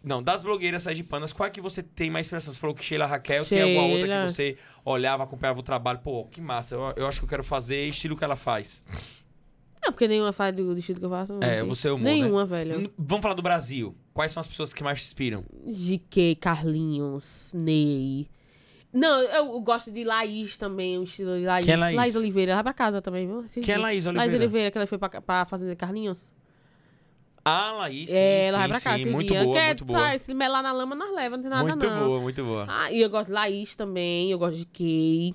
A: Não, das blogueiras sergipanas, qual é que você tem mais pressão? Você falou que Sheila Raquel, tem alguma outra
B: Sheila.
A: que você olhava, acompanhava o trabalho. Pô, que massa. Eu, eu acho que eu quero fazer estilo que ela faz.
B: Não, porque nenhuma faz do, do estilo que eu faço. não
A: É,
B: tem.
A: você é humor, né?
B: Nenhuma, velho.
A: N- Vamos falar do Brasil. Quais são as pessoas que mais te inspiram?
B: GK, Carlinhos, Ney. Não, eu, eu gosto de Laís também, o estilo de Laís.
A: Quem é Laís?
B: Oliveira, vai pra casa também, viu? Assiste.
A: Quem é Laís
B: Laís
A: Oliveira?
B: Oliveira, que ela foi pra, pra Fazenda Carlinhos.
A: Ah, Laís. Sim,
B: é,
A: sim,
B: ela vai pra
A: sim,
B: casa. esse
A: Muito
B: dia.
A: boa,
B: Quer,
A: muito boa.
B: Sai, se melar na lama, nós leva, não tem nada
A: muito
B: não.
A: boa, muito boa.
B: Ah, e eu gosto de Laís também, eu gosto de Kay.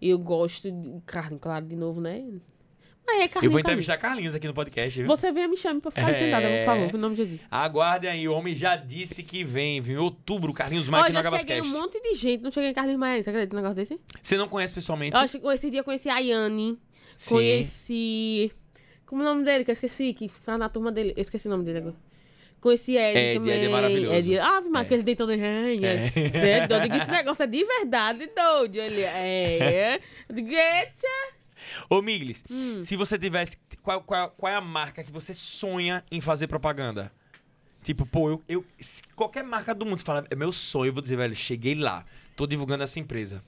B: Eu gosto de Carlinhos, claro, de novo, né? Mas é Carlinhos.
A: eu vou
B: Carlinhos.
A: entrevistar Carlinhos aqui no podcast, viu?
B: Você venha me chame pra ficar
A: É.
B: sentada, por favor, em nome de Jesus.
A: Aguardem aí, o homem já disse que vem, viu? Em outubro, Carlinhos
B: Ó,
A: Mike no
B: já cheguei
A: Agabascast.
B: um monte de gente, não cheguei em Carlinhos Maia, você acredita num negócio desse?
A: Você não conhece pessoalmente?
B: Ó, che- esse dia eu conheci a Yane,
A: Sim.
B: conheci... Como é o nome dele? Que eu esqueci, que ficava na turma dele. Eu esqueci o nome dele agora. Conheci Ed,
A: Ed,
B: também.
A: Ed é maravilhoso.
B: Ed, Ave Maria,
A: É.
B: aquele deitando... Ai,
A: É.
B: é. Você é doido, eu digo, esse negócio é de verdade doido. Ele, é, é. Eu digo, "Eita."
A: Ô, Miglis,
B: Hum.
A: se você tivesse. Qual, qual, qual é a marca que você sonha em fazer propaganda? Tipo, pô, eu. eu se qualquer marca do mundo, você fala, é meu sonho, eu vou dizer, velho, cheguei lá, tô divulgando essa empresa.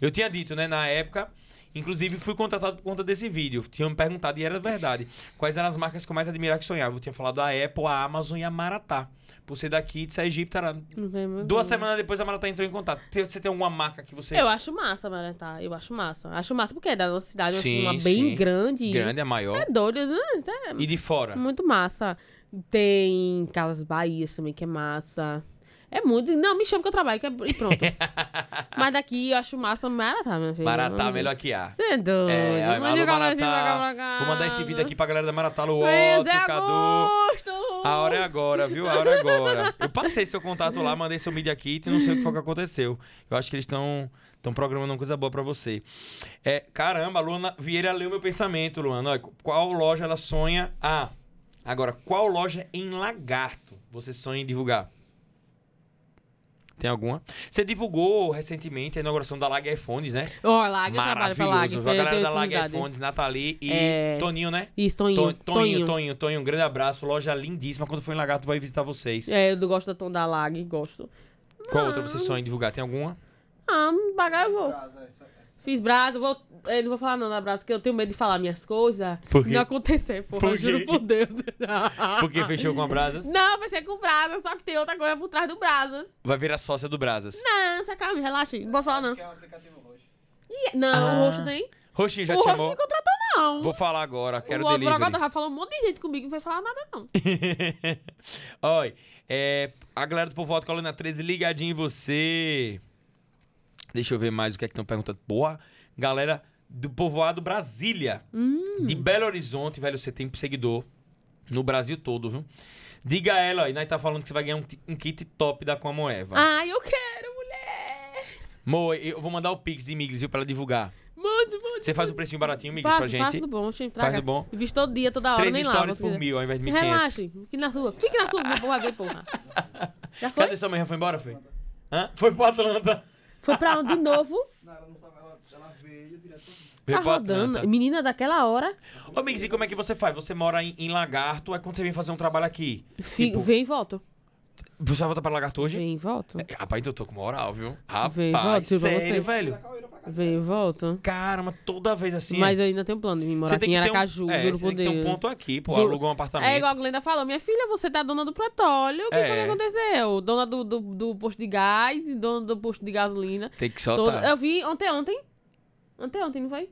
A: Eu tinha dito, né, na época. Inclusive, fui contratado por conta desse vídeo. Tinham me perguntado, e era verdade, quais eram as marcas que eu mais admirava que sonhava. Eu tinha falado a Apple, a Amazon e a Maratá. Por ser daqui de Sergipe, tará.
B: Não tem meu
A: Duas
B: Deus.
A: semanas depois a Maratá entrou em contato. Tem- Você tem alguma marca que você...
B: Eu acho massa, Maratá. Eu acho massa. Acho massa porque é da nossa cidade,
A: Sim,
B: uma bem
A: sim.
B: grande.
A: Grande, a maior.
B: É doido, né? É
A: E de fora?
B: muito massa. Tem Carlos Bahias também, que é massa. É muito. Não, me chama que eu trabalho que é...
A: <laughs>
B: e pronto. Mas daqui eu acho massa Maratá, minha filha.
A: Maratá, melhor que A.
B: Você é doido.
A: É,
B: Mande
A: alô,
B: um abraço pra cá,
A: Maratá.
B: pra cá.
A: Vou mandar esse vídeo aqui pra galera da Maratá, o
B: Ei,
A: Otto,
B: Zé
A: o Cadu.
B: Augusto!
A: A hora é agora, viu? A hora é agora. Eu passei seu contato lá, mandei seu media kit, não sei o que foi que aconteceu. Eu acho que eles estão estão programando uma coisa boa pra você. É, caramba, a Luana Vieira leu meu pensamento, Luana. Olha, qual loja ela sonha? Ah, agora, qual loja em Lagarto você sonha em divulgar? Tem alguma? Você divulgou recentemente a inauguração da Lag iPhones, né?
B: Ó, Lag, eu trabalho pra Lag.
A: Maravilhoso. viu? A
B: eu
A: galera
B: tenho
A: da Lag
B: intimidade.
A: iPhones, Nathalie e
B: É.
A: Toninho, né?
B: Isso,
A: Ton-
B: Toninho.
A: Toninho, Toninho, Toninho, um grande abraço. Loja lindíssima. Quando for em Lagarto,
B: Ah.
A: vai visitar vocês.
B: É, eu gosto da Tom da Lag, gosto.
A: Qual outra você sonha em divulgar? Tem alguma?
B: Ah, me pagar eu vou.
C: Brasa, essa- essa-
B: Fiz brasa, vou, eu não vou falar não da brasa, porque eu tenho medo de falar minhas coisas.
A: Por quê?
B: Não acontecer, porra,
A: Por
B: eu juro
A: quê?
B: por
A: <laughs>
B: Deus.
A: Porque fechou com a Brasas.
B: Ah, Não, fechei com brasa, só que tem outra coisa por trás do brasas.
A: Vai virar sócia do Brasas.
B: Não, se calma, relaxa, não vou falar não.
C: Que é um aplicativo roxo.
B: E- não, o
A: Ah.
B: roxo tem.
A: Roxinho, já
B: o
A: te
B: roxo não
A: chamou?
B: me contratou não.
A: Vou falar agora, quero
B: o outro
A: delivery.
B: Brogodó já falou um monte de gente comigo, não vai falar nada não.
A: <laughs> Olha, é, a galera do Povoado Coluna 13 ligadinho em você. Deixa eu ver mais o que é que estão perguntando. Boa, galera do Povoado Brasília.
B: Hum.
A: De Belo Horizonte, velho, você tem seguidor no Brasil todo, viu? Diga a ela, ó, e nós tá falando que você vai ganhar um, ti- um kit top da Coamoeva.
B: Ai, eu quero, mulher.
A: Mo, eu vou mandar o Pix de Miglis, viu, pra ela divulgar.
B: Mande, mande.
A: Você faz um precinho baratinho, Miglis,
B: Faço,
A: pra
B: faço
A: gente?
B: do bom, deixa eu traga.
A: Faz do bom.
B: Invisto todo dia, toda hora,
A: Três
B: nem
A: stories
B: lava.
A: por mil ao invés de 1.500.
B: Relaxe, fique na sua. Fique na sua, meu porra, vai ver, porra. Já foi? Tá
A: Cadê sua mãe? Já foi embora, foi? Hã? Foi pro Atlanta.
B: Foi pra onde de novo?
D: Não, ela não sabe, ela, ela veio direto.
A: Foi
B: Tá
A: pro
B: rodando.
A: Atlanta.
B: Menina, daquela hora,
A: Ô, Miggs, e como é que você faz? Você mora em, em Lagarto, aí quando você vem fazer um trabalho aqui.
B: fi-
A: tipo,
B: vem e volta.
A: Você vai voltar pra Lagarto hoje?
B: Vem e volta.
A: É, Rapaz, então eu tô com moral, viu?
B: Vem, volta,
A: Rapaz,
B: juro pra você.
A: sério, velho.
B: Vem e volta.
A: Caramba, toda vez assim.
B: Mas eu ainda tenho plano de me morar aqui em
A: ter um-
B: Aracaju,
A: é,
B: juro
A: você
B: por
A: tem que ter um
B: Deus.
A: ponto aqui, pô.
B: Juro.
A: Alugou um apartamento.
B: É igual a Glenda falou, minha filha, você tá dona do petróleo, o que foi
A: É.
B: que aconteceu? Dona do, do, do posto de gás e dona do posto de gasolina.
A: Tem que
B: Todo-
A: soltar.
B: Eu vi ontem, ontem. Ontem, ontem, não foi?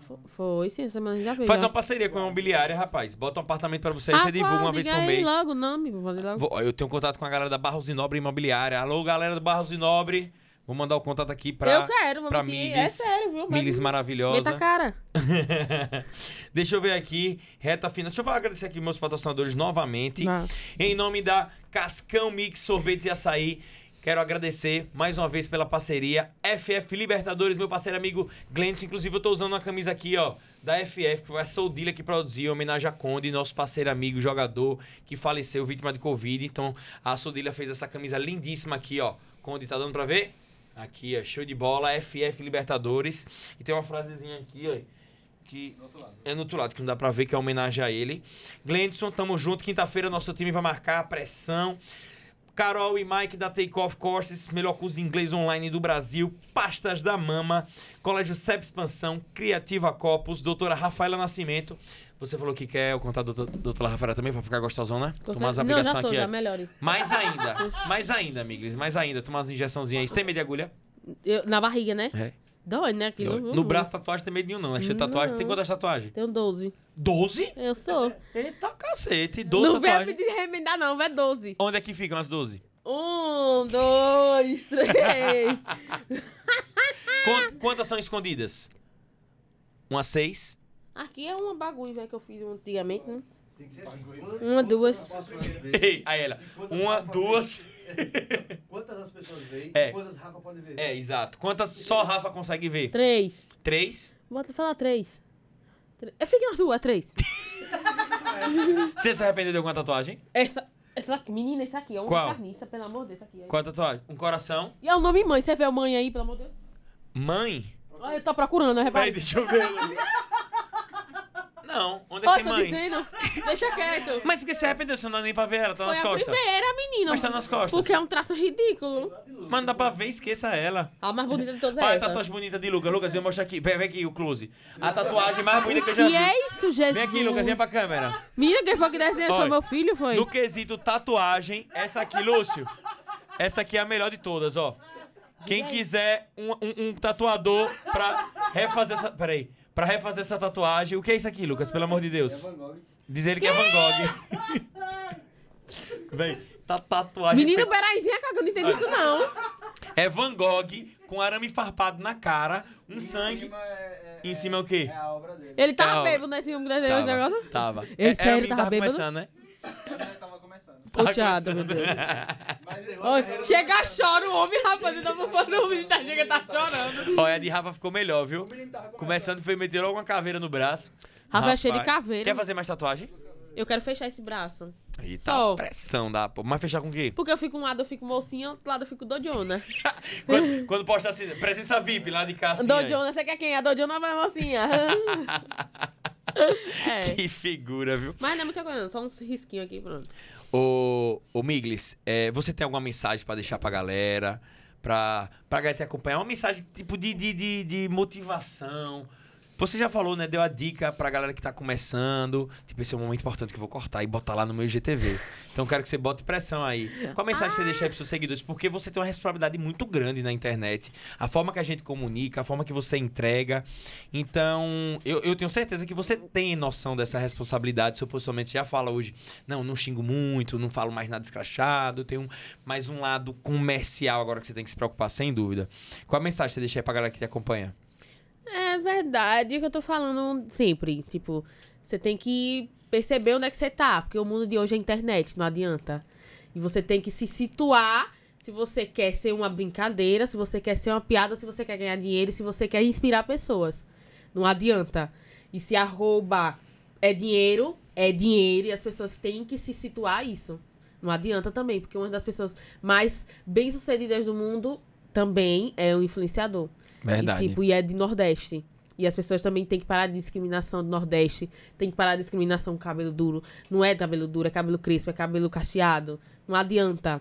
B: Fo- Foi, sim, essa semana a gente já veio.
A: Faz uma parceria com a imobiliária, rapaz. Bota um apartamento pra você, aí
B: né? ah,
A: você divulga
B: qual?
A: uma vez
B: Diga
A: por
B: aí
A: mês.
B: logo, não, amigo, vou fazer logo.
A: Vou- ó, Eu tenho um contato com a galera da Barros e Nobre Imobiliária. Alô, galera do Barros e Nobre. Vou mandar o contato aqui pra.
B: eu quero, vou
A: pra
B: meter. É
A: Milis.
B: sério, viu? Mas-
A: Milis maravilhosa.
B: Meta a cara.
A: <laughs> Deixa eu ver aqui, reta final. Deixa eu agradecer aqui meus patrocinadores novamente.
B: Vá.
A: Em nome da Cascão Mix Sorvetes e Açaí. Quero agradecer mais uma vez pela parceria. FF Libertadores, meu parceiro amigo Glendson. Inclusive, eu tô usando uma camisa aqui, ó, da FF, que foi a Soldilha que produziu, em homenagem a Conde, nosso parceiro amigo, jogador, que faleceu vítima de Covid. Então, a Soldilha fez essa camisa lindíssima aqui, ó. Conde, tá dando pra ver? Aqui, ó, show de bola, FF Libertadores. E tem uma frasezinha aqui, ó, que
C: Do outro lado.
A: é no outro lado, que não dá pra ver, que é homenagem a ele. Glendson, tamo junto. Quinta-feira nosso time vai marcar a pressão. Carol e Mike da Take Off Courses, melhor curso de inglês online do Brasil. Pastas da Mama, Colégio CEP Expansão, Criativa Copos, doutora Rafaela Nascimento. Você falou que quer eu contar a doutor- doutora Rafaela também pra ficar gostosão, né?
B: Consegue?
A: Tomar umas
B: Não, já
A: aplicações
B: sou,
A: aqui.
B: já
A: ó.
B: melhore. <laughs>
A: Mais ainda, mais ainda, amigos, mais ainda. Tomar umas injeçãozinhas aí, sem medo de agulha.
B: Eu- na barriga, né?
A: É.
B: Dói, né? Aquilo.
A: No braço, tatuagem tem medo nenhum, não. Achei tatuagem. Tem
B: Não.
A: quantas tatuagens?
B: Tenho 12.
A: 12?
B: Eu sou.
A: Eita cacete, 12
B: não vem me
A: tatuagens.
B: de remendar, não, vai 12.
A: Onde é que ficam as 12?
B: Um, dois,
A: <laughs>
B: três.
A: Quan- quantas são escondidas? Uma seis.
B: Aqui é uma bagulho, velho, que eu fiz antigamente, né?
D: Tem que ser assim.
B: Uma, duas.
D: Quantas pessoas veem?
A: Ei, aí ela. Uma, duas.
D: Quantas as pessoas veem?
A: É.
D: Quantas Rafa pode ver?
A: É, exato. Quantas só Rafa consegue ver?
B: Três.
A: Três.
B: Bota falar três. Tre- Eu fiquei na sua, três.
A: Você se arrependeu de alguma tatuagem?
B: Essa, essa daqui, menina, essa aqui é uma
A: Qual?
B: carniça, pelo amor de Deus, essa aqui. é-
A: Qual a tatuagem? Um coração.
B: E é o nome mãe, você vê a mãe aí, pelo amor de Deus.
A: Mãe?
B: Olha, eu tô procurando, é eu
A: Peraí,
B: reparei.
A: deixa eu ver. Não, onde é
B: Olha,
A: que
B: tô
A: tem mãe?
B: dizendo. Deixa quieto.
A: Mas por que você se arrependeu? Você não dá nem pra ver ela, tá
B: Foi
A: nas
B: a
A: costas.
B: primeira, menina.
A: Mas tá nas costas.
B: Porque é um traço ridículo.
A: Mas não dá pra ver, esqueça ela.
B: A mais bonita de todas é
A: Olha a
B: essa.
A: tatuagem bonita de Lucas. Lucas, vem mostrar aqui. Vem, vem aqui o close. A tatuagem mais bonita que eu já
B: E
A: vi.
B: é isso, Jesus.
A: Vem aqui, Lucas, vem pra câmera.
B: Menina, quem foi que desenhou? Foi
A: Olha.
B: meu filho, foi?
A: No quesito tatuagem, essa aqui, Lúcio, essa aqui é a melhor de todas, ó. Quem quiser um, um- um tatuador pra refazer essa. Peraí. Pra refazer essa tatuagem. O que é isso aqui, Lucas? Pelo amor de
C: É
A: Deus.
C: Van Gogh.
A: Diz ele que é Van Gogh.
C: <laughs>
A: Vem, tá tatuagem.
B: Menino,
A: feita-
B: peraí, vem cá que eu não entendi isso, não.
A: É Van Gogh com arame farpado na cara, um
C: Em
A: sangue.
C: cima é, é-
A: Em cima é o quê?
C: É a obra dele.
B: Ele
A: Tava.
B: tava bêbado nesse filme que desenhou esse É um negócio?
A: tava.
B: Ele
A: É-
B: sério,
A: é o que
B: tava bêbado?
A: começando, né?
C: Ele tava começando.
A: Tá
B: Coteado, meu Deus.
C: Mas ele
B: Olha, chega, chora o homem, rapaz. Ele tá bufando o menino, tá, chega, tá chorando.
A: Olha, a de Rafa ficou melhor, viu?
D: tava
A: Começando, foi meter logo uma caveira no braço.
B: Rafa é cheio de
A: Rapaz.
B: caveira.
A: Quer fazer mais tatuagem?
B: Eu quero fechar esse braço.
A: Eita,
B: Só.
A: pressão da porra. Mas fechar com o quê?
B: Porque eu fico um lado, eu fico mocinha, outro lado eu fico
A: <laughs>
B: dodona.
A: Quando, quando posta assim, presença VIP lá de casa. Assim, aí.
B: Dodona, você quer quem? A dodona vai
A: <laughs>
B: mocinha. é.
A: Que figura, viu?
B: Mas não é muita coisa, não. Só uns risquinhos aqui, pronto.
A: Ô, ô Miglis, é, você tem alguma mensagem pra deixar pra galera? pra, pra galera te acompanhar. Uma mensagem tipo de, de, de, de motivação. Você já falou, né? Deu a dica pra galera que tá começando. Tipo, esse é um momento importante que eu vou cortar e botar lá no meu IGTV. Então eu quero que você bote pressão aí. Qual a mensagem que você deixa aí pros seus seguidores? Porque você tem uma responsabilidade muito grande na internet. A forma que a gente comunica, a forma que você entrega. Então, eu, eu tenho certeza que você tem noção dessa responsabilidade. Seu posicionamento já fala hoje. Não, não xingo muito, não falo mais nada escrachado. Tem um, mais um lado comercial agora que você tem que se preocupar, sem dúvida. Qual a mensagem que você deixa aí pra galera que te acompanha?
B: É verdade, é o que eu tô falando sempre. Tipo, você tem que perceber onde é que você tá, porque o mundo de hoje é internet, não adianta. E você tem que se situar se você quer ser uma brincadeira, se você quer ser uma piada, se você quer ganhar dinheiro, se você quer inspirar pessoas. Não adianta. E se arroba é dinheiro, é dinheiro, e as pessoas têm que se situar a isso. Não adianta também, porque uma das pessoas mais bem-sucedidas do mundo também é o influenciador. E, tipo, e é de Nordeste. E as pessoas também têm que parar de discriminação do Nordeste. Tem que parar de discriminação com cabelo duro. Não é cabelo duro, é cabelo crespo, é cabelo cacheado. Não adianta.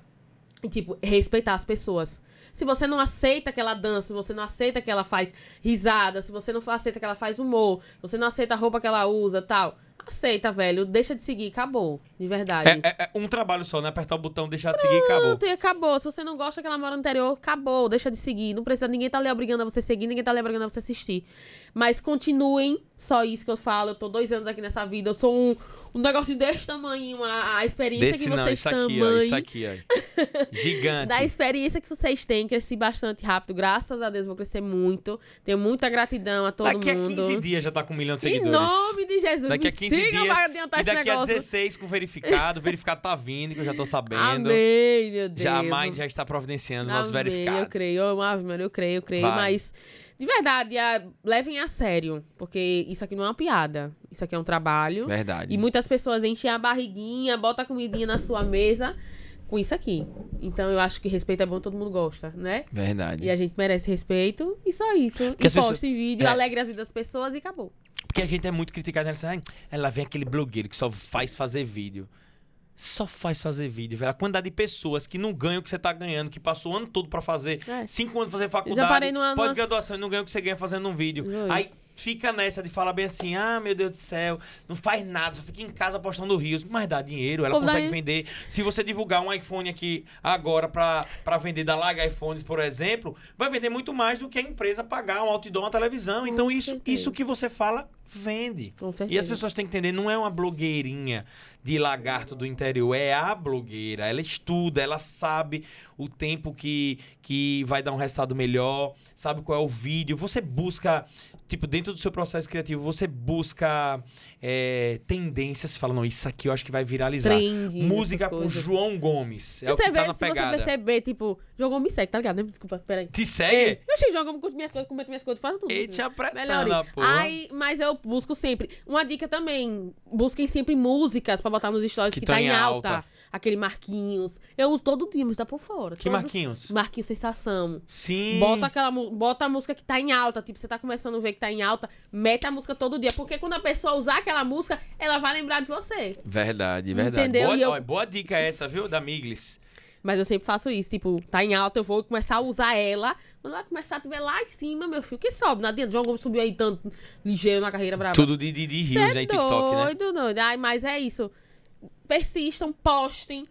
B: E, tipo, respeitar as pessoas. Se você não aceita que ela dança, se você não aceita que ela faz risada, se você não aceita que ela faz humor, se você não aceita a roupa que ela usa tal, aceita, velho. Deixa de seguir, acabou. De verdade.
A: É, é- é um trabalho só, né? Apertar o botão, deixar de seguir e acabou.
B: Pronto, e acabou. Se você não gosta que ela mora no interior, acabou. Deixa de seguir. Não precisa, ninguém tá lhe obrigando a você seguir, ninguém tá lhe obrigando a você assistir. Mas continuem, só isso que eu falo. Eu tô dois anos aqui nessa vida, eu sou um, um negocinho desse tamanho, a, a experiência
A: Desse
B: que
A: não,
B: vocês
A: isso
B: tamanho
A: aqui, ó. Isso aqui,
B: <laughs>
A: ó. Gigante.
B: da experiência que vocês têm, cresci bastante rápido. Graças a Deus, vou crescer muito. Tenho muita gratidão a todo
A: Daqui
B: mundo.
A: a 15 dias já tá com um milhão de
B: em
A: seguidores.
B: nome de Jesus,
A: Daqui a
B: me
A: 15
B: sigam
A: dias,
B: pra adiantar
A: E
B: esse
A: daqui a
B: negócio.
A: 16 com verificado. O verificado tá vindo, que eu já tô sabendo.
B: Amém, meu Deus.
A: Já a Mind já está providenciando nossos
B: Amém,
A: verificados.
B: Eu creio, eu, ave Maria, eu creio, eu creio.
A: Vai.
B: Mas, de verdade, a- levem a sério. Porque isso aqui não é uma piada. Isso aqui é um trabalho.
A: Verdade.
B: E muitas pessoas enchem a barriguinha, bota a comidinha na sua mesa com isso aqui. Então eu acho que respeito é bom, todo mundo gosta, né?
A: Verdade.
B: E a gente merece respeito. E só isso.
A: Porque
B: e
A: as
B: poste
A: pessoas-
B: vídeo,
A: é.
B: alegre as vidas das pessoas e acabou.
A: Porque a gente é muito criticado. Né? Eles dizem, "Ai, Ela vem aquele blogueiro que só faz fazer vídeo. Só faz fazer vídeo, velho. A quantidade de pessoas que não ganham o que você tá ganhando, que passou o ano todo pra fazer,
B: É.
A: cinco anos fazendo faculdade,
B: parei numa- numa-
A: pós-graduação e não ganha o que você ganha fazendo um vídeo.
B: Juro.
A: Aí fica nessa de falar bem assim: ah, meu Deus do céu, não faz nada, só fica em casa postando rios. Mas dá dinheiro, ela
B: Pô, dá,
A: consegue
B: hein?
A: vender. Se você divulgar um iPhone aqui agora pra, pra vender da Laga iPhones, por exemplo, vai vender muito mais do que a empresa pagar um outdoor, uma televisão. então isso,
B: certeza.
A: isso que você fala vende.
B: Com certeza.
A: E as pessoas têm que entender, não é uma blogueirinha de lagarto do interior, é a blogueira. Ela estuda, ela sabe o tempo que, que vai dar um resultado melhor, sabe qual é o vídeo. Você busca, tipo, dentro do seu processo criativo, você busca é, tendências. Você fala, não, isso aqui eu acho que vai viralizar.
B: Trend,
A: "Ah, Música
B: essas
A: com
B: coisas.
A: João Gomes. É o
B: você
A: que
B: vê,
A: tá na
B: se você
A: pegada.
B: perceber, tipo, jogou me segue, tá ligado? né? Desculpa, peraí.
A: Te
B: É.
A: segue?
B: Eu achei que joga, eu curto minhas coisas, comento minhas coisas, faço tudo.
A: E te apressando,
B: Melhor.
A: a porra.
B: Ai, mas eu busco sempre. Uma dica também: busquem sempre músicas pra botar nos stories
A: Que
B: que, tá
A: tão
B: em
A: em
B: alta.
A: alta.
B: Aquele Marquinhos. Eu uso todo dia, mas tá por fora.
A: Que
B: todo-
A: Marquinhos?
B: Marquinhos Sensação.
A: Sim.
B: Bota aquela mu- bota a música que tá em alta, tipo, você tá começando a ver que tá em alta, mete a música todo dia, porque quando a pessoa usar aquela música, ela vai lembrar de você.
A: Verdade,
B: verdade. Entendeu?
A: Boa,
B: E eu-
A: ó, boa dica essa, viu, da Miglis.
B: Mas eu sempre faço isso, tipo, tá em alta, eu vou começar a usar ela, quando ela começar a tiver lá em cima, meu filho, que sobe, não adianta, João Gomes subiu aí tanto, ligeiro na carreira brava.
A: Tudo de, de, de
B: Tá Cê é
A: rios aí, TikTok, né?
B: doido, doido. Ai, mas é isso. Persistam, postem,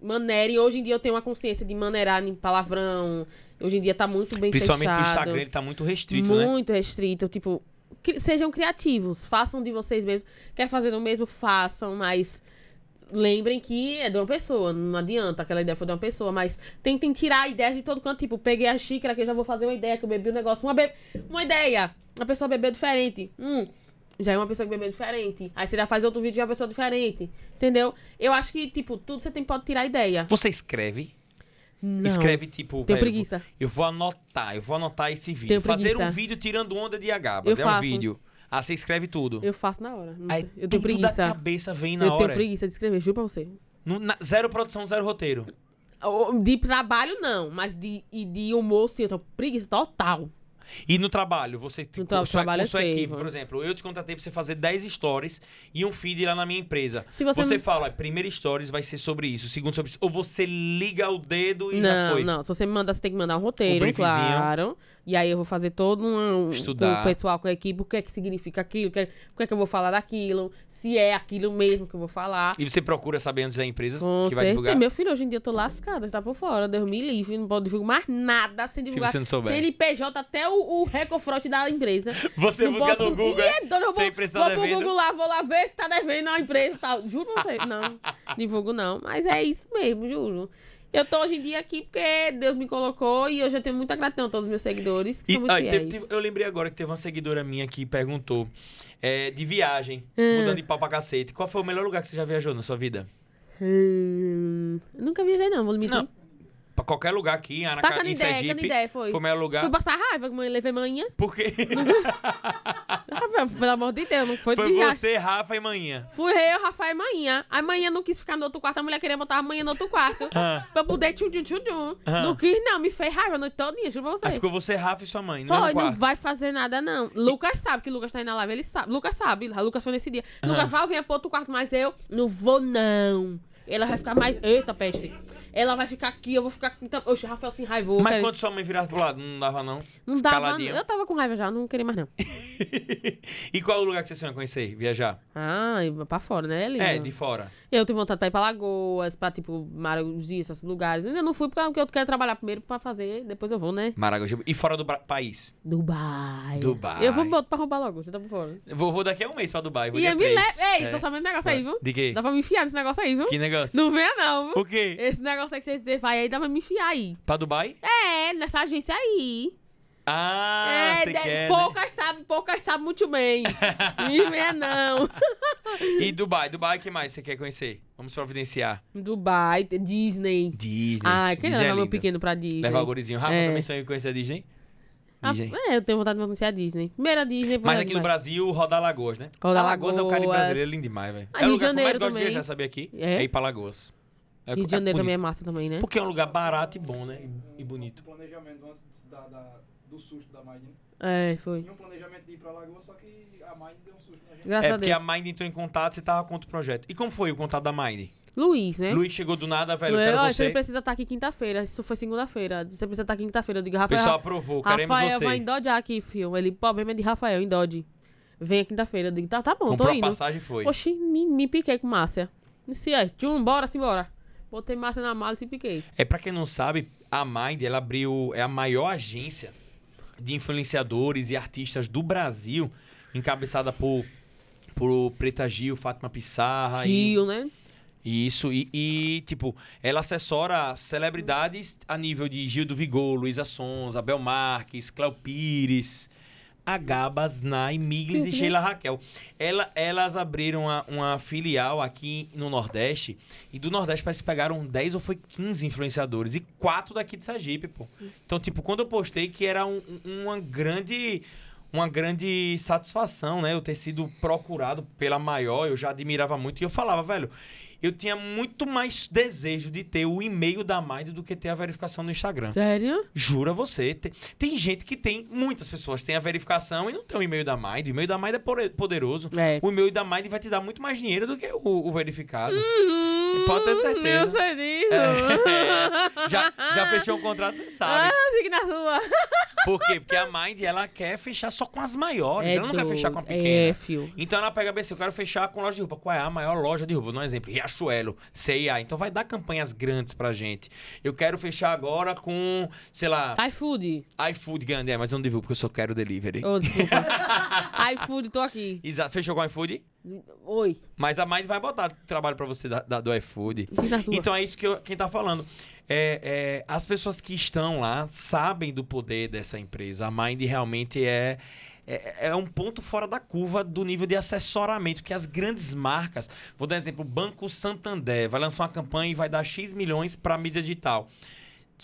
B: manerem. Hoje em dia eu tenho uma consciência de maneirar em palavrão. Hoje em dia tá muito bem
A: Principalmente
B: fechado.
A: no Instagram, ele tá muito restrito, né?
B: muito restrito. Tipo, cri- sejam criativos, façam de vocês mesmos. Quer fazer o mesmo, façam, mas lembrem que é de uma pessoa, não adianta aquela ideia foi de uma pessoa, mas tentem tirar ideias de todo canto. Tipo, peguei a xícara que eu já vou fazer uma ideia, que eu bebi um negócio, uma, be- uma ideia. Uma pessoa bebeu diferente. Hum. Já é uma pessoa que bebeu diferente. Aí você já faz outro vídeo de uma pessoa diferente. Entendeu? Eu acho que, tipo, tudo você tem pode tirar ideia.
A: Você escreve?
B: Não.
A: Escreve, tipo...
B: Tenho
A: pera,
B: preguiça.
A: Eu vou, eu vou anotar, eu vou anotar esse vídeo.
B: Tenho
A: Fazer um
B: preguiça.
A: vídeo tirando onda de Agabas.
B: Eu
A: é um
B: faço.
A: vídeo. Ah, você escreve tudo.
B: Eu faço na hora. Não
A: Aí
B: tem- eu tenho
A: tudo da
B: preguiça.
A: cabeça vem na
B: Eu tenho
A: hora.
B: preguiça de escrever, juro pra você.
A: No- na- zero produção, zero roteiro.
B: Oh, De trabalho, não, mas de, e de humor, sim, eu tô preguiça total.
A: E no trabalho, você tipo,
B: tra-
A: sua,
B: trabalho é
A: com
B: eu
A: sua
B: sei,
A: equipe, por
B: Vans.
A: exemplo, eu te contratei pra você fazer 10 stories e um feed lá na minha empresa.
B: Se você não-
A: fala, primeiro stories vai ser sobre isso, segundo sobre isso. Ou você liga o dedo e já
B: Não,
A: foi.
B: não. Se você me mandar, você tem que mandar um
A: Um
B: roteiro,
A: briefzinho.
B: claro. E aí eu vou fazer todo um... um-
A: Estudar.
B: Com o pessoal, com a equipe, o que é que significa aquilo, o que é, o que é que eu vou falar daquilo, se é aquilo mesmo que eu vou falar.
A: E você procura saber antes da empresa
B: Com
A: que vai divulgar.
B: certeza. Meu filho, hoje em dia eu tô lascada, tá por fora. Deus me livre, não pode divulgar mais nada sem divulgar.
A: você não souber.
B: CNPJ até o, o recofrote da empresa.
A: <laughs> Você
B: Não
A: busca
B: boto-
A: no Google.
B: Ih, é doido, eu
A: se a
B: vou,
A: empresa
B: vou
A: tá
B: pro
A: devendo.
B: Google lá, vou lá ver se tá devendo a empresa e tal. Juro não sei. Não, divulgo não. Mas é isso mesmo, juro. Eu tô hoje em dia aqui porque Deus me colocou e eu já tenho muita gratidão a todos os meus seguidores, que é
A: E,
B: são muito
A: ah, e teve-
B: fiéis.
A: teve- eu lembrei agora que teve uma seguidora minha que perguntou é, de viagem,
B: Ah.
A: mudando de pau pra cacete. Qual foi o melhor lugar que você já viajou na sua vida?
B: Hum, nunca viajei não, vou limitar.
A: Não. Pra qualquer lugar aqui,
B: Pra
A: Aracaju, em
B: Canidé,
A: Sergipe.
B: Canidé, foi.
A: Foi o melhor lugar.
B: Fui passar raiva, que mãe- levei manhã.
A: Porque
B: Ah, velho, Pelo amor de Deus, não
A: <laughs>
B: foi,
A: foi
B: de viagem.
A: você, Rafa e Manhã.
B: Fui eu, Rafael e Manhã. A Manhã não quis ficar no outro quarto, a mulher queria botar a Manhã no outro quarto.
A: Ah.
B: Pra eu poder tchum tchum tchum tchum.
A: Ah.
B: Não quis não, me fez raiva a noite toda, juro pra você.
A: Aí ficou você, Rafa e sua mãe. No
B: Foi,
A: mesmo
B: não
A: quarto.
B: vai fazer nada, não. Lucas sabe que Lucas tá aí na live, ele sabe. Lucas sabe, Lucas foi nesse dia. Lucas vai vir pro outro quarto, mas eu não vou, não. Ela vai ficar mais. Eita, peste. Ela vai ficar aqui, eu vou ficar aqui. Então... Oxe, Rafael se enraivou.
A: Mas
B: cara.
A: quando sua mãe virasse pro lado, não dava não?
B: Não dava.
A: Caladinha.
B: Eu tava com raiva já, não queria mais, não.
A: <laughs> e qual o lugar que você sonha conhecer, viajar?
B: Ai, pra fora, né, Elisa?
A: É, de fora.
B: Eu tenho vontade pra ir pra Lagoas, pra, tipo, Maragogi, esses lugares. Ainda não fui porque é eu quero trabalhar primeiro pra fazer, depois eu vou, né?
A: Maragogi. E fora do bra- país?
B: Dubai.
A: Dubai.
B: Eu vou botar pra roubar logo, você tá por fora.
A: Eu Vou, vou daqui a um mês pra Dubai. Vou
B: E
A: dia
B: eu me
A: três.
B: levo. Ei,
A: É.
B: tô sabendo um negócio aí, viu?
A: De quê?
B: Dá pra me enfiar nesse negócio aí, viu?
A: Que negócio?
B: Não venha, não, viu?
A: O quê?
B: Esse negócio aí que vocês vai aí, dá pra me enfiar aí.
A: Pra Dubai?
B: É, nessa agência aí.
A: Ah,
B: é,
A: você
B: de-
A: quer, né?
B: poucas sabem, poucas sabem
A: <laughs>
B: muito bem. Me venha, não.
A: E Dubai? Dubai, o que mais você quer conhecer? Vamos providenciar.
B: Dubai, Disney.
A: Disney.
B: Ah,
A: Disney
B: quem levar
A: é
B: meu
A: lindo.
B: pequeno pra Disney?
A: Levar o gorizinho. Rafa,
B: É.
A: também sonha em conhecer a Disney?
B: Ah,
A: Disney.
B: é, eu tenho vontade de anunciar a Disney. Primeiro a Disney, depois
A: Mas
B: a
A: aqui no
B: Dubai.
A: Brasil, rodar Lagoas, né?
B: Rodar
A: Alagoas é o Caribe
B: Lagoas.
A: brasileiro, é lindo demais, velho.
B: Ah,
A: É o
B: Rio de
A: lugar que eu mais
B: Janeiro
A: gosto de
B: também.
A: viajar, sabe aqui?
B: É?
A: É, ir pra Lagoas. É-
B: Rio de
A: é
B: Janeiro também é
A: bonito.
B: massa também, né?
A: Porque é um lugar barato e bom, né? E- E
C: Um
A: bonito.
C: planejamento antes da, da- do susto da Mind.
B: É, foi.
C: Tinha um planejamento de ir pra Lagoa, só que a Mind deu um susto na gente.
B: Graças
A: É
B: a
A: porque
B: Deus.
A: a Mind entrou em contato, você tava contra o projeto. E como foi o contato da Mind?
B: Luiz, né?
A: Luiz chegou do nada, velho, eu
B: Luiz,
A: quero
B: olha,
A: você.
B: você precisa estar aqui quinta-feira. Isso foi segunda-feira. Você precisa estar aqui quinta-feira. Eu digo,
A: O
B: Rafael,
A: pessoal aprovou, queremos
B: Rafael
A: você.
B: vai em Dodge aqui, filho. Ele, problema é de Rafael, em Dodge. Vem quinta-feira. Eu digo, tá, tá bom,
A: Comprou
B: tô
A: a
B: indo.
A: passagem e foi.
B: Oxi, me, me piquei com Márcia. Disse, é, tchum, bora, simbora. Botei Márcia na mala e se piquei.
A: É pra quem não sabe, a Mind ela abriu é a maior agência de influenciadores e artistas do Brasil, encabeçada por por Preta Gil, Fátima Pissarra e-
B: Gil, né?
A: e isso e, e, tipo, ela assessora celebridades a nível de Gil do Vigor, Luísa Sons, Abel Marques, Cléo Pires, a Gabas, Nai, Miglis e
B: Miglis.
A: Sheila Raquel. Ela- elas abriram uma, uma filial aqui no Nordeste. E do Nordeste parece que pegaram 10 ou foi 15 influenciadores. E quatro daqui de Sergipe, pô. Então, tipo, quando eu postei que era um- um- uma grande. Uma grande satisfação, né? Eu ter sido procurado pela maior, eu já admirava muito. E eu falava, velho, eu tinha muito mais desejo de ter o e-mail da Mind do que ter a verificação no Instagram.
B: Sério?
A: Jura você. Tem, tem gente que tem, muitas pessoas têm a verificação e não tem o e-mail da Mind. O e-mail da Mind é pore- poderoso.
B: É.
A: O e-mail da Mind vai te dar muito mais dinheiro do que o, o verificado.
B: Hum.
A: Pode ter certeza.
B: Eu sei disso.
A: É. <laughs> já, já fechou o contrato, você sabe.
B: Ah, fique na sua.
A: Por quê? Porque a Mind, ela quer fechar só com as maiores. ela não quer fechar com a
B: doido.
A: pequena.
B: É, fio.
A: Então ela pega BC, eu quero fechar com loja de roupa. Qual é a maior loja de roupa? Vou dar Um exemplo, Riachuelo, C&A. Então vai dar campanhas grandes pra gente. Eu quero fechar agora com, sei lá,
B: iFood.
A: iFood grande. É, mas eu não divulgo porque eu só quero delivery. <laughs>
B: Oh, desculpa. iFood, tô aqui.
A: Isa, fechou com o iFood?
B: Oi.
A: Mas a mais vai botar trabalho pra você da- da- do iFood.
B: Fique na sua.
A: Então é isso que eu- quem tá falando. É, é, as pessoas que estão lá sabem do poder dessa empresa. A Mind realmente é, é, é um ponto fora da curva do nível de assessoramento, que as grandes marcas, vou um dar exemplo, o Banco Santander vai lançar uma campanha e vai dar X milhões para mídia digital.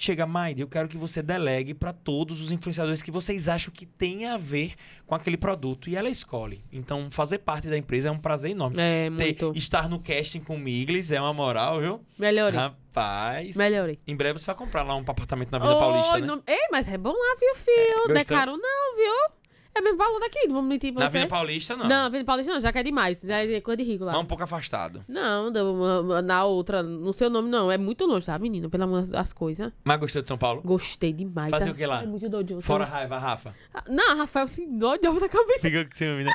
A: chega, Maide, eu quero que você delegue para todos os influenciadores que vocês acham que tem a ver com aquele produto. E ela escolhe. Então, fazer parte da empresa é um prazer enorme.
B: É,
A: Ter-
B: muito.
A: estar no casting com o Miglis é uma moral, viu?
B: Melhorei.
A: Ah, Rapaz.
B: Melhorei.
A: Em breve você vai comprar lá um apartamento na Vila Paulista,
B: Oi,
A: né?
B: não- Ei, mas é bom lá, viu, fio? não é
A: gostamos.
B: caro não, viu? É mesmo valor daqui, não vamos mentir pra
A: Na
B: você.
A: Vila Paulista, não.
B: Não, Vila Paulista não, já que é demais. Já é coisa de rico lá.
A: Lá um pouco afastado.
B: Não, da- uma- na outra, no seu nome não. É muito longe, tá, menino? Pelo amor das coisas.
A: Mas gostou de São Paulo?
B: Gostei demais.
A: Fazer
B: tá?
A: o que lá?
B: É muito doido.
A: Fora a raiva, Rafa. <laughs>
B: Ah, Não, Rafael se doido da cabeça.
A: Fica com ciúme, né?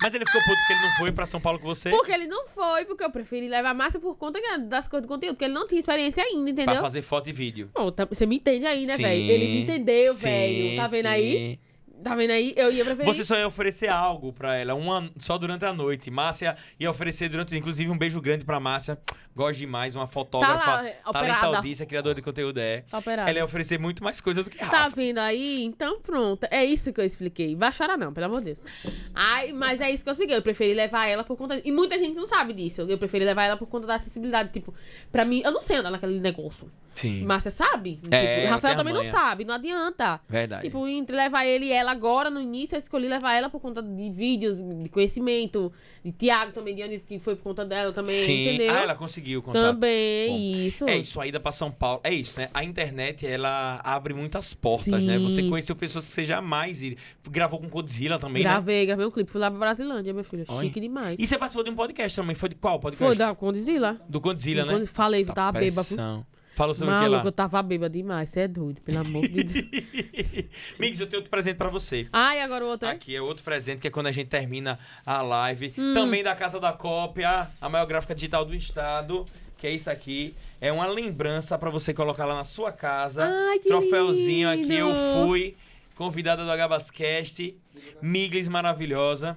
A: Mas ele ficou puto porque ele não foi pra São Paulo com você.
B: Porque ele não foi, porque eu preferi levar massa por conta que- das coisas do conteúdo, porque ele não tinha experiência ainda,
A: Pra
B: entendeu?
A: fazer foto e vídeo.
B: Pô, tá- você me entende aí, né,
A: Sim,
B: velho? Ele me entendeu,
A: sim,
B: velho. Tá vendo aí?
A: sim.
B: Tá vendo aí? Eu ia preferir.
A: Você só ia oferecer algo pra ela, uma, só durante a noite. Márcia ia oferecer durante o dia. Inclusive, um beijo grande pra Márcia. Gosto demais, uma
B: Tá lá,
A: fotógrafa.
B: operada.
A: talentadícia, criadora de conteúdo é.
B: Tá operado.
A: Ela ia oferecer muito mais coisa do que Rafa.
B: Tá vendo aí? Então pronto. É isso que eu expliquei. Vai chorar não, pelo amor de Deus. Ai, mas é isso que eu expliquei. Eu preferi levar ela por conta... E muita gente não sabe disso. Eu preferi levar ela por conta da acessibilidade. Tipo, pra mim... Eu não sei andar naquele negócio.
A: Sim.
B: Márcia sabe.
A: É,
B: Tipo,
A: ela tem
B: Rafael
A: a
B: também
A: manha.
B: não sabe. Não adianta.
A: Verdade.
B: Tipo, entre levar ele e ela agora, no início, eu escolhi levar ela por conta de vídeos, de conhecimento. De Tiago também, Dionísio, que foi por conta dela também,
A: Sim.
B: entendeu?
A: Ah, ela conseguiu contar.
B: Também,
A: Bom,
B: isso.
A: É isso, a ida pra São Paulo. É isso, né? A internet, ela abre muitas portas, né?
B: Sim.
A: Você conheceu pessoas que você jamais iria. Gravou com Godzilla também, né?
B: Gravei, gravei um clipe. Fui lá pra Brasilândia, meu filho.
A: Olha.
B: Chique demais.
A: E você participou de um podcast também. Foi de qual podcast?
B: Foi da Condizila.
A: Do Godzilla, né?
B: Quando falei, eu tava bêbada.
A: pressão. Fala sobre o que lá.
B: Maluco, eu tava bêbada demais. Você é doido, pelo amor de Deus.
A: <laughs> Migos, eu tenho outro presente pra você.
B: Ai, agora o outro é.
A: Aqui é outro presente, que é quando a gente termina a live.
B: Hum.
A: Também da Casa da Cópia, a maior gráfica digital do estado. Que é isso aqui. É uma lembrança pra você colocar lá na sua casa.
B: Ai, que
A: tá Troféuzinho
B: lindo.
A: aqui, eu fui. Convidada do Agabascast. Miglis maravilhosa.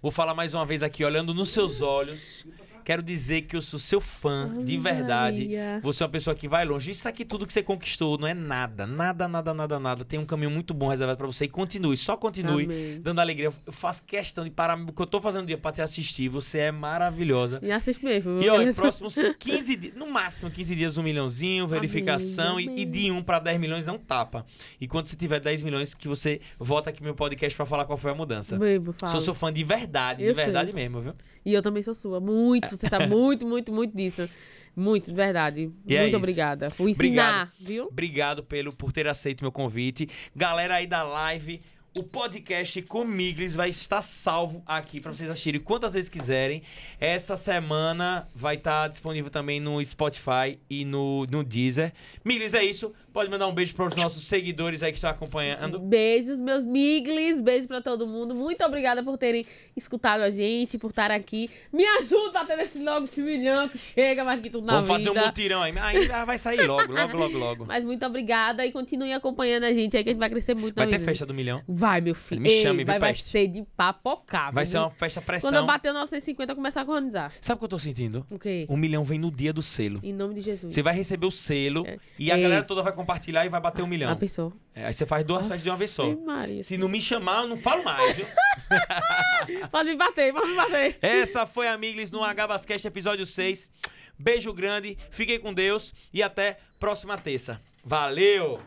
A: Vou falar mais uma vez aqui, olhando nos seus olhos. Quero dizer que eu sou seu fã, de
B: Ai,
A: verdade.
B: Maria.
A: Você é uma pessoa que vai longe. Isso aqui, tudo que você conquistou, não é nada. Nada, nada, nada, nada. Tem um caminho muito bom reservado pra você. E continue, só continue.
B: Amém.
A: Dando alegria. Eu faço questão de parar o que eu tô fazendo dia pra te assistir. Você é maravilhosa.
B: Me assiste mesmo.
A: E olha,
B: <laughs>
A: próximos 15 dias, no máximo 15 dias, um milhãozinho, verificação
B: Amém,
A: e- E,
B: amém.
A: de 1 para 10 milhões é um tapa. E quando você tiver 10 milhões, que você volta aqui no meu podcast pra falar qual foi a mudança.
B: Bebo, fala.
A: Sou seu fã de verdade, de
B: Eu sei.
A: verdade mesmo, viu?
B: E eu também sou sua. Muito,
A: <laughs>
B: você sabe muito, muito, muito disso. Muito, de verdade.
A: E é
B: muito
A: isso.
B: obrigada. Por
A: Obrigado.
B: ensinar, viu?
A: Obrigado pelo, por ter aceito meu convite. Galera aí da live, o podcast com Miglis vai estar salvo aqui pra vocês assistirem quantas vezes quiserem. Essa semana vai estar disponível também no Spotify e no, no Deezer. Miglis, é isso. Pode mandar um beijo para os nossos seguidores aí que estão acompanhando.
B: Beijos, meus miglis. Beijo pra todo mundo. Muito obrigada por terem escutado a gente, por estar aqui. Me ajuda a ter esse logo esse milhão que chega mais que tudo na
A: Vamos
B: vida.
A: fazer um mutirão aí. Ainda vai sair logo, logo, logo, logo.
B: <laughs> Mas muito obrigada e continue acompanhando a gente aí que a gente vai crescer muito
A: Vai
B: na
A: ter
B: vida.
A: festa do milhão.
B: Vai, meu filho.
A: Me chame, viu,
B: vai, vai
A: peste?
B: ser de papocar.
A: Vai
B: viu?
A: ser uma festa pressão.
B: é Quando eu bater o 950, eu começar a organizar.
A: Sabe o que eu tô sentindo?
B: O quê?
A: O milhão vem no dia do selo.
B: Em nome de Jesus.
A: Você vai receber o selo
B: É.
A: e a
B: Ei.
A: galera toda vai compartilhar e vai bater um
B: A
A: milhão.
B: pessoa.
A: É, aí você faz duas festas de uma vez só.
B: Ave Maria.
A: Se não me chamar, eu não falo mais,
B: <laughs>
A: viu?
B: Pode me bater, pode me bater.
A: Essa foi a Miglis no Agabascast episódio 6. Beijo grande, fiquem com Deus e até próxima terça. Valeu!